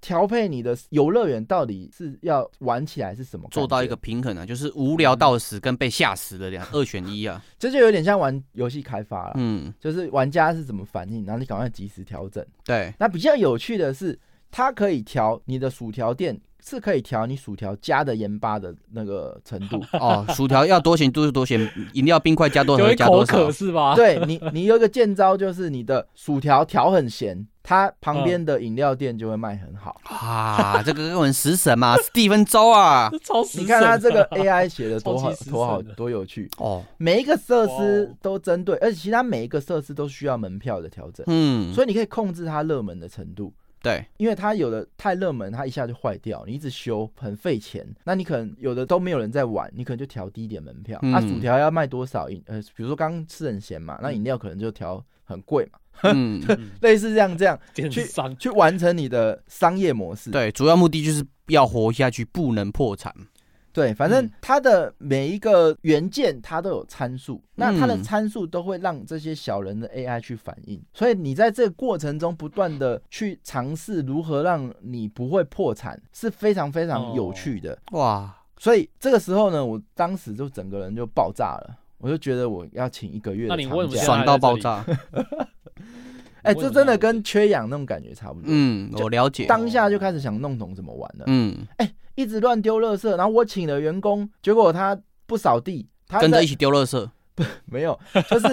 [SPEAKER 5] 调配你的游乐园到底是要玩起来是什么感觉，
[SPEAKER 4] 做到一个平衡啊，就是无聊到死跟被吓死的两二选一啊，
[SPEAKER 5] 这就有点像玩游戏开发了，
[SPEAKER 4] 嗯，
[SPEAKER 5] 就是玩家是怎么反应，然后你赶快及时调整。
[SPEAKER 4] 对，
[SPEAKER 5] 那比较有趣的是，它可以调你的薯条店是可以调你薯条加的盐巴的那个程
[SPEAKER 4] *laughs*
[SPEAKER 5] 度，
[SPEAKER 4] 哦，薯条要多咸就是多咸，饮料冰块加多
[SPEAKER 2] 有
[SPEAKER 4] 少
[SPEAKER 2] 一
[SPEAKER 4] 加
[SPEAKER 2] 口
[SPEAKER 4] 多少
[SPEAKER 2] 渴，是吧？，
[SPEAKER 5] 对你你有一个见招就是你的薯条调很咸，它
[SPEAKER 4] 嗯
[SPEAKER 5] 旁边的饮料店就会卖很好。
[SPEAKER 4] 啊，这个很食神嘛，史蒂芬周
[SPEAKER 2] *laughs*
[SPEAKER 4] 啊，
[SPEAKER 2] 这超时
[SPEAKER 5] 你看它
[SPEAKER 2] 神
[SPEAKER 5] 这
[SPEAKER 2] 的
[SPEAKER 5] 个 AI 写的多
[SPEAKER 2] 超
[SPEAKER 5] 好
[SPEAKER 2] 级时
[SPEAKER 5] 多好
[SPEAKER 2] 尚的
[SPEAKER 5] 多有趣，
[SPEAKER 4] 哦，
[SPEAKER 5] 每一个设
[SPEAKER 2] 哇
[SPEAKER 5] 施
[SPEAKER 2] 哦
[SPEAKER 5] 都针对，而且其他每一个设施都需要门票的调整，
[SPEAKER 4] 嗯，
[SPEAKER 5] 所
[SPEAKER 4] 以
[SPEAKER 5] 以你可以控制它热门的程度。
[SPEAKER 4] 对，
[SPEAKER 5] 因为它有的太热门，它一下就坏掉，你一直修很费钱。那你可能有的都没有人在玩，你可能就调低一点门票。
[SPEAKER 4] 嗯
[SPEAKER 5] 啊，薯条要卖多少饮？呃，比如说刚刚吃很咸
[SPEAKER 2] 嗯
[SPEAKER 5] 嘛，那饮料可能就调很贵嘛，
[SPEAKER 4] 嗯，
[SPEAKER 5] 类似这样这样
[SPEAKER 2] 电
[SPEAKER 5] 去
[SPEAKER 2] 商
[SPEAKER 5] 去完成你的商业模式。
[SPEAKER 4] 对，主要目的就是要活下去，不能破产。
[SPEAKER 5] 对，反正
[SPEAKER 2] 嗯
[SPEAKER 5] 它的每一个元件它都有参数，那它的
[SPEAKER 4] 嗯
[SPEAKER 5] 参数都会让这些小人的 AI 去反应，所以你在这个过程中不断的去尝试如何让你不会破产，是非常非
[SPEAKER 2] 哦
[SPEAKER 5] 常有趣的。
[SPEAKER 4] 哇，
[SPEAKER 5] 所以这个时候呢，我当时就整个人就爆炸了。我就觉得我要请一个月
[SPEAKER 2] 那
[SPEAKER 5] 的
[SPEAKER 2] 你
[SPEAKER 5] 长
[SPEAKER 2] 为什么
[SPEAKER 5] 假
[SPEAKER 2] 现，在
[SPEAKER 4] 爽到爆炸！
[SPEAKER 5] *laughs* 哎、
[SPEAKER 2] 我
[SPEAKER 5] 这
[SPEAKER 2] 问
[SPEAKER 5] 真的
[SPEAKER 2] 你
[SPEAKER 5] 跟缺氧那种感觉差不多。
[SPEAKER 4] 嗯，
[SPEAKER 5] 就
[SPEAKER 4] 我了解。
[SPEAKER 5] 当下就开始想弄懂怎么玩了。
[SPEAKER 4] 嗯，
[SPEAKER 5] 一直乱丢垃圾，然后我请了员工，结果他不扫地，他
[SPEAKER 4] 跟
[SPEAKER 5] 在
[SPEAKER 4] 着一起丢垃圾。
[SPEAKER 5] 没有，就是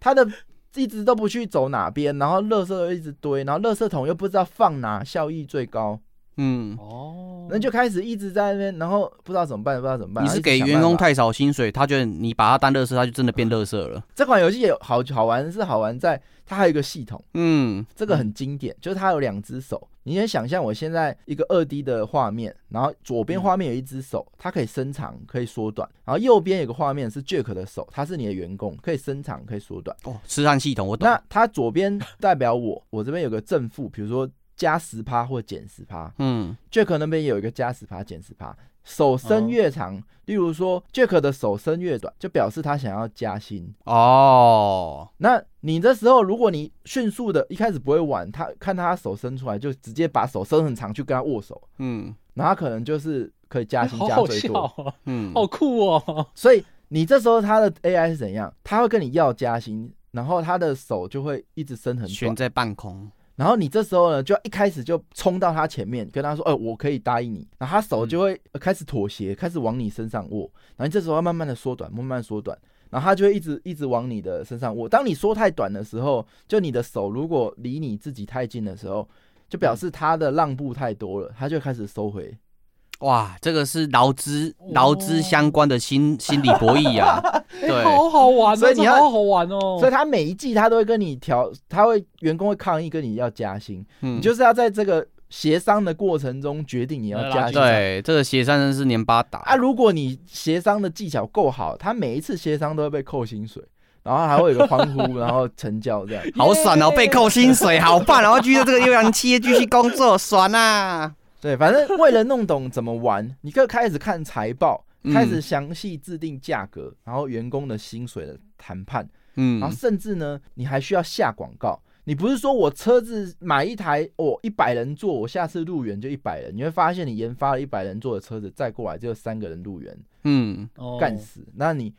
[SPEAKER 5] 他的一直都不去走哪边，然后垃圾又一直堆，然后垃圾桶又不知道放哪，效益最高，
[SPEAKER 4] 嗯，
[SPEAKER 2] 哦，
[SPEAKER 5] 那就开始一直在那边，然后不知道怎么办，不知道怎么办。
[SPEAKER 4] 你
[SPEAKER 5] 然后
[SPEAKER 4] 是
[SPEAKER 5] 一直
[SPEAKER 4] 给
[SPEAKER 5] 想
[SPEAKER 4] 员工
[SPEAKER 5] 办法
[SPEAKER 4] 太少薪水，他觉得你把他当垃圾，他就真的变垃圾了。
[SPEAKER 5] 这款游戏也好好玩，是好玩在它还有一个系统，
[SPEAKER 4] 嗯，
[SPEAKER 5] 这个很经典，就是它有两只手。你先想象我现在一个二 D 的画面，然后左
[SPEAKER 4] 嗯
[SPEAKER 5] 边画面有一只手，它可以伸长，可以缩短，然后右边有个画面是 Jack 的手，他是你的员工，可以伸长，可以缩短。
[SPEAKER 4] 哦，吃饭系统我懂。
[SPEAKER 5] 那它左边代表我， *laughs* 我这边有个正负，比如说加十趴或减十趴
[SPEAKER 4] 嗯，
[SPEAKER 5] ，Jack 那边有一个加十趴、减十趴。手伸越长，例如说 Jack 的手伸越短，就表示他想要加薪。
[SPEAKER 4] 哦，
[SPEAKER 5] 那你这时候，如果你迅速的一开始不会玩，他看他手伸出来，就直接把手伸很长去跟他握手，
[SPEAKER 4] 嗯
[SPEAKER 5] 然后他可能就是可以加
[SPEAKER 2] 哎
[SPEAKER 5] 薪
[SPEAKER 2] *laughs* 好
[SPEAKER 5] 加
[SPEAKER 2] 好
[SPEAKER 5] 最
[SPEAKER 2] 笑
[SPEAKER 5] 多。
[SPEAKER 2] 哦，
[SPEAKER 4] 嗯，
[SPEAKER 2] 好酷哦，
[SPEAKER 5] 所以你这时候他的 AI 是怎样？他会跟你要加薪，然后他的手就会一直伸很短
[SPEAKER 4] 悬，在半空。
[SPEAKER 5] 然后你这时候呢，就要一开始就冲到他前面，跟他说：“呃，我可以答应你。”然呃后他手就会呃开始妥协，开始往你身上握。然后你这时候要慢慢的缩短，慢慢地缩短。然后它就会一直一直往你的身上握。当你缩太短的时候，就你的手如果离你自己太近的时候，就表示它的浪步太多了，它就开始收回。
[SPEAKER 4] 哇，这个是劳资
[SPEAKER 5] 哦
[SPEAKER 4] 劳资相关的心心理博弈
[SPEAKER 5] *laughs*
[SPEAKER 4] 啊，对，
[SPEAKER 2] *laughs* 好好玩、哦，
[SPEAKER 5] 嗯所以你
[SPEAKER 2] 这
[SPEAKER 5] 要
[SPEAKER 2] 好好玩哦。
[SPEAKER 5] 所以他每一季他都会跟你调，他会员工会抗议跟你要加薪，
[SPEAKER 4] 嗯
[SPEAKER 5] 你就是要在这个协商的过程中决定你要加薪。
[SPEAKER 4] 对这个协商真是年八打
[SPEAKER 5] 哎啊，如果你协商的技巧够好，他每一次协商都会被扣薪水，然后还会有个欢
[SPEAKER 4] *laughs*
[SPEAKER 5] 呼，然后成交这样。
[SPEAKER 4] 好爽哦，被扣薪水，好棒，然后继续在这个优良企业继续工作，爽啊！
[SPEAKER 5] 对，反正为了弄懂怎么玩，你可以开始看财报，
[SPEAKER 4] 嗯
[SPEAKER 5] 开始详细制定价格，然后员工的薪水的谈判，
[SPEAKER 4] 嗯
[SPEAKER 5] 然后甚至呢，你还需要下广告。你不是说我车子买一台，我一百人坐，我下次入园就一百人，你会发现你研发了一百人坐的车子，再过来只有三个人入园，
[SPEAKER 4] 嗯，
[SPEAKER 2] 哦
[SPEAKER 5] 干死。那你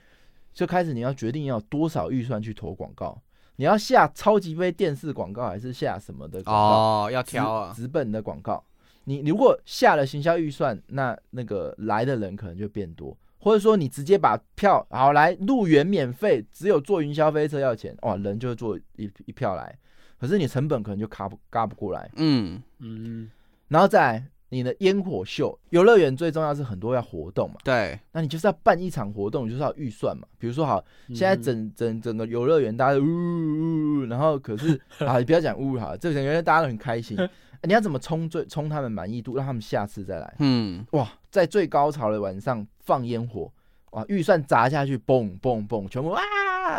[SPEAKER 5] 就开始你要决定要多少预算去投广告，你要下超级杯电视广告还是下什么的广告？
[SPEAKER 4] 哦，要
[SPEAKER 5] 直
[SPEAKER 4] 挑啊，
[SPEAKER 5] 直奔的广告。你如果下了行销预算，那那个来的人可能就变多，或者说你直接把票好来入园免费，只有坐云霄飞车要钱，哇，人就坐一一票来，可是你成本可能就卡不嘎不过来，
[SPEAKER 4] 嗯，
[SPEAKER 2] 嗯，
[SPEAKER 5] 然后再来你的烟火秀，游乐园最重要是很多要活动嘛，
[SPEAKER 4] 对，
[SPEAKER 5] 那你就是要办一场活动，你就是要预算嘛，比如说好，
[SPEAKER 4] 嗯
[SPEAKER 5] 现在整整整个游乐园大家都呜呜，呜，然后可
[SPEAKER 4] *laughs*
[SPEAKER 5] 是啊，你不要讲呜哈，这个整个游乐园大家都很开心。哎你要怎么冲最冲他们满意度，让他们下次再来？
[SPEAKER 4] 嗯，
[SPEAKER 5] 哇，在最高潮的晚上放烟火，哇，预算砸下去，嘣嘣嘣，全部啊！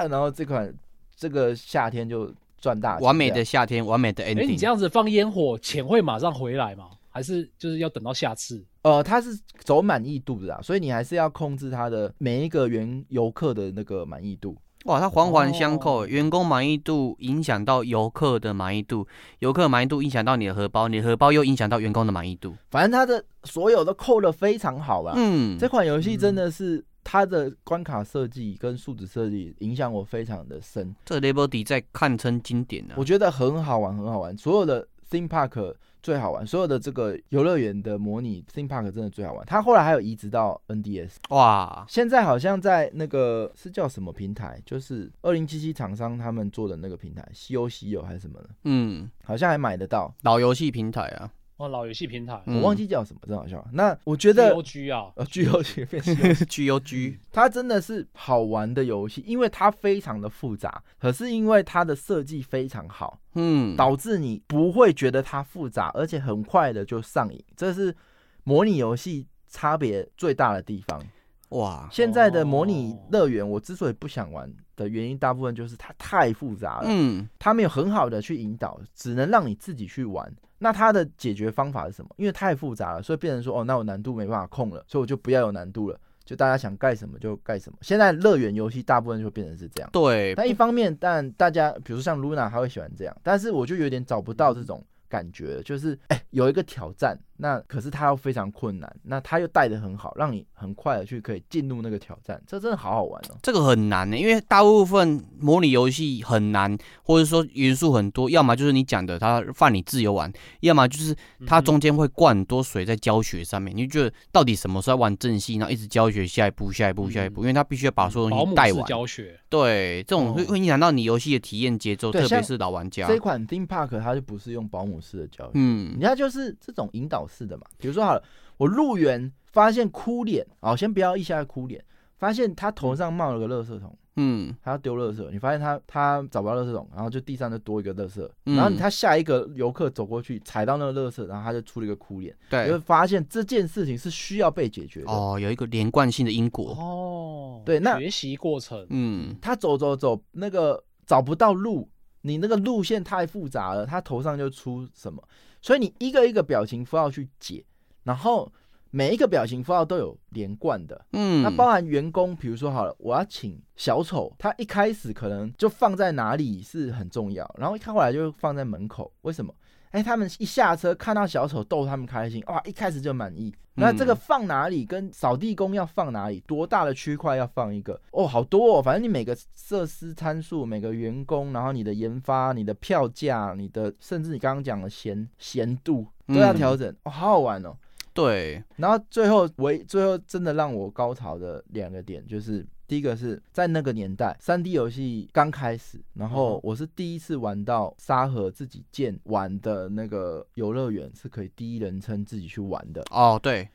[SPEAKER 5] 然后这款这个夏天就赚大钱，
[SPEAKER 4] 完美
[SPEAKER 5] 这
[SPEAKER 4] 的
[SPEAKER 5] 样。
[SPEAKER 4] 夏天，完美的
[SPEAKER 2] 哎、你这
[SPEAKER 4] ending，
[SPEAKER 2] 样子放烟火，钱会马上回来吗？还是就是要等到下次？
[SPEAKER 5] 呃，它是走满意度的啊，所以你还是要控制它的每一个原游客的那个满意度。
[SPEAKER 4] 哇，它环环相
[SPEAKER 2] 哦
[SPEAKER 4] 扣，员工满意度影响到游客的满意度，游客满意度影响到你的荷包，你的荷包又影响到员工的满意度，
[SPEAKER 5] 反正它的所有都扣的非常好啦。
[SPEAKER 4] 嗯，
[SPEAKER 5] 这款游戏真的是它的关卡设计跟数值设计影响我非常的深，
[SPEAKER 4] 这 level 底在堪称经典啊
[SPEAKER 5] 我，觉得很好玩，很好玩。所有的 theme park 最好玩，所有的这个游乐园的模拟 theme park 真的最好玩。它后来还有移植到 NDS，
[SPEAKER 4] 哇，
[SPEAKER 5] 现在好像在那个是叫什么平台，就是二零七七厂商他们做的那个平台，西游西游还是什么的，
[SPEAKER 4] 嗯，
[SPEAKER 5] 好像还买得到，
[SPEAKER 4] 老游戏平台 *laughs* 啊，
[SPEAKER 2] 哦，老游戏平台，
[SPEAKER 4] 嗯
[SPEAKER 5] 我忘记叫什么，真好笑。那我觉得 *laughs*
[SPEAKER 2] o G 啊，
[SPEAKER 5] 呃，剧游戏变西
[SPEAKER 4] *laughs*
[SPEAKER 5] 游记
[SPEAKER 4] G U G，
[SPEAKER 5] 它真的是好玩的游戏，因为它非常的复杂，可是因为它的设计非常好，
[SPEAKER 4] 嗯，
[SPEAKER 5] 导致你不会觉得它复杂，而且很快的就上瘾。这是模拟游戏差别最大的地方。
[SPEAKER 4] 哇，
[SPEAKER 5] 现在的模拟
[SPEAKER 4] 哦
[SPEAKER 5] 乐园，我之所以不想玩的原因，大部分就是它太复杂了，
[SPEAKER 4] 嗯，
[SPEAKER 5] 它没有很好的去引导，只能让你自己去玩。那它的解决方法是什么？因为太复杂了，所以变成说，哦，那我难度没办法控了，所以我就不要有难度了，就大家想盖什么就盖什么。现在乐园游戏大部分就变成是这样。
[SPEAKER 4] 对，
[SPEAKER 5] 但一方面，但大家比如像 Luna，她会喜欢这样，但是我就有点找不到这种感觉了，就是哎、有一个挑战，那可是它又非常困难，那它又带的很好，让你很快的去可以进入那个挑战，这真的好好玩哦。
[SPEAKER 4] 这个很难欸呢、因为大部分模拟游戏很难，或者说元素很多，要么就是你讲的它放你自由玩，要么就是
[SPEAKER 5] 嗯
[SPEAKER 4] 它中间会灌很多水在教学上面，你就觉得到底什么时候要玩正戏，然后一直教学下一步、下一
[SPEAKER 5] 嗯
[SPEAKER 4] 步、下一步，因为它必须要把所有
[SPEAKER 2] 保
[SPEAKER 4] 东西
[SPEAKER 2] 姆
[SPEAKER 4] 带
[SPEAKER 2] 式
[SPEAKER 4] 完。
[SPEAKER 2] 教学，
[SPEAKER 4] 对，这种会
[SPEAKER 5] 哦
[SPEAKER 4] 会影响到你游戏的体验节奏，
[SPEAKER 5] 对
[SPEAKER 4] 特别
[SPEAKER 5] 像
[SPEAKER 4] 是老玩家
[SPEAKER 5] 这。一款 Theme Park 它就不是用保姆式的教育，人
[SPEAKER 4] 嗯，
[SPEAKER 5] 家就是这种引导式的嘛。比如说好了，我入园发现哭脸，哦，先不要一下哭脸，发现他头上冒了个垃圾桶。
[SPEAKER 4] 嗯，
[SPEAKER 5] 他要丢垃圾，你发现他他找不到垃圾桶，然后就地上就多一个垃圾，
[SPEAKER 4] 嗯
[SPEAKER 5] 然后他下一个游客走过去踩到那个垃圾，然后他就出了一个哭脸，你会
[SPEAKER 4] 对。
[SPEAKER 5] 发现这件事情是需要被解决的。
[SPEAKER 4] 哦，有一个连贯性的因果。
[SPEAKER 2] 哦，
[SPEAKER 5] 对那
[SPEAKER 2] 学习过程，
[SPEAKER 4] 嗯，
[SPEAKER 5] 他走走走，那个找不到路，你那个路线太复杂了，他头上就出什么，所以你一个一个表情符号去解，然后每一个表情符号都有连贯的，
[SPEAKER 4] 嗯，
[SPEAKER 5] 那包含员工，比如说好了，我要请小丑，他一开始可能就放在哪里是很重要，然后一后来就放在门口，为什么？哎，他们一下车看到小丑逗他们开心，哇，一开始就满意。
[SPEAKER 4] 嗯
[SPEAKER 5] 那这个放哪里，跟扫地工要放哪里，多大的区块要放一个？哦，好多哦，反正你每个设施参数、每个员工，然后你的研发、你的票价、你的甚至你刚刚讲的咸咸度都要
[SPEAKER 4] 嗯
[SPEAKER 5] 调整，哦，好好玩哦。
[SPEAKER 4] 对，
[SPEAKER 5] 然后最后唯最后真的让我高潮的两个点就是第一个是在那个年代，三 D 游戏刚开始，
[SPEAKER 2] 嗯
[SPEAKER 5] 然后我是第一次玩到沙盒自己建玩的那个游乐园是可以第一人称自己去玩的，
[SPEAKER 4] 哦，对，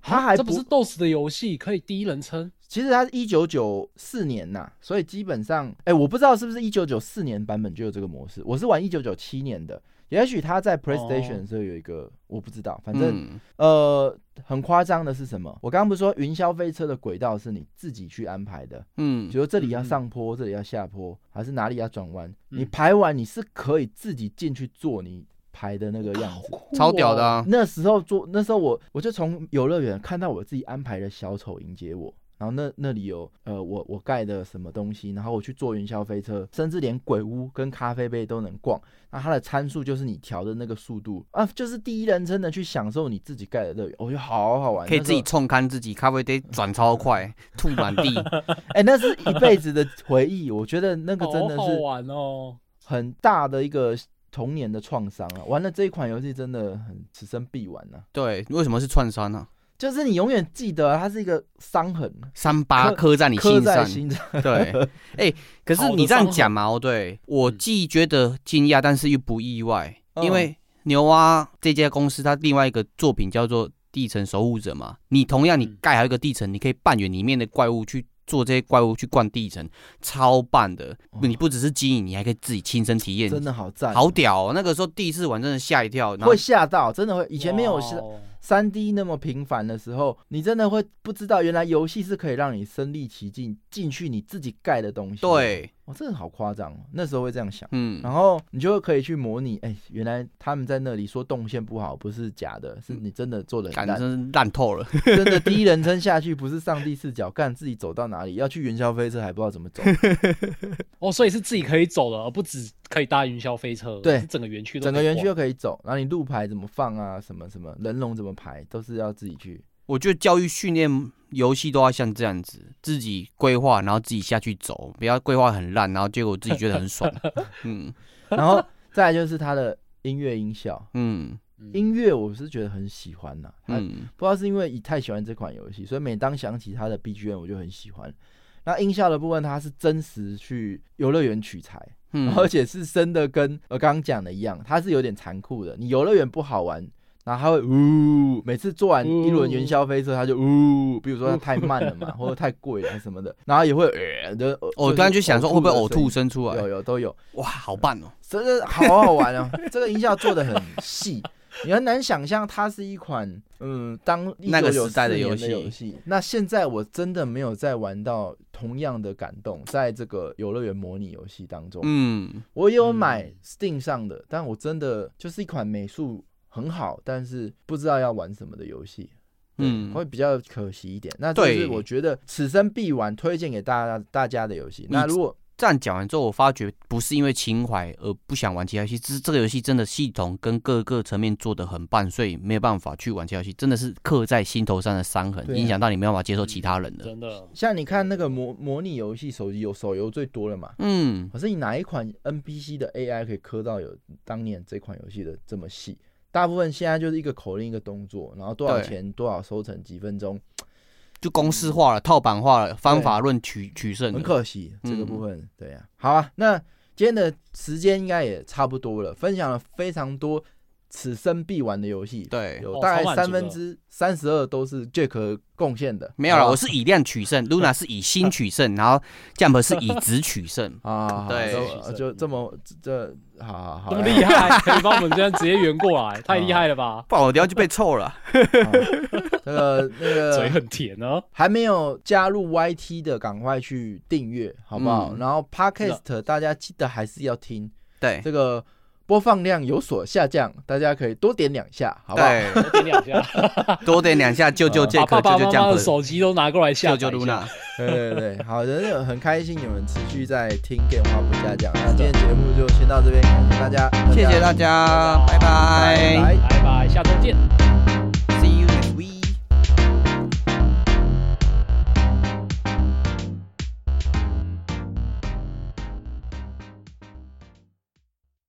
[SPEAKER 5] 它还
[SPEAKER 2] 啊这不是 DOS 的游戏，可以第一人称。
[SPEAKER 5] 其实它是一九九四年呐、所以基本上，哎、我不知道是不是一九九四年版本就有这个模式，我是玩一九九七年的，也许它在
[SPEAKER 2] 哦
[SPEAKER 5] PlayStation 的时候有一个，我不知道，反正、
[SPEAKER 4] 嗯
[SPEAKER 5] 呃，很夸张的是什么？我刚刚不是说云霄飞车的轨道是你自己去安排的，比
[SPEAKER 4] 嗯
[SPEAKER 5] 如说这里要
[SPEAKER 2] 嗯
[SPEAKER 5] 上坡，这里要下坡，还是哪里要转弯？你
[SPEAKER 2] 嗯
[SPEAKER 5] 排完你是可以自己进去做你排的那个样子。
[SPEAKER 4] 超屌的啊，
[SPEAKER 5] 那时候做，那时候我我就从游乐园看到我自己安排的小丑迎接我，然后那那里有呃我我盖的什么东西，然后我去坐云霄飞车，甚至连鬼屋跟咖啡杯都能逛。那它的参数就是你调的那个速度啊，就是第一人称的去享受你自己盖的乐园，我觉得好好玩。
[SPEAKER 4] 可以
[SPEAKER 5] 那时
[SPEAKER 4] 自
[SPEAKER 5] 候
[SPEAKER 4] 己冲看自己，咖啡得转超
[SPEAKER 5] *laughs*
[SPEAKER 4] 快，吐满地。
[SPEAKER 5] 哎、那是一辈子的回忆，我觉得那个真的
[SPEAKER 2] 好好
[SPEAKER 5] 是
[SPEAKER 2] 玩哦！
[SPEAKER 5] 很大的一个童年的创伤啊。玩了这一款游戏真的很此生必玩啊。
[SPEAKER 4] 对，为什么是串山呢？
[SPEAKER 5] 就是你永远记得啊、它是一个伤痕，啊
[SPEAKER 4] 三八
[SPEAKER 5] 刻
[SPEAKER 4] 刻在你
[SPEAKER 5] 刻
[SPEAKER 4] 心
[SPEAKER 5] 在
[SPEAKER 4] 上，
[SPEAKER 5] 心上。
[SPEAKER 4] 对，
[SPEAKER 5] *laughs*
[SPEAKER 4] 哎、可是你这样讲嘛，哦，对我既觉得惊讶，但是又不意外，
[SPEAKER 5] 嗯
[SPEAKER 4] 因为牛蛙这家公司它另外一个作品叫做《地层守护者》嘛，你同样你
[SPEAKER 2] 嗯
[SPEAKER 4] 盖好一个地层，你可以扮演里面的怪物去。做这些怪物去灌地层，超棒的！你不只是经营，你还可以自己亲身体验，
[SPEAKER 5] 哦真的好赞，
[SPEAKER 4] 好啊屌、哦！那个时候第一次玩，真的吓一跳。然后
[SPEAKER 5] 会吓到，真的会。以前没有
[SPEAKER 2] 哇
[SPEAKER 5] 是
[SPEAKER 2] 哦
[SPEAKER 5] 三 D 那么频繁的时候，你真的会不知道，原来游戏是可以让你身临其境进去你自己盖的东西。，
[SPEAKER 4] 对，
[SPEAKER 5] 哇，真的好夸张哦，那时候会这样想。
[SPEAKER 4] 嗯，
[SPEAKER 5] 然后你就可以去模拟，哎、原来他们在那里说动线不好，不是假的，是你真的做的
[SPEAKER 4] 嗯感
[SPEAKER 5] 很
[SPEAKER 4] 觉
[SPEAKER 5] 烂，
[SPEAKER 4] 真是烂透了。 *laughs*
[SPEAKER 5] 真的第一人称下去，不是上帝视角，干自己走到哪里，要去云霄飞车还不知道怎么走，
[SPEAKER 2] 哦，所以是自己可以走的，而不只可以搭云霄飞车，
[SPEAKER 5] 对
[SPEAKER 2] 是整个园区都
[SPEAKER 5] 整
[SPEAKER 2] 可
[SPEAKER 5] 个
[SPEAKER 2] 以
[SPEAKER 5] 园区
[SPEAKER 2] 逛
[SPEAKER 5] 都可以走，然后你路牌怎么放啊，什么什么人龙怎么排，都是要自己去。
[SPEAKER 4] 我觉得教育训练游戏都要像这样子，自己规划，然后自己下去走，不要规划很烂，然后结果自己觉得很
[SPEAKER 5] *laughs*
[SPEAKER 4] 爽。嗯
[SPEAKER 2] *laughs*
[SPEAKER 5] 然后再来就是它的音乐音效，
[SPEAKER 4] 嗯
[SPEAKER 5] 音乐我是觉得很喜欢呐、它
[SPEAKER 4] 嗯，
[SPEAKER 5] 不知道是因为你太喜欢这款游戏，所以每当想起它的 BGM 我就很喜欢。那音效的部分，它是真实去游乐园取材，
[SPEAKER 4] 嗯
[SPEAKER 5] 而且是真的跟我刚刚讲的一样，它是有点残酷的。你游乐园不好玩，然后它会呜，每次做完一轮云霄飞车，它就呜，比如说它太慢了
[SPEAKER 4] *laughs*
[SPEAKER 5] 嘛，或者太贵了什么的，然后也会呃的。
[SPEAKER 4] 我哦突然就想说，会不会呕吐
[SPEAKER 5] 声
[SPEAKER 4] 声出
[SPEAKER 5] 音？有
[SPEAKER 4] 来？
[SPEAKER 5] 有都有，
[SPEAKER 4] 哇，好棒哦！
[SPEAKER 5] 真的好好玩哦！这个音效做的很细，你很难想象它是一款嗯，当
[SPEAKER 4] 那个
[SPEAKER 5] 1994
[SPEAKER 4] 时代的游
[SPEAKER 5] 年游
[SPEAKER 4] 戏
[SPEAKER 5] 戏。那现在我真的没有再玩到同样的感动，在这个游乐园模拟游戏当中，
[SPEAKER 4] 嗯，
[SPEAKER 5] 我也有买
[SPEAKER 2] 嗯
[SPEAKER 5] Steam 上的，但我真的就是一款美术很好，但是不知道要玩什么的游戏。嗯，
[SPEAKER 4] 嗯
[SPEAKER 5] 会比较可惜一点。那这
[SPEAKER 4] 对
[SPEAKER 5] 是我觉得此生必玩，推荐给大家大家的游戏。那如果
[SPEAKER 4] 这样讲完之后，我发觉不是因为情怀而不想玩其他游戏，是这个游戏真的系统跟各个层面做的很棒，所以没有办法去玩其他游戏，真的是刻在心头上的伤痕，
[SPEAKER 5] 对啊
[SPEAKER 4] 影响到你没办法接受其他人的。
[SPEAKER 2] 真的
[SPEAKER 5] 像你看那个模模拟游戏，手机有手游最多了嘛？
[SPEAKER 4] 嗯
[SPEAKER 5] 可是你哪一款 NPC 的 AI 可以刻到有当年这款游戏的这么细？大部分现在就是一个口令一个动作，然后多少
[SPEAKER 4] 对
[SPEAKER 5] 钱多少收成几分钟，
[SPEAKER 4] 就公式化了、套版化了、方法论取取胜
[SPEAKER 5] 很
[SPEAKER 4] 了。
[SPEAKER 5] 可惜这个
[SPEAKER 4] 嗯
[SPEAKER 5] 部分。对呀、好啊，那今天的时间应该也差不多了，分享了非常多此生必玩的游戏，
[SPEAKER 4] 对，
[SPEAKER 5] 有
[SPEAKER 2] 哦超
[SPEAKER 5] 大概
[SPEAKER 2] 满
[SPEAKER 5] 三
[SPEAKER 2] 足
[SPEAKER 5] 分
[SPEAKER 2] 的
[SPEAKER 5] 之三十二都是 Jack 贡献的，
[SPEAKER 4] 没有了，
[SPEAKER 5] 好吧。
[SPEAKER 4] 我是以量取胜，Luna 是以心取胜，然后 Jump 是以值取胜
[SPEAKER 5] 啊，
[SPEAKER 4] 对
[SPEAKER 5] 就就这么这这好好好，
[SPEAKER 2] 这么厉害，可以帮我们这样直接圆过来，太厉害了吧？
[SPEAKER 4] 不然我等下就被臭了。
[SPEAKER 5] 啊那个那
[SPEAKER 2] *laughs* 嘴
[SPEAKER 5] 个
[SPEAKER 2] 很甜
[SPEAKER 5] *laughs*
[SPEAKER 2] 哦。
[SPEAKER 5] 还没有加入 YT 的，赶快去订阅，好不好？
[SPEAKER 4] 嗯
[SPEAKER 5] 然后 Podcast 大家记得还是要听，
[SPEAKER 4] 对
[SPEAKER 5] 这个播放量有所下降，大家可以多点两下， *laughs* 好不好？
[SPEAKER 4] 对，
[SPEAKER 2] 点两下，
[SPEAKER 4] 多点两下救救
[SPEAKER 5] 啊
[SPEAKER 4] 杰
[SPEAKER 2] 把
[SPEAKER 4] 克，
[SPEAKER 2] 爸
[SPEAKER 4] 救
[SPEAKER 2] 爸
[SPEAKER 4] 救
[SPEAKER 2] 妈妈的
[SPEAKER 4] Jump，
[SPEAKER 2] 手机都拿过来下
[SPEAKER 4] 救
[SPEAKER 2] 载
[SPEAKER 4] 救
[SPEAKER 2] 一下
[SPEAKER 4] Luna。。
[SPEAKER 5] 对 *laughs* 对对，好的，那很开心你们持续在听电话不加讲，那今天节目就先到这边，感谢大家，
[SPEAKER 4] 谢谢大家，拜
[SPEAKER 5] 拜
[SPEAKER 4] 拜。
[SPEAKER 5] 拜。
[SPEAKER 2] 拜拜。